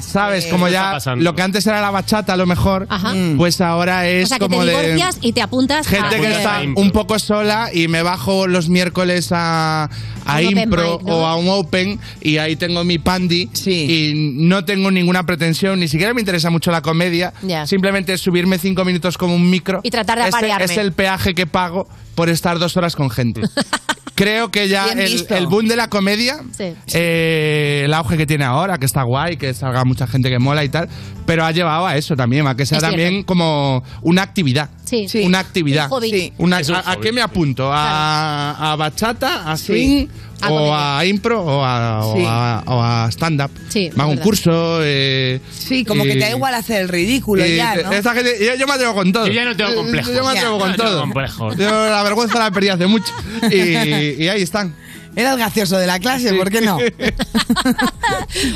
¿Sabes? Ah, sí. Como Eso está ya. pasando. Lo que antes era la bachata, a lo mejor. Pues ahora es o sea, que te como de. divorcias y te apuntas Gente a... que está un poco sola y me bajo los miércoles a, a Un open impro mic, ¿no? o a un open y ahí tengo mi pandi y no tengo ninguna pretensión, ni siquiera me interesa mucho la comedia, Ya. simplemente subirme cinco minutos como un micro Y tratar de Ese aparearme. es el peaje que pago por estar dos horas con gente. Creo que ya Bien el, visto. el boom de la comedia, Sí. eh, el auge que tiene ahora, que está guay, que salga mucha gente que mola y tal, pero ha llevado a eso también, a que sea Es cierto. también como una actividad. Sí. Una actividad. Un hobby. Sí. Una- Es un a, a hobby, qué me apunto? ¿A, a bachata? ¿A swing? A ¿O comedia. a impro? ¿O a, o Sí. a- o a stand-up? Sí, Me hago un verdad. curso. eh, Sí, como que y- te da igual hacer el ridículo y ya, te- ¿no? esa gente- yo, yo me atrevo con todo. Eh, Yo ya no tengo complejos. Yo me Ya. atrevo No con tengo todo. complejos. Yo la vergüenza la perdí hace mucho. Y, y ahí están. Era el gracioso de la clase, ¿por qué no?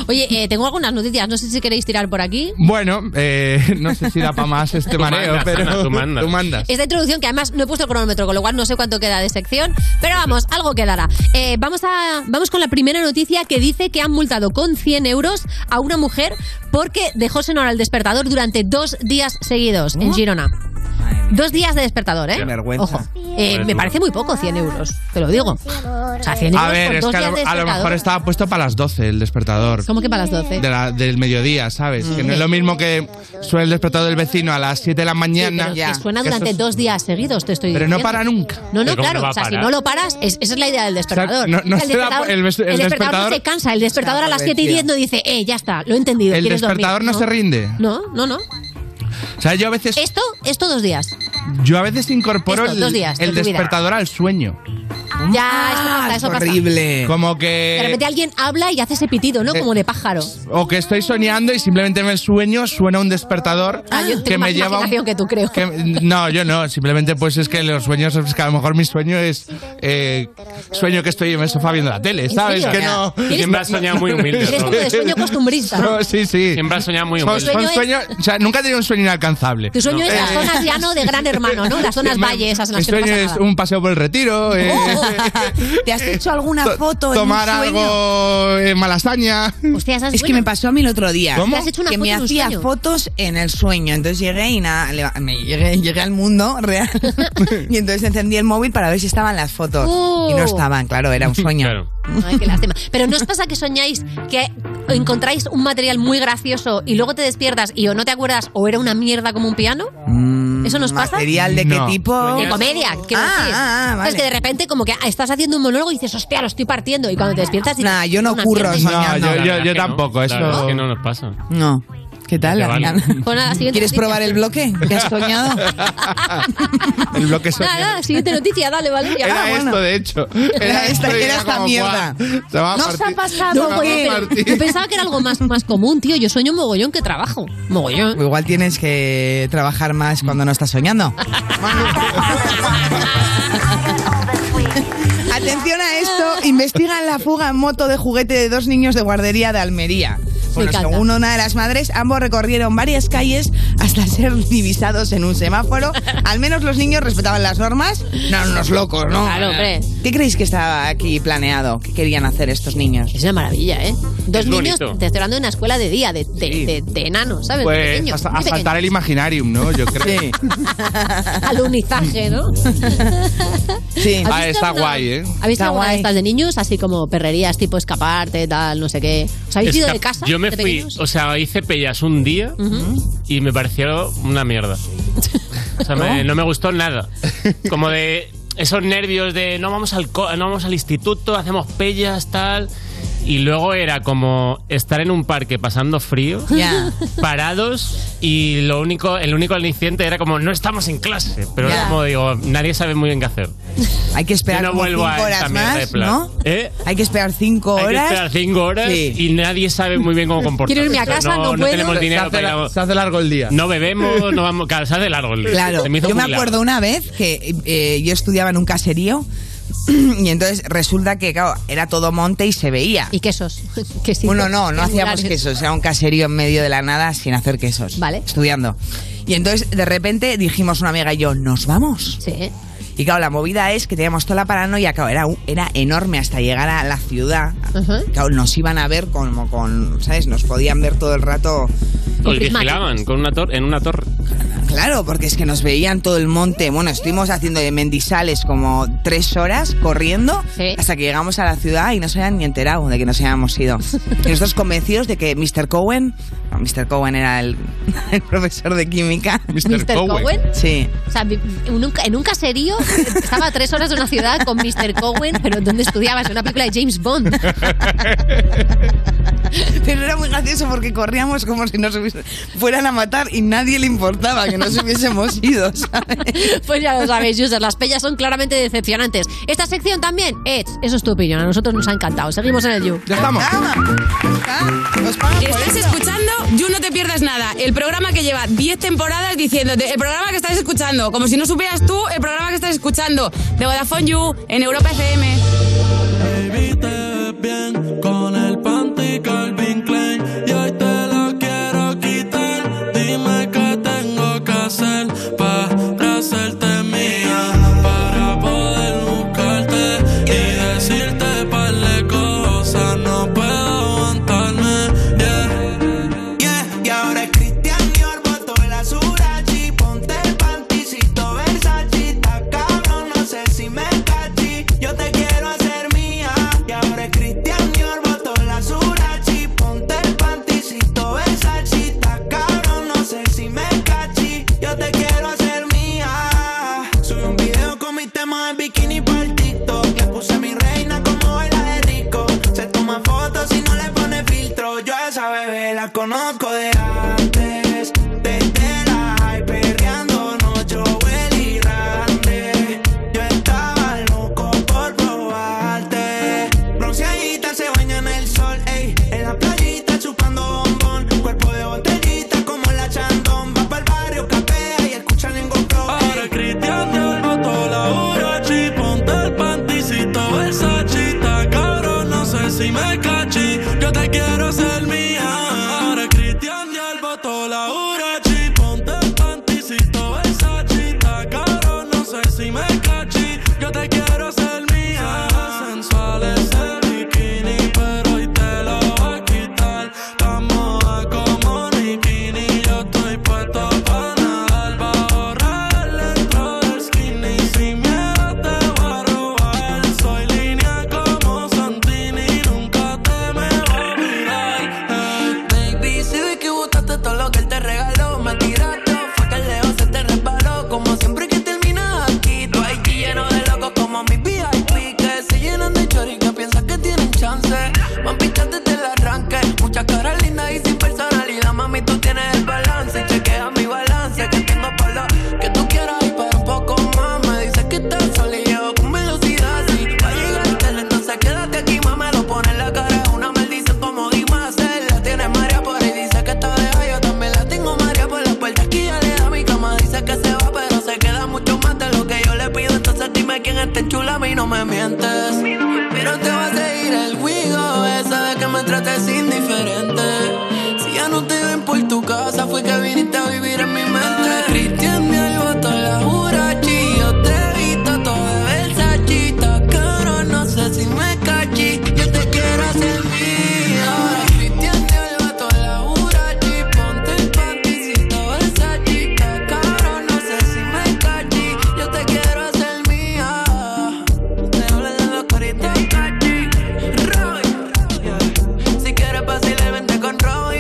Oye, eh, tengo algunas noticias, no sé si queréis tirar por aquí. Bueno, eh, no sé si da para más este Tú mareo, mandas, pero Ana, tú mandas. Esta introducción, que además no he puesto el cronómetro, con lo cual no sé cuánto queda de sección, pero vamos, algo quedará. Eh, vamos, a, vamos con la primera noticia que dice que han multado con 100 euros a una mujer porque dejó sonar el despertador durante dos días seguidos en Girona. Dos días de despertador, ¿eh? Qué vergüenza. Ojo. Eh, me parece muy poco 100 euros, te lo digo. O Eh, sea, 100 euros A ver, por es dos que a días de lo, a lo mejor despertador. estaba puesto para las 12 el despertador. ¿Cómo que para las 12? De la- del mediodía, ¿sabes? Que no es lo mismo que suele el despertador del vecino a las 7 de la mañana. Pero que suena durante Eso es- dos días seguidos, te estoy Pero no diciendo. para nunca. No, no, Pero ¿cómo claro. no va a o sea, si parar? no lo paras, es- esa es la idea del despertador. no- no el, se da- despertador el ves- el el despertador despertador- no se cansa. El despertador a las 7 y 10 no dice, eh, ya está, lo he entendido. El quieres dormir". despertador no se rinde. No, no, no. O sea, yo a veces, Esto, esto dos días. yo a veces incorporo Esto, el, dos días de el tu vida. despertador al sueño. Ya, Ah, eso pasa, eso pasa. Como De que. repente alguien habla y hace ese pitido, ¿no? eh, Como de pájaro. O que estoy soñando y simplemente en el sueño suena un despertador Ah, yo tengo que más me lleva. imaginación que tú, creo. que- no, yo no. Simplemente pues es que los sueños es que a lo mejor mi sueño es eh, sueño que estoy en el sofá viendo la tele, ¿En ¿sabes? serio? Que no. Eres que como- no- no- Eres como de sueño costumbrista. No, sí, sí. Siempre has soñado muy son, humilde. son Tu sueño sueños- o sea, nunca he tenido un sueño inalcanzable. Tu sueño es las zonas llano de gran hermano, ¿no? Las zonas valle, esas en eh, Oh, Mi las sueño que no pasa es nada. un paseo por el retiro. eh, ¿Te has hecho alguna to- foto en un tomar sueño? algo en malasaña. Hostia, esa es Es que buena. me pasó a mí el otro día. ¿Cómo? ¿Te has hecho una que foto me en un hacía sueño? fotos en el sueño. Entonces llegué y nada, le- me llegué, llegué al mundo real. y entonces encendí el móvil para ver si estaban las fotos. Y no Oh. estaban, claro, era un sueño. Ay, qué lástima. Pero ¿no os pasa que soñáis que encontráis un material muy gracioso y luego te despiertas y o no te acuerdas o era una mierda como un piano? ¿Eso nos pasa? Mm, ¿Material de qué tipo? De comedia, quiero Ah, ah, decir. ah, Sabes vale. que de repente como que estás haciendo un monólogo y dices, hostia, lo estoy partiendo. Y cuando te despiertas dices... Nah, yo no curro No, yo, yo- yo tampoco. La eso verdad es que no nos pasa. No. ¿Qué tal? Ya la van. dinámica? Pues nada, siguiente ¿Quieres noticia. probar el bloque? ¿Te has soñado? El bloque sonido. Nada, nada, siguiente noticia, dale, Valeria. Ah, Era esto, de hecho. Era esta- esto y era esta como, mierda. "Buah, se va a No se ha partir". pasado, Se va a oye, pero partir. yo pensaba que era algo más, más común, tío. Yo sueño mogollón que trabajo. Mogollón. O Igual tienes que trabajar más cuando no estás soñando. Atención a esto, investigan la fuga en moto de juguete de dos niños de guardería de Almería. Bueno, encanta. según una de las madres, ambos recorrieron varias calles hasta ser divisados en un semáforo. Al menos los niños respetaban las normas. No eran unos locos, ¿no? Claro, hombre. ¿Qué creéis que estaba aquí planeado? ¿Qué querían hacer estos niños? Es una maravilla, ¿eh? Dos Es niños, bonito. te estoy hablando de una escuela de día, de, de, de- de enanos, ¿sabes? De Pues pequeños, hasta- muy a saltar el pequeños. imaginarium, ¿no? Yo creo. Ah, Alunizaje, ¿no? Sí. Ah, está guay, ¿eh? ¿Habéis visto alguna de estas de niños? Así como perrerías, tipo escaparte, tal, no sé qué. ¿Os habéis ido Esca- de casa? Yo me de fui, pequeños? o sea, hice pellas un día y me pareció una mierda. O sea, me- no me gustó nada. Como de esos nervios de no vamos al co- no vamos al instituto, hacemos pellas, tal. Y luego era como estar en un parque pasando frío, Ya. parados, y lo único, el único aliciente era como no estamos en clase. Pero era Ya. como digo, nadie sabe muy bien qué hacer. Hay que esperar Yo no como vuelvo a cinco esta horas mierda de más, plan. ¿no? ¿Eh? Hay que esperar cinco Hay que horas. esperar cinco horas Sí. y nadie sabe muy bien cómo comportarse. Quiero irme a O sea, casa, no no, puedo. tenemos Se dinero hace para la- ir a- Se hace largo el día. No bebemos, no vamos. Claro, se hace largo el día. Claro, Se me hizo yo me muy acuerdo largo. una vez que eh, yo estudiaba en un caserío y entonces resulta que, claro, era todo monte y se veía. ¿Y quesos? Quesitos. Bueno, no, no hacíamos Triangulares. quesos, era un caserío en medio de la nada sin hacer quesos. Vale. Estudiando. Y entonces de repente dijimos una amiga y yo, nos vamos. Sí. Y claro, la movida es que teníamos toda la paranoia, claro, era, un- era enorme hasta llegar a la ciudad. Claro, nos iban a ver como con, ¿sabes? Nos podían ver todo el rato. Os vigilaban con una tor- en una torre. Claro, porque es que nos veían todo el monte. Bueno, estuvimos haciendo de mendizales como tres horas corriendo hasta que llegamos a la ciudad y no se habían ni enterado de que nos habíamos ido. Y nosotros convencidos de que Mr. Cowen, no, Mr. Cowen era el, el profesor de química. ¿Mr. Cowen? Cowen? Sí. O sea, vi- en un, en un caserío estaba a tres horas de una ciudad con Mr. Cowen, pero ¿dónde estudiabas? En una película de James Bond. Pero era muy gracioso porque corríamos como si nos hubiese- fueran a matar y nadie le importaba que nos hubiésemos ido. Pues ya lo sabéis, users, las pellas son claramente decepcionantes. Esta sección también, Ed, eso es tu opinión, a nosotros nos ha encantado. Seguimos en el You. Ya estamos. Estás escuchando You No Te Pierdas Nada, el programa que lleva 10 temporadas diciéndote, el programa que estás escuchando, como si no supieras tú el programa que estás escuchando, de Vodafone You, en Europa FM. Baby, te ves bien con el panty Calvin Klein y hoy te lo quiero quitar. Dime qué tengo que hacer para hacerte mía, para poder buscarte y decirte par de cosas. No puedo aguantarme. Yeah, yeah, y ahora es Cristian Dior, botó el azurachi, ponte el panticito Versace, está cabrón, no sé si me cachi, yo te quiero hacer mía. Y ahora es Cristian Dior, botó el azurachi, ponte el panticito Versace, está cabrón, no sé si me cachi, yo te quiero hacer mía. Subí un video con mi tema en bikini partito, le puse a mi reina como baila de rico, se toma fotos y no le pone filtro, yo a esa bebé la conozco de antes, desde la high, perreando noche, Joel y Randy. Yo estaba loco por probarte. Bronceadita se baña en el sol, ey. En la playita chupando bombón. Cuerpo de botellita como la chandón. Va pa'l barrio, capea y escucha ningún pro. Ahora Cristian Dior mató la Urachi. Ponte el panticito Versace. Está caro, no sé si me cachi. Yo te quiero ser mía. Ahora Cristian Dior botó la Urachi. Ponte el panticito Versace. Está caro, no sé si me cachi. Yo te quiero ser mía. Sensual es el bikini, pero hoy te lo va a quitar. Estamos a como Nikini. Yo estoy puesto para nadar. Va a borrar el dentro del skinny. Sin miedo te voy a robar. Soy línea como Santini. Nunca te me voy a mirar. Baby, si ves que botaste todo lo que él te regaló, me este fue que viniste a vivir en mi mente. Cristian me alborotó la jurachi. Yo te he visto toda el sachita. Caro, no sé si me cachí. Yo te quiero hacer mía. Cristian me alborotó la jurachi. Ponte el pantisito el sachita. Caro, no sé si me cachí. Yo te quiero hacer mía. Te hablo de los coritos cachi. Roy. Si quieres vacilar, vente con Roy.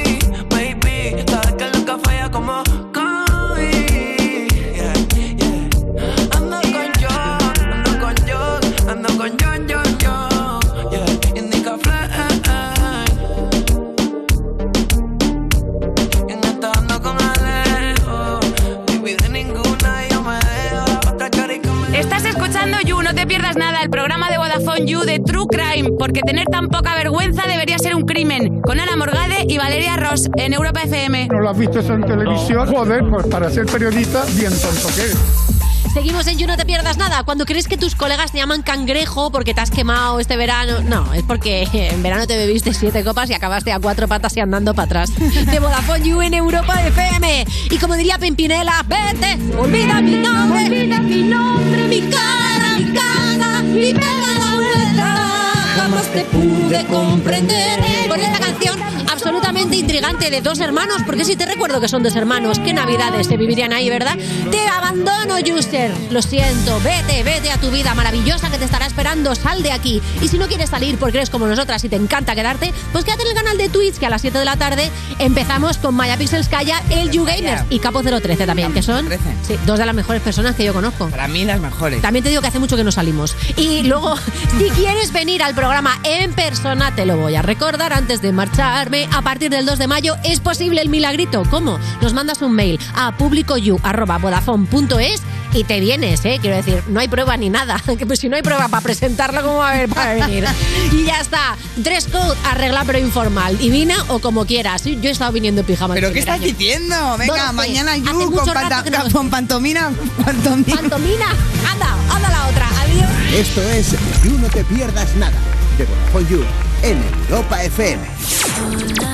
Baby, sabes que nunca falla como Kobe. Yeah, yeah. Ando con yo, ando con yo, ando con yo, yo, yo. Yeah. Indica fly. Y no está ando con Alejo. Baby, de ninguna yo me dejo. Otra cari que me Estás escuchando You, no te pierdas nada, el programa de Vodafone You de True Crime, porque tener tan poca vergüenza debería ser un crimen. Con Ana Morgade y Valeria Ross en Europa FM. ¿No lo has visto eso en televisión? Joder, pues para ser periodista, bien tonto que eres. Seguimos en You, no te pierdas nada. Cuando crees que tus colegas te llaman cangrejo porque te has quemado este verano, no, es porque en verano te bebiste siete copas y acabaste a cuatro patas y andando para atrás. De Vodafone You en Europa FM. Y como diría Pimpinela, vete, olvida mi nombre, olvida mi nombre, mi cara, mi casa, mi pega la vuelta. Jamás te pude comprender. Por esta canción absolutamente intrigante de dos hermanos, porque si te recuerdo que son dos hermanos, qué navidades se vivirían ahí, ¿verdad? Te abandono, Juster. Lo siento, vete, vete a tu vida maravillosa que te estará esperando. Sal de aquí. Y si no quieres salir porque eres como nosotras y te encanta quedarte, pues quédate en el canal de Twitch que a las 7 de la tarde empezamos con Maya Pixels Calla, Pues el YouGamers y Capo013 también, que son sí, dos de las mejores personas que yo conozco. Para mí las mejores. También te digo que hace mucho que no salimos. Y luego, si quieres venir al programa en persona, te lo voy a recordar antes de marcharme. A partir del 2 de mayo es posible el milagrito. ¿Cómo? Nos mandas un mail a publicoyu.vodafone.es y te vienes, ¿eh? Quiero decir, no hay prueba ni nada. Que pues si no hay prueba para presentarlo, ¿cómo va a haber para venir? Y ya está. Dress code, arregla pero informal. Divina o como quieras. Yo he estado viniendo en pijama. ¿Pero qué estás diciendo? Venga, mañana You yo con panta- con pantomina. Pantomina. Anda, anda la otra. Adiós. Esto es You No Te Pierdas Nada de Vodafone You en Europa FM.